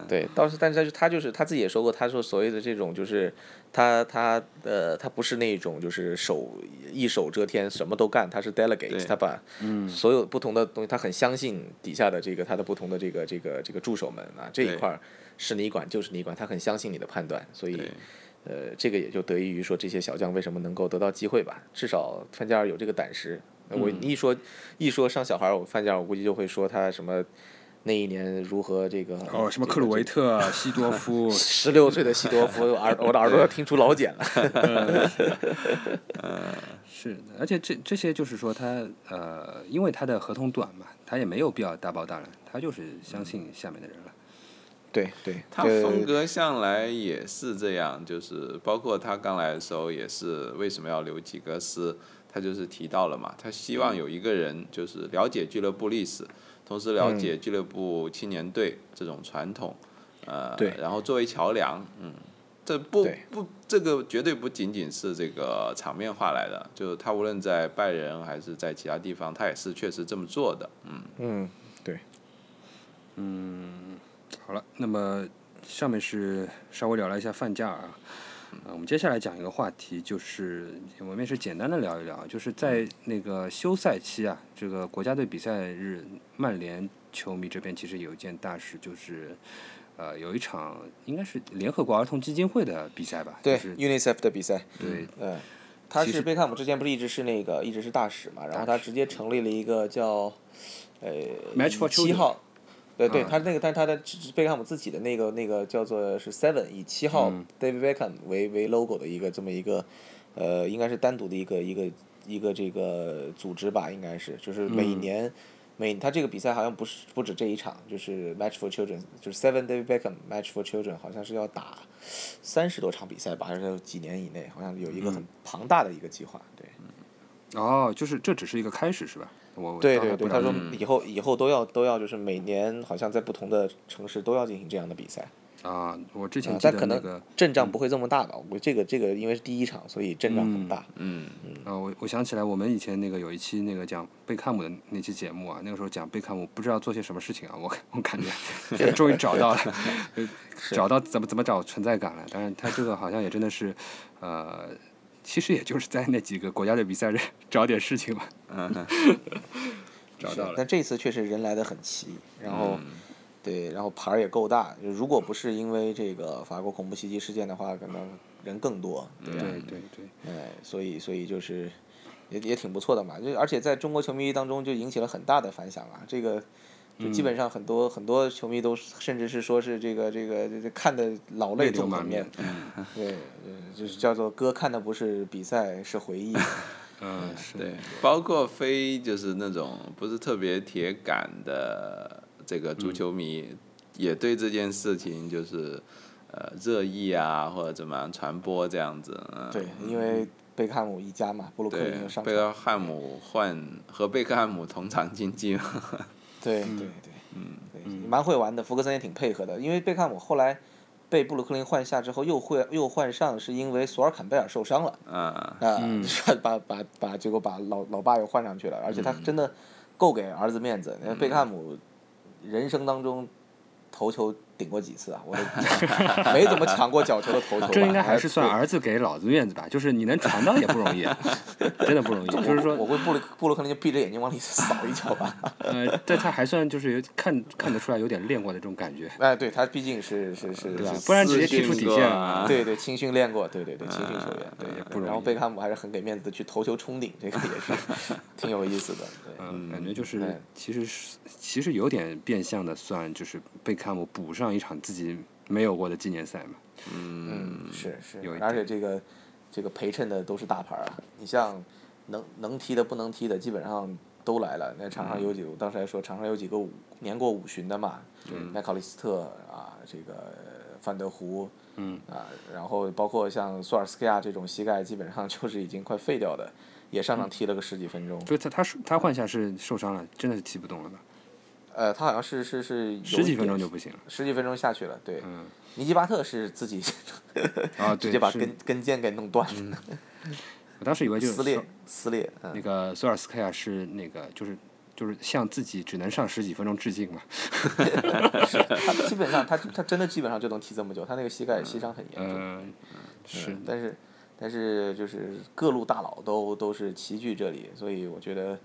Speaker 2: 对，倒是，但是他就他就是他自己也说过，他说所谓的这种就是他他呃他不是那种就是手一手遮天什么都干，他是 delegate，他把
Speaker 3: 嗯
Speaker 2: 所有不同的东西，他很相信底下的这个他的不同的这个这个这个助手们啊这一
Speaker 3: 对
Speaker 2: 块儿是你管就是你管，他很相信你的判断，所以
Speaker 3: 对。
Speaker 2: 呃这个也就得益于说这些小将为什么能够得到机会吧，至少范加尔有这个胆识。我
Speaker 3: 嗯
Speaker 2: 你一说一说上小孩儿，我范加尔我估计就会说他什么。那一年如何这个
Speaker 1: 哦，什么
Speaker 2: 这
Speaker 1: 克
Speaker 2: 个，
Speaker 1: 鲁维特、啊 西多夫
Speaker 2: 十六岁的西多夫，耳我的耳朵要听出老茧了。
Speaker 1: 是的，而且这这些就是说他呃，因为他的合同短嘛，他也没有必要大包大揽，他就是相信下面的人了。
Speaker 2: 对对，
Speaker 3: 他
Speaker 2: 这
Speaker 3: 风格向来也是这样，就是包括他刚来的时候也是为什么要留吉格斯，他就是提到了嘛，他希
Speaker 2: 嗯
Speaker 3: 望有一个人就是了解俱乐部历史，同时
Speaker 2: 嗯
Speaker 3: 了解俱乐部青年队这种传统，呃，
Speaker 2: 对
Speaker 3: 然后作为桥梁，嗯，这不
Speaker 2: 对
Speaker 3: 不这个绝对不仅仅是这个场面化来的，就是他无论在拜仁还是在其他地方，他也是确实这么做的，嗯，
Speaker 2: 嗯，
Speaker 1: 好了，那么上面是稍微聊了一下范加尔啊，呃，我们接下来讲一个话题，就是我们也是简单的聊一聊，就是在那个休赛期啊，这个国家队比赛日，曼联球迷这边其实有一件大事，就是呃，有一场应该是联合国儿童基金会的比赛吧，
Speaker 2: 对
Speaker 1: 就是
Speaker 2: ，UNICEF 的比赛，
Speaker 1: 对
Speaker 2: 嗯，他
Speaker 1: 其
Speaker 2: 是
Speaker 1: 实
Speaker 2: 贝克汉姆之前不是一直是那个一直是大使嘛，然后他直接成立了一个叫呃
Speaker 1: Match for
Speaker 2: 七
Speaker 1: Children
Speaker 2: 号，对对，
Speaker 1: 啊
Speaker 2: 他那个但是他的贝克汉姆自己的那个那个叫做是 Seven 以七号
Speaker 1: 嗯
Speaker 2: David Beckham 为为 logo 的一个这么一个呃应该是单独的一个一个一个这个组织吧，应该是就是每
Speaker 1: 嗯
Speaker 2: 年。每他这个比赛好像不是不止这一场，就是 Match for Children，就是 Seven David Beckham Match for Children，好像是要打三十多场比赛吧，还是有几年以内，好像有一
Speaker 1: 嗯
Speaker 2: 个很庞大的一个计划。对，
Speaker 1: 哦，就是这只是一个开始是吧？我
Speaker 2: 对
Speaker 1: 当
Speaker 2: 对
Speaker 1: 然不
Speaker 2: 对，
Speaker 1: 了解
Speaker 2: 他说以后以后都要都要就是每年好像在不同的城市都要进行这样的比赛，
Speaker 1: 啊，我之前
Speaker 2: 啊
Speaker 1: 记
Speaker 2: 但
Speaker 1: 得
Speaker 2: 可
Speaker 1: 那
Speaker 2: 能
Speaker 1: 个。嗯
Speaker 2: 阵仗不会这么大吧？我估计这个这个因为是第一场，所以阵仗很大。
Speaker 1: 啊，我我想起来，我们以前那个有一期那个讲贝克汉姆的那期节目啊，那个时候讲贝克汉姆不知道做些什么事情啊，我感我感觉终于找到了，呃找到怎么怎么找存在感了。但是他这个好像也真的是，呃，其实也就是在那几个国家队比赛日找点事情吧。找
Speaker 2: 是
Speaker 1: 到了。嗯
Speaker 2: 但这次确实人来的很齐，然后、对，然后牌儿也够大。如果不是因为这个法国恐怖袭击事件的话，可能人更多。对吧、
Speaker 1: 对对对，
Speaker 2: 哎，所以所以就是也也挺不错的嘛，就而且在中国球迷当中就引起了很大的反响啊，这个。就基本上很多、很多球迷都是甚至是说是这个这个这这看的老泪
Speaker 1: 泪流
Speaker 2: 纵
Speaker 1: 满
Speaker 2: 横面
Speaker 1: 面，
Speaker 2: 对，呃就是叫做哥看的不是比赛是回 忆，
Speaker 1: 嗯，是
Speaker 3: 对，包括非就是那种不是特别铁杆的这个足球迷，
Speaker 2: 嗯
Speaker 3: 也对这件事情就是呃热议啊，或者怎么样传播这样子。嗯、
Speaker 2: 对，因为贝克汉姆一家嘛，布鲁克林又
Speaker 3: 对，
Speaker 2: 上
Speaker 3: 贝
Speaker 2: 场，
Speaker 3: 克汉姆换和贝克汉姆同场竞技嘛，
Speaker 2: 对对对，嗯，对，蛮会玩的，福格森也挺配合的，因为贝克汉姆后来被布鲁克林换下之后又会又换上，是因为索尔坎贝尔受伤了。
Speaker 3: 啊、
Speaker 2: 啊，
Speaker 1: 嗯
Speaker 2: 把把把结果把老老爸又换上去了，而
Speaker 1: 嗯
Speaker 2: 且他真的够给儿子面子。那贝克汉姆人生当中头球顶过几次啊？我都没怎么抢过角球的头球吧。哎
Speaker 1: 这应该还是算儿子给老子面子吧，就是你能传到也不容易啊，真的不容易。
Speaker 2: 对。
Speaker 1: 就是说
Speaker 2: 我，我会布鲁布鲁克林就闭着眼睛往里扫一脚吧。
Speaker 1: 呃，但他还算就是有看看得出来有点练过的这种感觉，
Speaker 2: 哎，对他毕竟是是是
Speaker 1: 对吧
Speaker 2: 是？
Speaker 1: 不然直接踢出底线
Speaker 3: 啊
Speaker 1: 啊。
Speaker 2: 对对，青训练过，对对对，青训球员，对
Speaker 1: 嗯也不容易
Speaker 2: 然后贝克汉姆还是很给面子的，去头球冲顶，这个也是 挺有意思的。对，
Speaker 1: 嗯，感觉就是
Speaker 2: 对
Speaker 1: 其实是其实有点变相的算，就是贝克汉姆补上一场自己没有过的纪念赛嘛。
Speaker 2: 嗯，是是
Speaker 1: 有一，
Speaker 2: 而且这个这个陪衬的都是大牌儿啊，你像能能踢的不能踢的，基本上都来了。那场上
Speaker 1: 嗯
Speaker 2: 有几个，我当时还说场上有几个五年过五旬的嘛，麦考利斯特啊，这个范德胡，
Speaker 1: 嗯
Speaker 2: 啊，然后包括像索尔斯克亚这种膝盖基本上就是已经快废掉的，也上场
Speaker 1: 嗯
Speaker 2: 踢了个十几分钟。
Speaker 1: 所以他他是他换下是受伤了，真的是踢不动了吧？
Speaker 2: 呃，他好像是是是有
Speaker 1: 十
Speaker 2: 一
Speaker 1: 几分
Speaker 2: 点
Speaker 1: 钟就不行了。
Speaker 2: 十几分钟下去了，对。
Speaker 1: 嗯
Speaker 2: 尼基巴特是自己
Speaker 1: 啊，
Speaker 2: 直
Speaker 1: 对，
Speaker 2: 接把
Speaker 1: 是
Speaker 2: 跟跟腱给弄断了。
Speaker 1: 我当时以为就是
Speaker 2: 撕裂撕裂，
Speaker 1: 那
Speaker 2: 嗯，
Speaker 1: 个索尔斯克亚是那个就是就是向自己只能上十几分钟致敬嘛。
Speaker 2: 他基本上他他真的基本上就能踢这么久，他那个膝盖膝伤很严重，
Speaker 1: 嗯，是
Speaker 2: 但是但是就是各路大佬都都是齐聚这里，所以我觉得，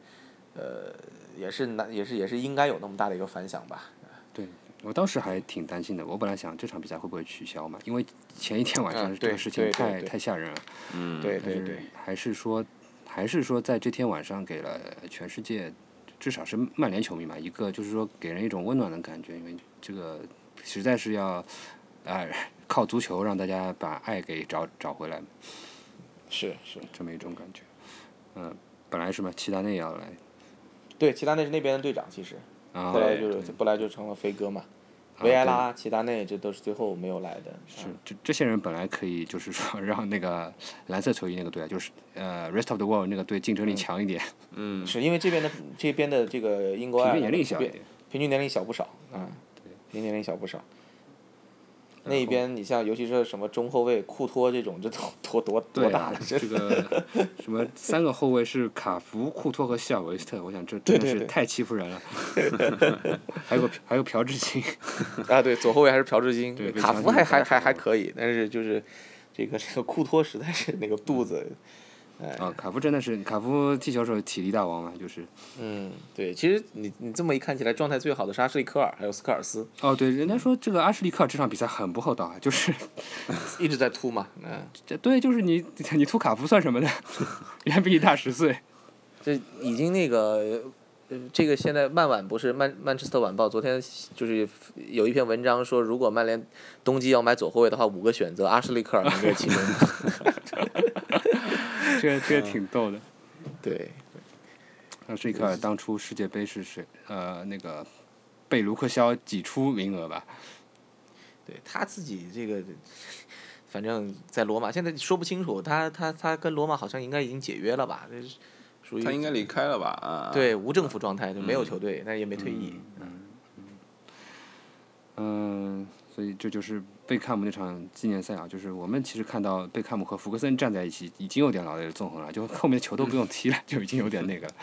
Speaker 2: 呃，也是难也是也是应该有那么大的一个反响吧，
Speaker 1: 对。我当时还挺担心的，我本来想这场比赛会不会取消嘛，因为前一天晚上
Speaker 2: 嗯
Speaker 1: 这
Speaker 2: 对
Speaker 1: 个事情
Speaker 2: 对对
Speaker 1: 太
Speaker 2: 对
Speaker 1: 太吓人了。
Speaker 3: 嗯，
Speaker 2: 对
Speaker 1: 但
Speaker 2: 对
Speaker 1: 是
Speaker 2: 对，
Speaker 1: 还是说，还是说在这天晚上给了全世界，至少是曼联球迷嘛，一个就是说给人一种温暖的感觉，因为这个实在是要，呃，靠足球让大家把爱给找找回来，
Speaker 2: 是是，
Speaker 1: 这么一种感觉。嗯、本来是嘛，齐达内也要来，
Speaker 2: 对，齐达内是那边的队长，其实
Speaker 1: 啊，
Speaker 2: 后来
Speaker 1: 对，啊
Speaker 2: 就是后来就成了飞哥嘛，维埃拉、齐达内这都是最后没有来的，
Speaker 1: 是这这些人本来可以就是说 让那个蓝色球衣那个队啊，就是呃 rest of the world 那个队竞争力强一点，
Speaker 2: 嗯是因为这边的这边的这个英国
Speaker 1: 平
Speaker 2: 爱尔
Speaker 1: 均
Speaker 2: 兰
Speaker 1: 年龄小一
Speaker 2: 变
Speaker 1: 点。
Speaker 2: 平均年龄小不少啊，平均年龄小不少。那边你像，尤其是什么中后卫库托这种，这都多多
Speaker 1: 对
Speaker 2: 多大了
Speaker 1: 啊？这 个什么三个后卫是卡福、库托和希尔维斯特，我想这真的是太欺负人 了。还有个还有朴智星，
Speaker 2: 啊，对，左后卫还是朴智星
Speaker 1: 对，被
Speaker 2: 卡
Speaker 1: 强
Speaker 2: 福
Speaker 1: 行改
Speaker 2: 还
Speaker 1: 造
Speaker 2: 还还还
Speaker 1: 了
Speaker 2: 可以，但是就是这个 这个库托实在是那个肚子，哎
Speaker 1: 啊，卡福真的是卡福踢球时候体力大王嘛，就是
Speaker 2: 嗯，对，其实你你这么一看起来，状态最好的是阿什利科尔，还有斯科尔斯
Speaker 1: 哦，对，人家说这个阿什利克尔这场比赛很不厚道啊，就是
Speaker 2: 一直在突嘛，嗯，
Speaker 1: 这对，就是你你突卡福算什么呢？ 人家比你大十岁，
Speaker 2: 这已经那个，呃，这个现在曼晚不是曼曼彻斯特晚报昨天就是有一篇文章说，如果曼联冬季要买左后卫的话，五个选择，阿什利科尔能在其中。
Speaker 1: 这这也
Speaker 2: 哎
Speaker 1: 挺逗的。
Speaker 2: 对，
Speaker 1: 阿什利克尔当初世界杯是谁？呃，那个被卢克肖挤出名额吧？
Speaker 2: 对他自己这个，反正在罗马现在说不清楚，他他他跟罗马好像应该已经解约了吧？这是属于
Speaker 3: 他应该离开了吧？啊，嗯
Speaker 2: 对无政府状态，就没有球队，但也没退役。
Speaker 1: 嗯，所以这就是贝克汉姆那场纪念赛啊，就是我们其实看到贝克汉姆和福格森站在一起，已经有点老泪纵横了，就后面的球都不用踢了， 就已经有点那个了。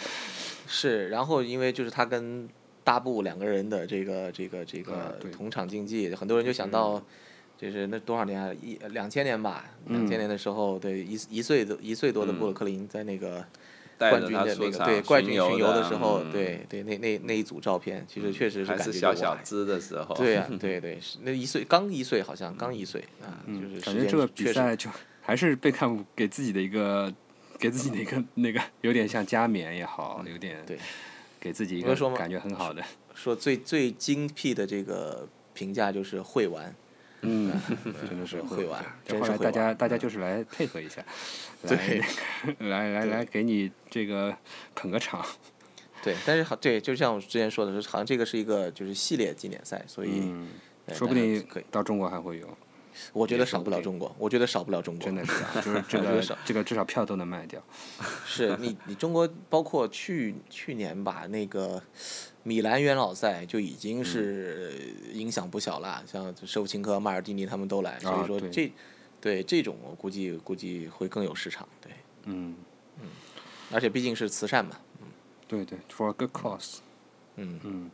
Speaker 2: 是，然后因为就是他跟大布两个人的这个这个这
Speaker 1: 啊
Speaker 2: 个
Speaker 1: 对
Speaker 2: 同场竞技，很多人就想到，就是那多少年啊，一两千年吧，两千年的时候，对一一岁多一岁多的布鲁克林在那个
Speaker 3: 带
Speaker 2: 冠
Speaker 3: 着
Speaker 2: 军
Speaker 3: 他
Speaker 2: 的
Speaker 3: 出
Speaker 2: 那个
Speaker 3: 场
Speaker 2: 对冠军巡
Speaker 3: 游
Speaker 2: 游的时候，
Speaker 3: 嗯
Speaker 2: 对对那那那一组照片，其实确实
Speaker 3: 还
Speaker 2: 感觉
Speaker 3: 是
Speaker 2: 就
Speaker 3: 小
Speaker 2: 哇
Speaker 3: 小资的时候，
Speaker 2: 对呀、啊对对，是那一岁刚一岁，好像刚一岁啊，就是
Speaker 1: 嗯感
Speaker 2: 时
Speaker 1: 觉
Speaker 2: 间
Speaker 1: 这个
Speaker 2: 确
Speaker 1: 比
Speaker 2: 实
Speaker 1: 赛就还是贝克汉姆给自己的一个，给自己的一个那个，有点像加冕也好，有点
Speaker 2: 对
Speaker 1: 给自己一
Speaker 2: 我
Speaker 1: 个
Speaker 2: 就说嘛
Speaker 1: 感觉很好 的。
Speaker 2: 说最最精辟的这个评价就是会玩，
Speaker 1: 嗯，真的是
Speaker 2: 会玩，
Speaker 1: 就
Speaker 2: 真
Speaker 1: 后
Speaker 2: 是
Speaker 1: 来大
Speaker 2: 会玩。嗯
Speaker 1: 家大家就是来配合一 下，来 来来来给你这个捧个场。
Speaker 2: 对，但是好，对，就像我之前说的，是好像这个是一个就是系列经典赛，所以、
Speaker 1: 嗯，
Speaker 2: 呃
Speaker 1: 说不
Speaker 2: 大家
Speaker 1: 定
Speaker 2: 可以，
Speaker 1: 到中国还会有。
Speaker 2: 我觉
Speaker 1: 也
Speaker 2: 得
Speaker 1: 说
Speaker 2: 少
Speaker 1: 不
Speaker 2: 不了
Speaker 1: 定
Speaker 2: 中国，我觉得少不了中国，
Speaker 1: 真的 是啊，就是这
Speaker 2: 我觉得
Speaker 1: 个
Speaker 2: 少
Speaker 1: 这个至少票都能卖掉。
Speaker 2: 是你你中国包括去去年吧，那个米兰元老赛就已
Speaker 1: 嗯
Speaker 2: 经是影响不小了，像舍甫琴科、马尔蒂尼他们都来，所
Speaker 1: 啊
Speaker 2: 以说
Speaker 1: 对
Speaker 2: 这对这种我估计估计会更有市场，对，
Speaker 1: 嗯，
Speaker 2: 而且毕竟是慈善嘛，
Speaker 1: 对对，for a good cause。
Speaker 2: 嗯
Speaker 1: 嗯，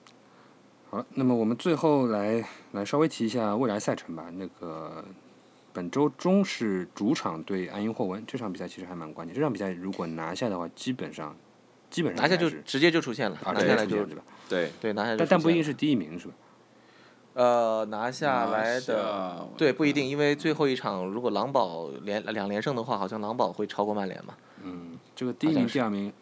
Speaker 1: 好了，那么我们最后来来稍微提一下未来赛程吧。那个本周中是主场对安因霍温这场比赛，其实还蛮关键。这场比赛如果拿下的话，基本上基本上
Speaker 2: 拿下
Speaker 1: 应该
Speaker 2: 就是直接就出现了，
Speaker 1: 啊，
Speaker 2: 拿
Speaker 1: 直
Speaker 2: 下
Speaker 1: 接
Speaker 2: 来
Speaker 1: 出
Speaker 2: 就
Speaker 1: 线对吧？
Speaker 3: 对，
Speaker 2: 对拿下就
Speaker 1: 但但
Speaker 2: 出
Speaker 1: 不一定
Speaker 2: 现了
Speaker 1: 是第一名是吧？
Speaker 2: 呃拿下
Speaker 3: 拿
Speaker 2: 来
Speaker 3: 下
Speaker 2: 的对不一定，因为最后一场如果狼堡连两连胜的话，好像狼堡会超过曼联嘛，
Speaker 1: 嗯，这个第一
Speaker 2: 好像
Speaker 1: 名、第二名，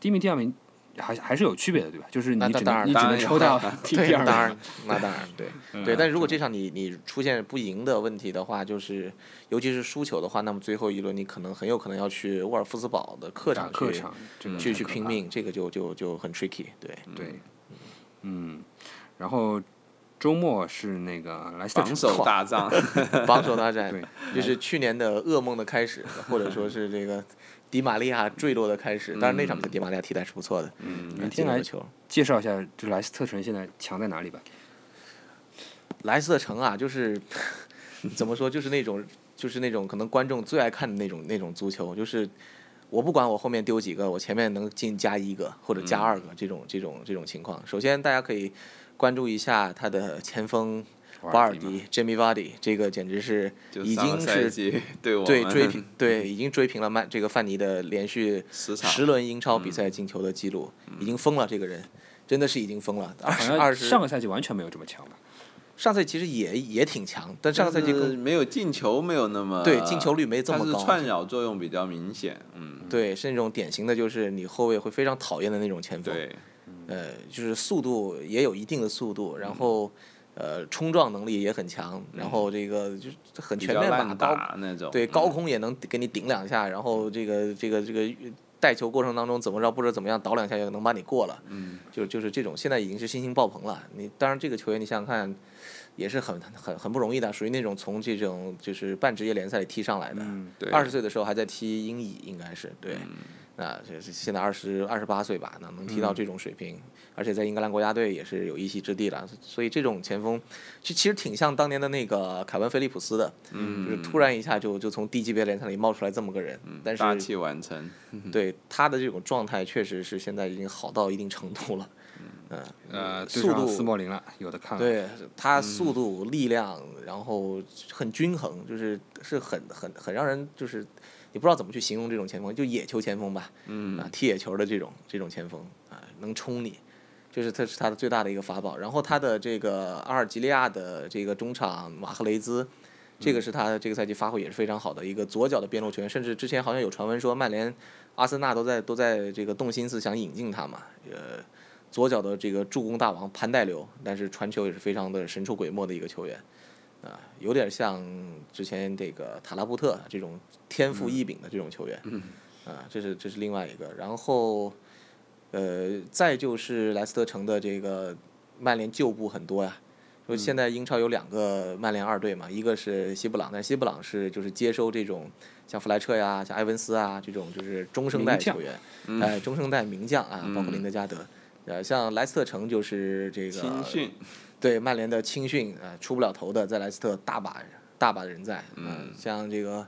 Speaker 1: 第一名、第二名还还是有区别的，对吧？就是
Speaker 2: 那
Speaker 1: 你
Speaker 2: 那
Speaker 1: 只
Speaker 2: 当
Speaker 1: 能
Speaker 2: 然
Speaker 1: 你只
Speaker 2: 当
Speaker 1: 能
Speaker 2: 然
Speaker 1: 抽 到第
Speaker 2: 对
Speaker 1: 第二
Speaker 2: 当
Speaker 1: 名嗯
Speaker 2: 然，那当然，对对。但如果这场你你出现不赢的问题的话，就是尤其是输球的话，那么最后一轮你可能很有可能要去沃尔夫斯堡的客
Speaker 1: 打
Speaker 2: 场
Speaker 1: 客
Speaker 2: 去
Speaker 1: 场，这个
Speaker 2: 去
Speaker 1: 太
Speaker 2: 去
Speaker 1: 可
Speaker 2: 拼
Speaker 1: 怕了
Speaker 2: 命，这个就就就很 tricky，对。
Speaker 1: 对，嗯，然后周末是那个莱斯特
Speaker 3: 防
Speaker 1: 城
Speaker 3: 守大仗，
Speaker 2: 防守大战
Speaker 1: 对，
Speaker 2: 就是去年的噩梦的开始，或者说是这个迪玛利亚坠落的开始。当然那场比赛迪玛利亚踢的还是不错的，嗯，进
Speaker 1: 天嗯
Speaker 2: 了
Speaker 1: 来
Speaker 2: 个球。
Speaker 1: 介绍一下，这莱斯特城现在强在哪里吧？
Speaker 2: 莱斯特城啊，就是 怎么说，就是那种就是那种可能观众最爱看的那种那种足球，就是我不管我后面丢几个，我前面能进加一个或者
Speaker 1: 嗯
Speaker 2: 加二个、这种这种这种情况。首先大家可以关注一下他的前锋
Speaker 1: 瓦
Speaker 2: 瓦
Speaker 1: 尔
Speaker 2: 尔
Speaker 1: 迪
Speaker 2: 迪 Jamie Vardy，这个简直是
Speaker 3: 就
Speaker 2: 已
Speaker 3: 上个
Speaker 2: 经
Speaker 3: 赛
Speaker 2: 是
Speaker 3: 季对我
Speaker 2: 对
Speaker 3: 们
Speaker 2: 追平对已经追平了曼这个范尼的连续
Speaker 3: 十场
Speaker 2: 十轮英超
Speaker 1: 嗯
Speaker 2: 比赛进球的记录，已经疯了这个人。真的是已经疯了，二
Speaker 1: 啊好
Speaker 2: 十
Speaker 1: 像
Speaker 2: 二十
Speaker 1: 上个赛季完全没有这么强吧？
Speaker 2: 上赛季其实也也挺强，但上个赛季
Speaker 1: 嗯
Speaker 3: 但是
Speaker 2: 更
Speaker 3: 没有进球，没有那么
Speaker 2: 对进球率没这么
Speaker 3: 呃它
Speaker 2: 高
Speaker 3: 是串扰作用比较明显。嗯，
Speaker 2: 对，是那种典型的，就是你后卫会非常讨厌的那种前锋，
Speaker 3: 对，
Speaker 2: 呃，就是速度也有一定的速度，
Speaker 3: 嗯
Speaker 2: 然后呃冲撞能力也很强，然后这个就是很
Speaker 3: 比
Speaker 2: 全
Speaker 3: 较
Speaker 2: 面
Speaker 3: 烂
Speaker 2: 吧，高
Speaker 3: 打那种。
Speaker 2: 对
Speaker 3: 嗯
Speaker 2: 高空也能给你顶两下，然后这个这个这个带球过程当中怎么着不知道怎么样倒两下也能把你过了，嗯，就就是这种，现在已经是新星爆棚了。你当然这个球员你想想看。也是很很很不容易的，属于那种从这种就是半职业联赛里踢上来的，
Speaker 3: 对嗯
Speaker 2: 二十岁的时候还在踢英乙，应该是对。那这是现在二十二十八岁吧，那能踢到这种水平，而且在英格兰国家队也是有一席之地了。所以这种前锋，其其实挺像当年的那个凯文·菲利普斯的，
Speaker 3: 嗯
Speaker 2: 就是突然一下就就从低级别联赛里冒出来这么个人。但
Speaker 3: 大嗯
Speaker 2: 是
Speaker 3: 器晚成，
Speaker 2: 对他的这种状态，确实是现在已经好到一定程度了。嗯，
Speaker 1: 呃，对
Speaker 2: 速
Speaker 1: 上
Speaker 2: 度
Speaker 1: 斯莫林了，有的看了。
Speaker 2: 对他速度、力量，然后很均衡，就是是很很很让人就是你不知道怎么去形容这种前锋，就野球前锋吧，嗯啊，踢野球的这种这种前锋啊，能冲你，就是他是他的最大的一个法宝。然后他的这个阿尔及利亚的这个中场马赫雷兹。这个是他这个赛季发挥也是非常好的一个左脚的边路球员，甚至之前好像有传闻说曼联、阿森纳都在都在这个动心思想引进他嘛，呃，左脚的这个助攻大王潘代流，但是传球也是非常的神出鬼没的一个球员，啊、有点像之前这个塔拉布特啊这种天赋异禀的这种球员，啊、
Speaker 1: 嗯
Speaker 2: 这是这是另外一个。然后，呃，再就是莱斯特城的这个曼联旧部很多呀、
Speaker 1: 嗯
Speaker 2: 就现在英超有两个曼联二队嘛，一个是西布朗，但西布朗是就是接收这种像弗莱彻呀、像埃文斯啊这种就是中生代
Speaker 1: 名将
Speaker 2: 球员，哎，中生代名将啊，包括林德加德。呃，像莱斯特城就是这个
Speaker 3: 青训
Speaker 2: 对曼联的青训啊、呃出不了头的，在莱斯特大把大把的人在，嗯、像这个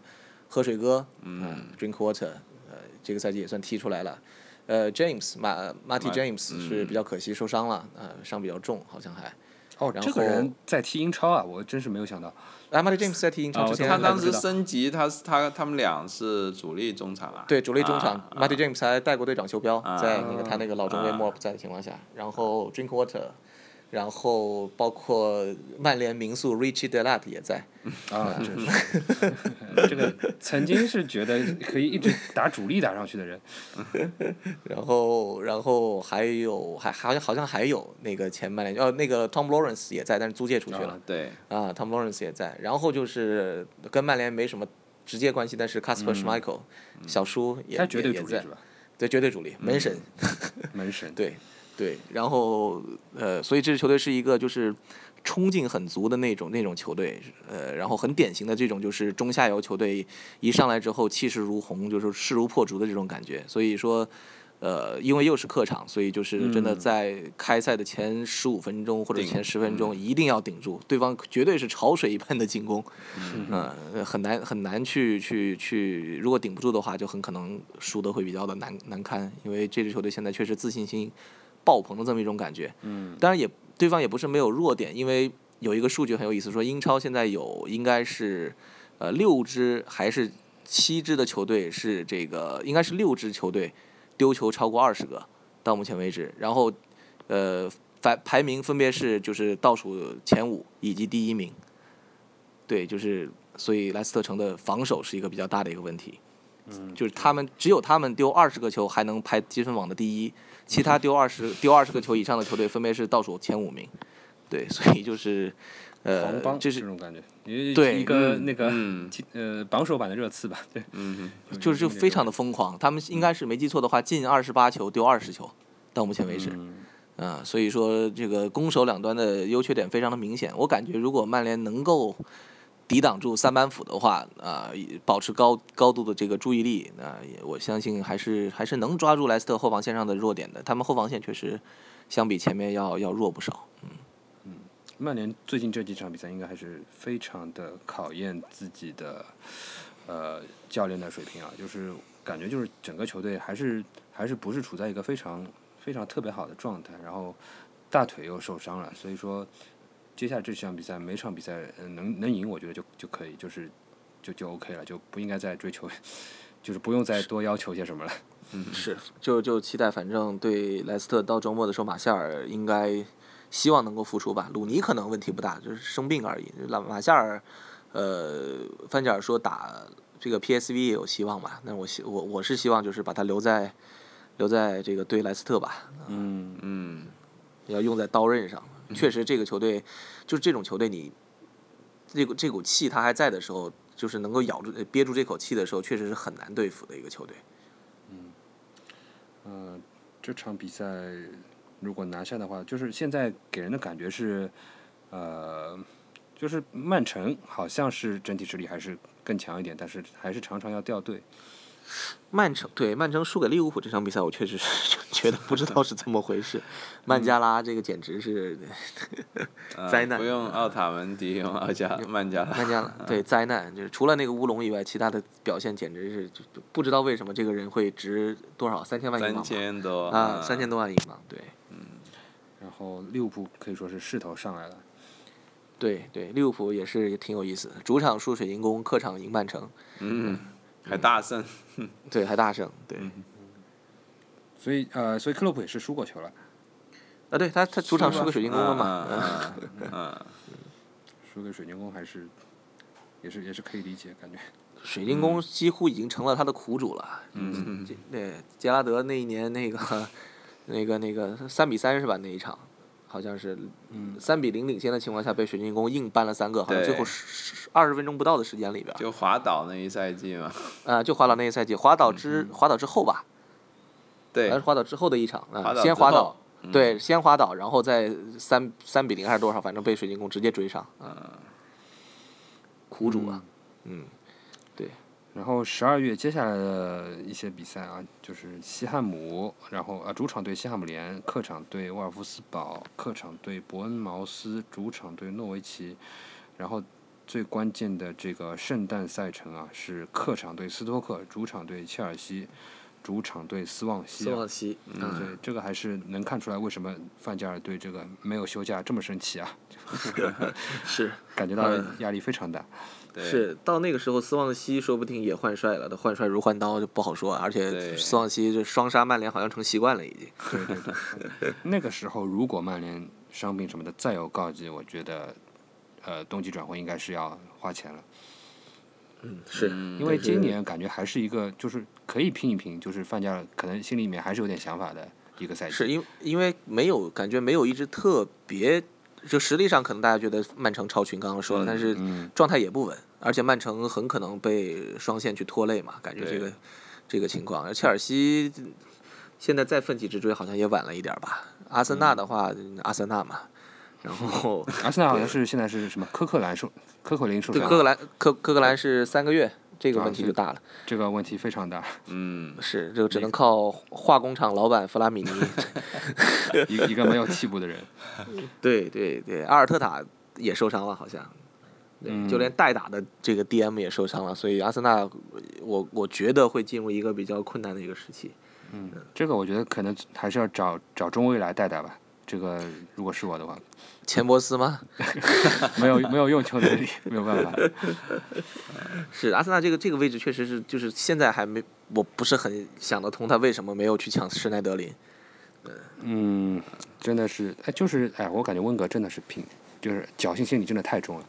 Speaker 2: 喝水哥，嗯、d r i n k Water，呃，这个赛季也算踢出来了。呃，James 马马蒂 James 是比较可惜受伤了，呃，伤比较重，好像还。
Speaker 1: 哦，
Speaker 2: 然
Speaker 1: 这个
Speaker 2: 后
Speaker 1: 人在踢英超啊，我真是没有想到。
Speaker 2: 啊，马蒂 James 在踢英
Speaker 1: 啊
Speaker 2: 超
Speaker 1: 我
Speaker 2: 之前
Speaker 1: 懂
Speaker 2: 还
Speaker 3: 他
Speaker 2: 不
Speaker 1: 了
Speaker 2: 知道，
Speaker 3: 当时升级，他是他他们俩是主力中场啊。
Speaker 2: 对主力中场
Speaker 3: 啊
Speaker 2: 马蒂 James 还带过队长袖标，
Speaker 1: 啊
Speaker 2: 在那个他那个老中卫
Speaker 3: 啊
Speaker 2: 莫尔不在的情况下，然后 Drink Water，然后包括曼联名宿 Richie Delat 也在，
Speaker 1: 啊， 真是这个曾经是觉得可以一直打主力打上去的人，
Speaker 2: 然后，然后还有，还还好像还有那个前曼联，呃，那个 Tom Lawrence 也在，但是租借出去了
Speaker 1: 啊
Speaker 3: 对，
Speaker 2: 啊。Tom Lawrence 也在，然后就是跟曼联没什么直接关系，但是 Casper Schmeichel、小叔也
Speaker 1: 嗯他绝对
Speaker 2: 也
Speaker 1: 主
Speaker 2: 也
Speaker 1: 力
Speaker 2: 在
Speaker 1: 是，吧？嗯
Speaker 2: 对绝对主力，门神，
Speaker 1: 门神。
Speaker 2: 对对。然后呃，所以这支球队是一个就是冲劲很足的那种那种球队，呃，然后很典型的这种就是中下游球队一上来之后气势如虹，就是势如破竹的这种感觉。所以说，呃，因为又是客场，所以就是真的在开赛的前十五分钟或者
Speaker 3: 顶
Speaker 2: 前十分钟一定要顶住，对方绝对是潮水一般的进攻，嗯、呃，很难很难去去去，如果顶不住的话，就很可能输得会比较的难难堪，因为这支球队现在确实自信心爆棚的这么一种感觉。嗯，当然也对方也不是没有弱点，因为有一个数据很有意思，说英超现在有应该是呃六支还是七支的球队是这个应该是六支球队丢球超过二十个到目前为止，然后呃排排名分别是就是倒数前五以及第一名，对，就是所以莱斯特城的防守是一个比较大的一个问题。就是他们只有他们丢二十个球还能排积分榜的第一，其他丢二十丢二十个球以上的球队分别是倒数前五名。对，所以就是
Speaker 1: 黄
Speaker 2: 呃，
Speaker 1: 帮
Speaker 2: 这
Speaker 1: 这
Speaker 2: 是
Speaker 1: 种感觉，也
Speaker 2: 对
Speaker 1: 一个那个
Speaker 3: 嗯
Speaker 1: 呃榜首版的热刺吧，对，
Speaker 3: 嗯
Speaker 1: 有
Speaker 2: 就是
Speaker 1: 有
Speaker 2: 就
Speaker 1: 一定
Speaker 2: 非
Speaker 1: 这种
Speaker 2: 常
Speaker 1: 嗯
Speaker 2: 的疯狂。他们应该是没记错的话，进二十八球丢二十球，到目前为止。
Speaker 1: 嗯
Speaker 2: 啊，所以说这个攻守两端的优缺点非常的明显。我感觉如果曼联能够抵挡住三板斧的话，啊、保持高高度的这个注意力，那、也我相信还是还是能抓住莱斯特后防线上的弱点的。他们后防线确实相比前面要要弱不少。
Speaker 1: 曼联最近这几场比赛应该还是非常的考验自己的呃教练的水平啊，就是感觉就是整个球队还是还是不是处在一个非常非常特别好的状态，然后大腿又受伤了，所以说接下来这几场比赛每场比赛、呃、能能赢，我觉得就就可以，就是就就 OK 了，就不应该再追求， 就是不用再多要求些什么了。
Speaker 2: 是，就就期待，反正对莱斯特到周末的时候，马夏尔应该希望能够复出吧。鲁尼可能问题不大，就是生病而已。马马夏尔，呃，范加尔说打这个 PSV 也有希望吧。那我希我我是希望就是把他留在留在这个对莱斯特吧，
Speaker 1: 嗯
Speaker 3: 嗯，嗯，
Speaker 2: 要用在刀刃上。确实，这个球队就是这种球队，你这股这股气他还在的时候，就是能够咬住呃憋住这口气的时候，确实是很难对付的一个球队。
Speaker 1: 呃，这场比赛如果拿下的话，就是现在给人的感觉是，呃，就是曼城好像是整体实力还是更强一点，但是还是常常要掉队。
Speaker 2: 曼城对曼城输给利物浦这场比赛，我确实是 觉得不知道是怎么回 事。曼加拉这个简直是
Speaker 3: 呃
Speaker 2: 灾难
Speaker 3: 不用奥塔门迪，用奥加曼加拉，
Speaker 2: 曼加拉
Speaker 3: 嗯
Speaker 2: 对灾难，就是除了那个乌龙以外，其他的表现简直是就就不知道为什么这个人会值多少三千万英
Speaker 3: 三
Speaker 2: 镑吧
Speaker 3: 千嗯多
Speaker 2: 啊，三千多万英镑，对
Speaker 1: 然后利物浦可以说是势头上来了，
Speaker 2: 对对，利物浦也是挺有意思的，主场输水晶宫，客场赢曼城，
Speaker 3: 嗯，还大胜，
Speaker 2: 对还大胜，对
Speaker 3: 嗯
Speaker 1: 所以呃，所以克洛普也是输过球了，
Speaker 2: 啊，对他他主场
Speaker 3: 是
Speaker 2: 输给水晶宫了嘛，嗯
Speaker 3: 嘛，嗯嗯
Speaker 1: 输给水晶宫还是也是也是可以理解，感觉。
Speaker 2: 水晶宫几乎已经成了他的苦主了。
Speaker 3: 嗯
Speaker 2: 这，对杰拉德那一年那个那个那个三比三是吧？那一场好像是
Speaker 1: 嗯
Speaker 2: 三比零领先的情况下，被水晶宫硬扳了三个，好像最后
Speaker 3: 对
Speaker 2: 十二十分钟不到的时间里边儿，
Speaker 3: 就滑倒那一赛季嘛，
Speaker 2: 啊、就滑倒那一赛季，滑倒之、滑倒之后吧，
Speaker 3: 嗯对
Speaker 2: 还是，滑倒之后的一场啊、
Speaker 3: 滑倒
Speaker 2: 先
Speaker 3: 之
Speaker 2: 滑
Speaker 3: 后嗯
Speaker 2: 倒。对，先滑倒，然后再三三比零还是多少，反正被水晶宫直接追上啊！苦主啊，嗯，
Speaker 1: 然后十二月接下来的一些比赛啊，就是西汉姆，然后啊主场对西汉姆联，客场对沃尔夫斯堡，客场对伯恩茅斯，主场对诺维奇，然后最关键的这个圣诞赛程啊是客场对斯托克，主场对切尔西，主场对斯旺西
Speaker 2: 斯
Speaker 1: 啊、
Speaker 2: 旺西，
Speaker 1: 嗯，所以这个还是能看出来为什么范加尔对这个没有休假这么生气啊，
Speaker 2: 是
Speaker 1: 感觉到压力非常大。
Speaker 3: 对
Speaker 2: 是，到那个时候，斯旺西说不定也换帅了。他换帅如换刀就不好说，而且
Speaker 3: 对
Speaker 2: 斯旺西这双杀曼联好像成习惯了，已经。
Speaker 1: 对对对，那个时候如果曼联伤病什么的再有告急，我觉得，呃，冬季转会应该是要花钱了，
Speaker 2: 嗯，是
Speaker 1: 因为今年感觉还是一个就是可以拼一拼，就是范加尔可能心里面还是有点想法的一个赛季。
Speaker 2: 是因因为没有感觉没有一支特别，就实力上可能大家觉得曼城超群，刚刚说了，但是
Speaker 1: 嗯
Speaker 2: 状态也不稳，而且曼城很可能被双线去拖累嘛，感觉这
Speaker 3: 对
Speaker 2: 个这个情况。而切尔西现在再奋起直追，好像也晚了一点儿吧。阿森纳的话，阿森纳嘛，然后。
Speaker 1: 阿森纳好像是现在是什么科克兰受科克林受
Speaker 2: 对，啊
Speaker 1: 伤了，
Speaker 2: 科克兰科科克兰是三个月，这个问题就大了。
Speaker 1: 这个问题非 常大，
Speaker 3: 嗯，
Speaker 2: 是，这个只能靠化工厂老板弗拉米 尼。
Speaker 1: 一一个没有替补的人，
Speaker 2: 对对对，阿尔特塔也受伤了，好像。对，
Speaker 1: 嗯
Speaker 2: 就连代打的这个 DM 也受伤了，所以阿森纳，我我觉得会进入一个比较困难的一个时期。
Speaker 1: 嗯，这个我觉得可能还是要找找中卫来带带吧。这个如果是我的话，
Speaker 2: 钱伯斯吗？
Speaker 1: 没有没有用球能力，没有办法。
Speaker 2: 是阿森纳这个这个位置确实是，就是现在还没，我不是很想得通他为什么没有去抢施耐德林。
Speaker 1: 嗯，真的是，哎，就是，哎，我感觉温格真的是拼，就是侥幸心理真的太重了，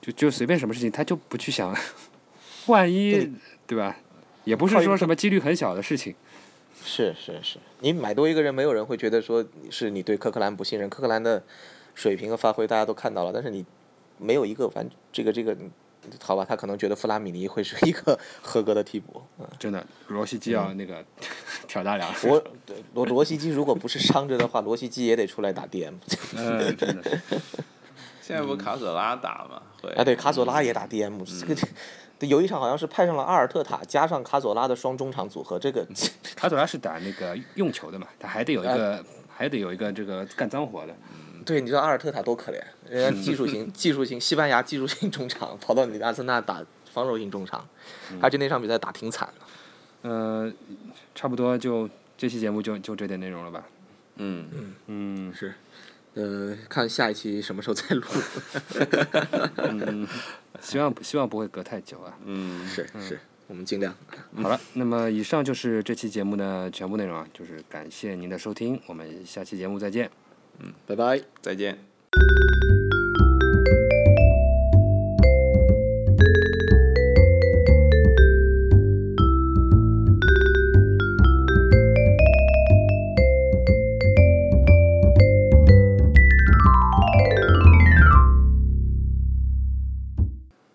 Speaker 1: 就就随便什么事情他就不去想，万一对吧？也不是说什么几率很小的事情。
Speaker 2: 是是是，你买多一个人，没有人会觉得说是你对科克兰不信任。科克兰的水平和发挥大家都看到了，但是你没有一个完这个这个，好吧，他可能觉得弗拉米尼会是一个合格的替补。嗯，
Speaker 1: 真的，罗西基要那个挑大梁。
Speaker 2: 罗对罗罗西基如果不是伤着的话，罗西基也得出来打 DM。
Speaker 1: 嗯，真的是。
Speaker 3: 现在不卡索拉打嘛？会
Speaker 2: 嗯啊，对，卡索拉也打 DM，、这个对有一场好像是派上了阿尔特塔加上卡索拉的双中场组合，这个
Speaker 1: 卡索拉是打那个用球的嘛，他还得有一个，还得有一个这个干脏活的。
Speaker 2: 对，你知道阿尔特塔多可怜，人家技术 型技术型西班牙技术型中场跑到你的阿森纳打防守型中场，而且那场比赛打挺惨的。
Speaker 1: 呃，差不多就这期节目就就这点内容了吧。
Speaker 3: 嗯，
Speaker 1: 嗯，
Speaker 2: 是，呃，看下一期什么时候再录。
Speaker 1: 希望希望不会隔太久啊。
Speaker 3: 嗯
Speaker 2: 是是，嗯我们尽量。
Speaker 1: 好了，那么以上就是这期节目的全部内容啊，就是感谢您的收听，我们下期节目再见。
Speaker 2: 拜拜。
Speaker 3: 再见。